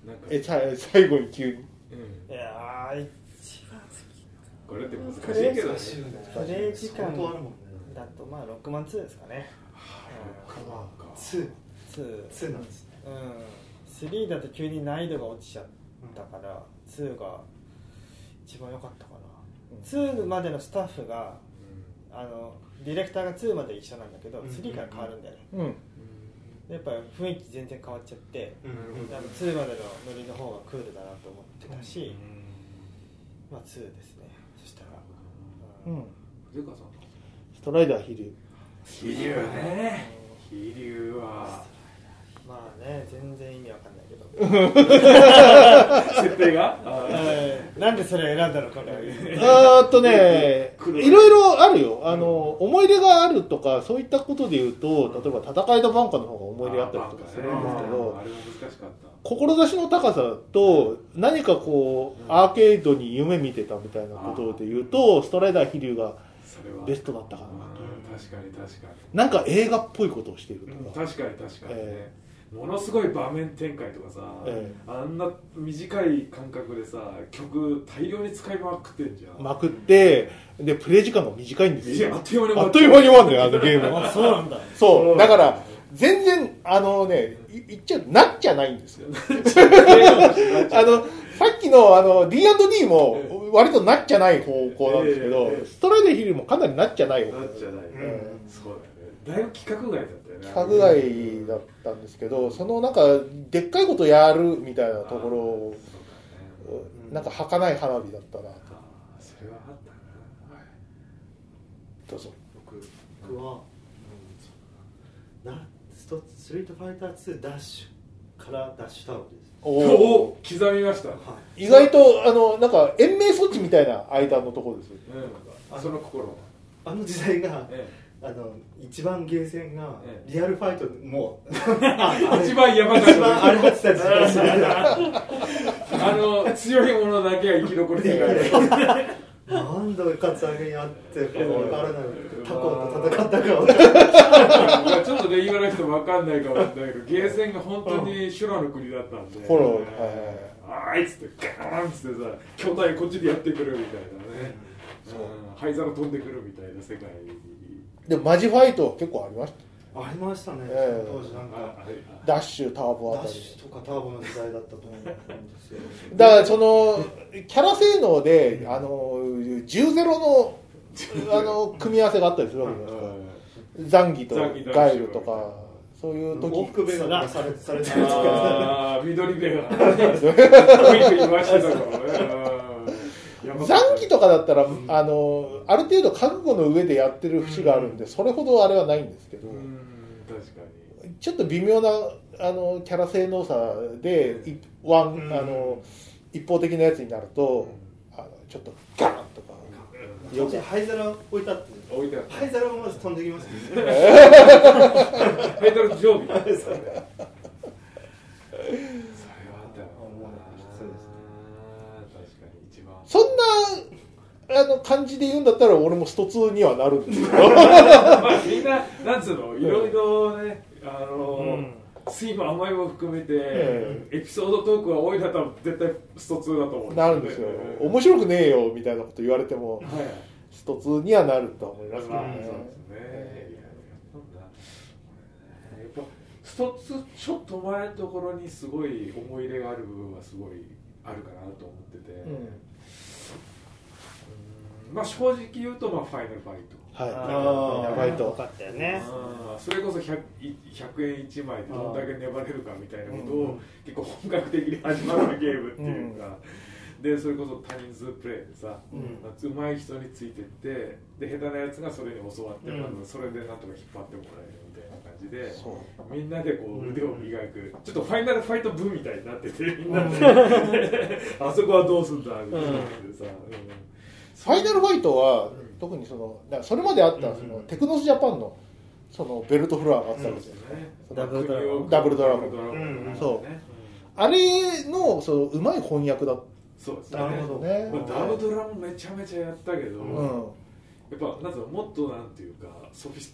なんかえ、さ最後に急に。うん、いやー、一番好き。これって難しいけど、ね、プレイ時間だと、まあ、6万2ですかね。 6万か。 2。 2なんですね。うん、3だと急に難易度が落ちちゃったから、うん、2が一番良かったかな、うん、2までのスタッフが、うん、あのディレクターが2まで一緒なんだけど、うん、3から変わるんだよね、うんやっぱ雰囲気全然変わっちゃって、うん、あの2までのノリの方がクールだなと思ってたし、まあ2ですねそしたらうん、ゆかさんストライダー飛竜飛竜ね飛竜はまあね、全然意味わかんないけど。設定がなんでそれ選んだのかなあっと ね、いろいろあるよ。あの、思い入れがあるとか、そういったことで言うと、例えば戦いとバンカーの方が思い入れあったりとかするんですけど、志の高さと、何かこう、アーケードに夢見てたみたいなことで言うと、ストライダー飛竜がベストだったかなと。確かに確かに。なんか映画っぽいことをしているとか。確かに確かに、ね、えーものすごい場面展開とかさ、ええ、あんな短い間隔でさ曲大量に使いまくってんじゃんまくってでプレイ時間が短いんですよあっという間に終わっという間に終わるんだよあのゲームあそうなんだ そうだから全然あのね言っちゃなっちゃないんですよあのさっきのあの D&D も割となっちゃない方向なんですけど、え、ストライデヒルもかなりなっちゃない方向なっちゃない、うん、そうだよねだいぶ規格外だったよね規格外だったんですけど、そのなんかでっかいことやるみたいなところを、ね、なんか儚い花火だったなとそれはあったな、はい、どうぞ、僕僕は、うん、なストストリートファイター2ダッシュからダッシュタウンですおお刻みました、はい意外とあのなんか延命措置みたいな間のところですよ、うん、あその心あの時代が、ええあの一番ゲーセンがリアルファイトもう一番やばかった一番あれってた時代あの強いものだけは生き残りたがるなんだカツアゲやって分からないタコと戦ったかちょっとね今の人分かんないかもしれないけどゲーセンが本当に修羅の国だったんで、、ほら、はいあいつってガーンっつってさ巨体こっちでやってくるみたいなね、うん、灰皿飛んでくるみたいな世界でマジファイト結構ありましたありましたね、えー、当時なんかダッシュターボあたりとかターボの時代だったと思うんですよだからそのキャラ性能で、あの10ゼロのあの組み合わせがあったりするわけじゃないですかザンギとガイルとかそういう時往復ベガがされされてるとかああ、緑部屋。クイック言わしてたからね。残機とかだったら、あのある程度覚悟の上でやってる節があるんで、それほどあれはないんですけど、うん、確かに。ちょっと微妙なあのキャラ性能差で、いワン、うんあの一方的なやつになると、あのちょっとガーンとか、よく灰皿置いたって置いてあった。灰皿もまず飛んできますけどねペダル常備。それはだよ。確かに一番。そんなあの感じで言うんだったら俺もスト2にはなるんですけどまあみんななんつうのいろいろねあの酸いも甘いも含めてえエピソードトークが多い方は絶対スト2だと思うんなるんですよ面白くねえよみたいなこと言われてもはいスト2にはなると思いまあまそすうけどでねすねいややっぱスト2ちょっと前のところにすごい思い入れがある部分はすごいあるかなと思ってて、まあ正直言うとまあファイナルファイトはいあーやばいよとかったよねあーそれこそ 100, い100円1枚でどんだけ粘れるかみたいなことを結構本格的に始まるゲームっていうか、でそれこそ多人数プレイでさ、うまい人についてってで下手なやつがそれに教わって、まずそれでなんとか引っ張ってもらえるみたいな感じでそうみんなでこう腕を磨く、ちょっとファイナルファイト部みたいになっててみんなで、 あそこはどうすんだみたいな感じでさ、ファイナルファイトは、特にそのだからそれまであったその、テクノスジャパンのそのベルトフロアがあったんですよ、ダブルダブルドラゴンンそうねあれのそのうまい翻訳だっそうですねたんですよね、まあ、ダブドラもめちゃめちゃやったけど、うやんっぱなんつうのもっとなんていうかソフィス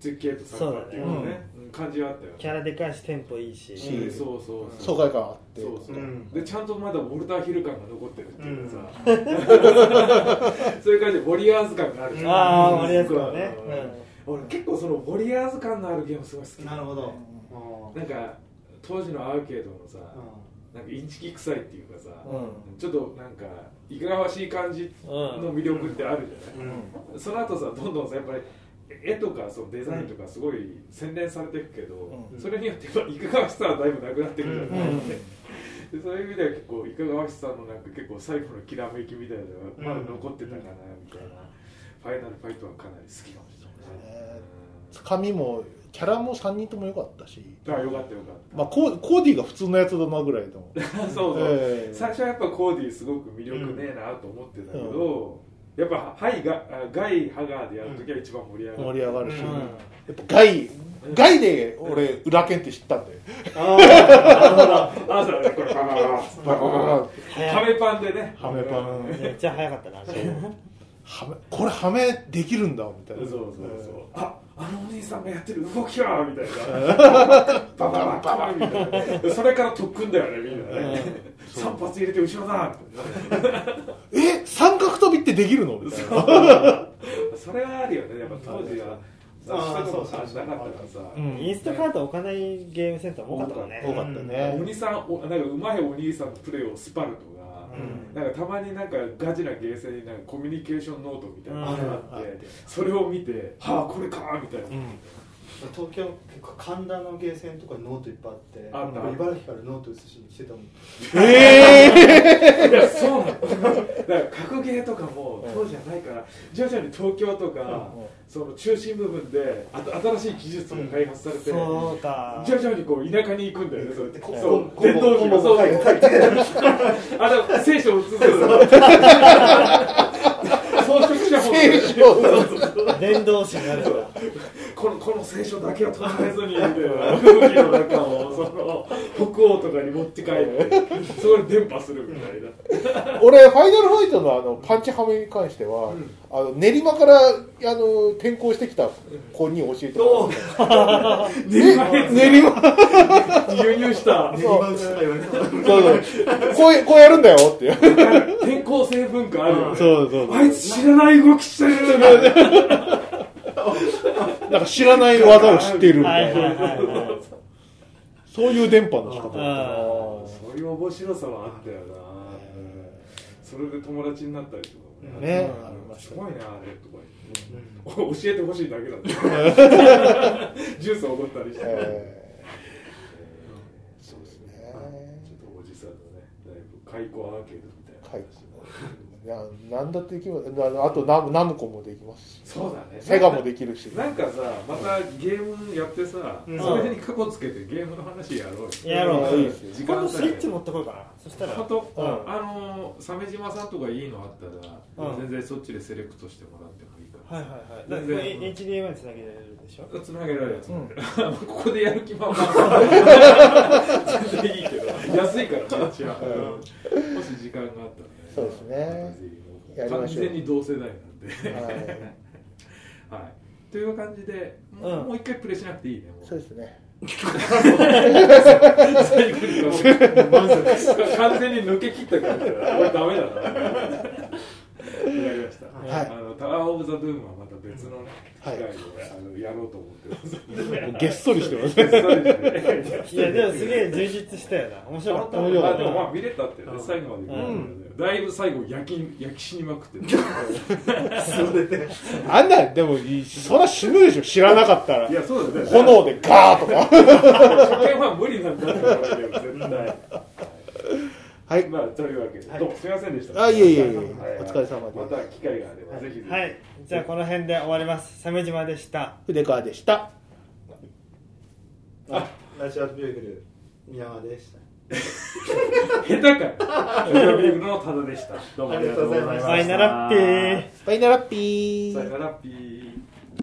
ティケートされたっていうそかうだねうん感じはあったよキャラでかいしテンポいいししうんそうそうそ爽快う感あってそうそう、うんでちゃんとまだウォルターヒル感が残ってるっていうかさ、 そういう感じでウォリアーズ感があるじゃんああ割れやすくはねうん俺結構そのウォリアーズ感のあるゲームすごい好きなるほどなんか当時のアーケードのさ、なんかインチキ臭いっていうかさ、ちょっとなんかいかがわしい感じの魅力ってあるじゃない、その後さどんどんさやっぱり絵とかそのデザインとかすごい洗練されていくけど、それによってまあいかがわしさはだいぶなくなってくるじゃない、でそういう意味では結構いかがわしさのなんか結構最後のきらめきみたいなのがまだ残ってたかなみたいな、ファイナルファイトはかなり好きかもしれないね、ねつかみもキャラも3人とも良かったし、だからよかったよかったまあ、コーコーディが普通のやつだなぐらいのそうそう、ええ最初はやっぱコーディすごく魅力ねえなと思ってたけど、やっぱハイがあガイハガーでやるときは一番盛り上がる、盛り上がるし、うんやっぱガイガイで俺裏剣って知ったんでバカバカあそうだねこれバババハメパンでねハメパンめっちゃ早かったなはめこれハメできるんだみたいそうなそうそう、えああのお兄さんがやってる動きはみたいなバババババみたいなそれから特訓だよねみんなね、三発入れて後ろだみたいなえ三角飛びってできるのみたいなそれはあるよねやっぱ当時はあーそうしそたうこそうとなかったからさ、うんインスタカード置かないゲームセンターも多かったもんね多かったねお兄さんおなんかうまいお兄さんのプレーをスパルとか、なんかたまになんかガチなゲーセンになんかコミュニケーションノートみたいなのがあって、それを見て「はあこれか」みたいな、東京結構神田のゲーセンとかにノートいっぱいあってあった茨城からノート写しに来てたもんいやそうなのだから格ゲーとかも当時はないから徐々に東京とか、その中心部分であと新しい技術が開発されて、そうか徐々にこう田舎に行くんだよね、それって。こそう、こ伝統儀もそう。あ、でも聖書を写す。 装飾者も。電動車になるからこのこの聖書だけは取られずにみたいな空気の中をその北欧とかに持って帰ってそこで伝播するみたいな俺ファイナルファイトのあのパンチハメに関しては、あの練馬からあの転校してきた子に教えても練馬へ練馬輸入した練馬牛とか言われてたそうそうこうこうやるんだよっていう転校生文化あるよねそうそうあいつ知らない動きしてるよねなんか知らない技を知っているみはたいいはいなはいはいそういう電波の仕方だったなあそういう面白さはあったよなそれで友達になったりとかもねあありのましすたごいなあれとか言って教えてほしいだけだったジュースおごったりして、えそうですねちょっとおじさんのねだいぶ開口アーケードみたいなー話はいいや何だってできますああとナムナムコもできますしそうだねセガもできるしなんかさまたゲームやってさ、んそれに過去つけてゲームの話やろうよやろういいですよ時今間度帯スイッチ持ってこようかなそしたらあと、うんあのー鮫島さんとかいいのあったら、うん全然そっちでセレクトしてもらってもいいかはいはいはいだ全から然これ HDMI につなげられるでしょらつなげられるやつ、うん ここでやる気満々全然いいけど安いからめっちゃ、うんもし時間があったらねそうですねまたぜひやり完ましょう全に同世代なんで はいはいという感じで、もううんもう一回プレイしなくていいねもうそうですね最後に満足 完全に抜け切ったからこれダメだなわかりました、はいあのタワー・オブ・ザ・ドゥームはまた別のね機は会いで、あのやろうと思ってますもうげっそりしてますいやでもすげえ充実したよな面白かった面白かっあたでもまあ見れたってね最後まで見れたんだよだいぶ最後焼き焼き死にまくってたあんなんでもいいそりゃ死ぬでしょ知らなかったら いやそうだよね炎でガーとか初見は無理なんだって思うけど絶対はいまあというわけでどうもすいませんでしたあいえいえいえはお疲れ様ですまた機会があればぜひぜひはいじゃあこの辺で終わります鮫島でした筆川でしたあラジオビューグル宮川でした下手かよ。 ラビーグのタダでした。どうもありがとうございました。さいならっぴーバイナラッピーさよならっぴー。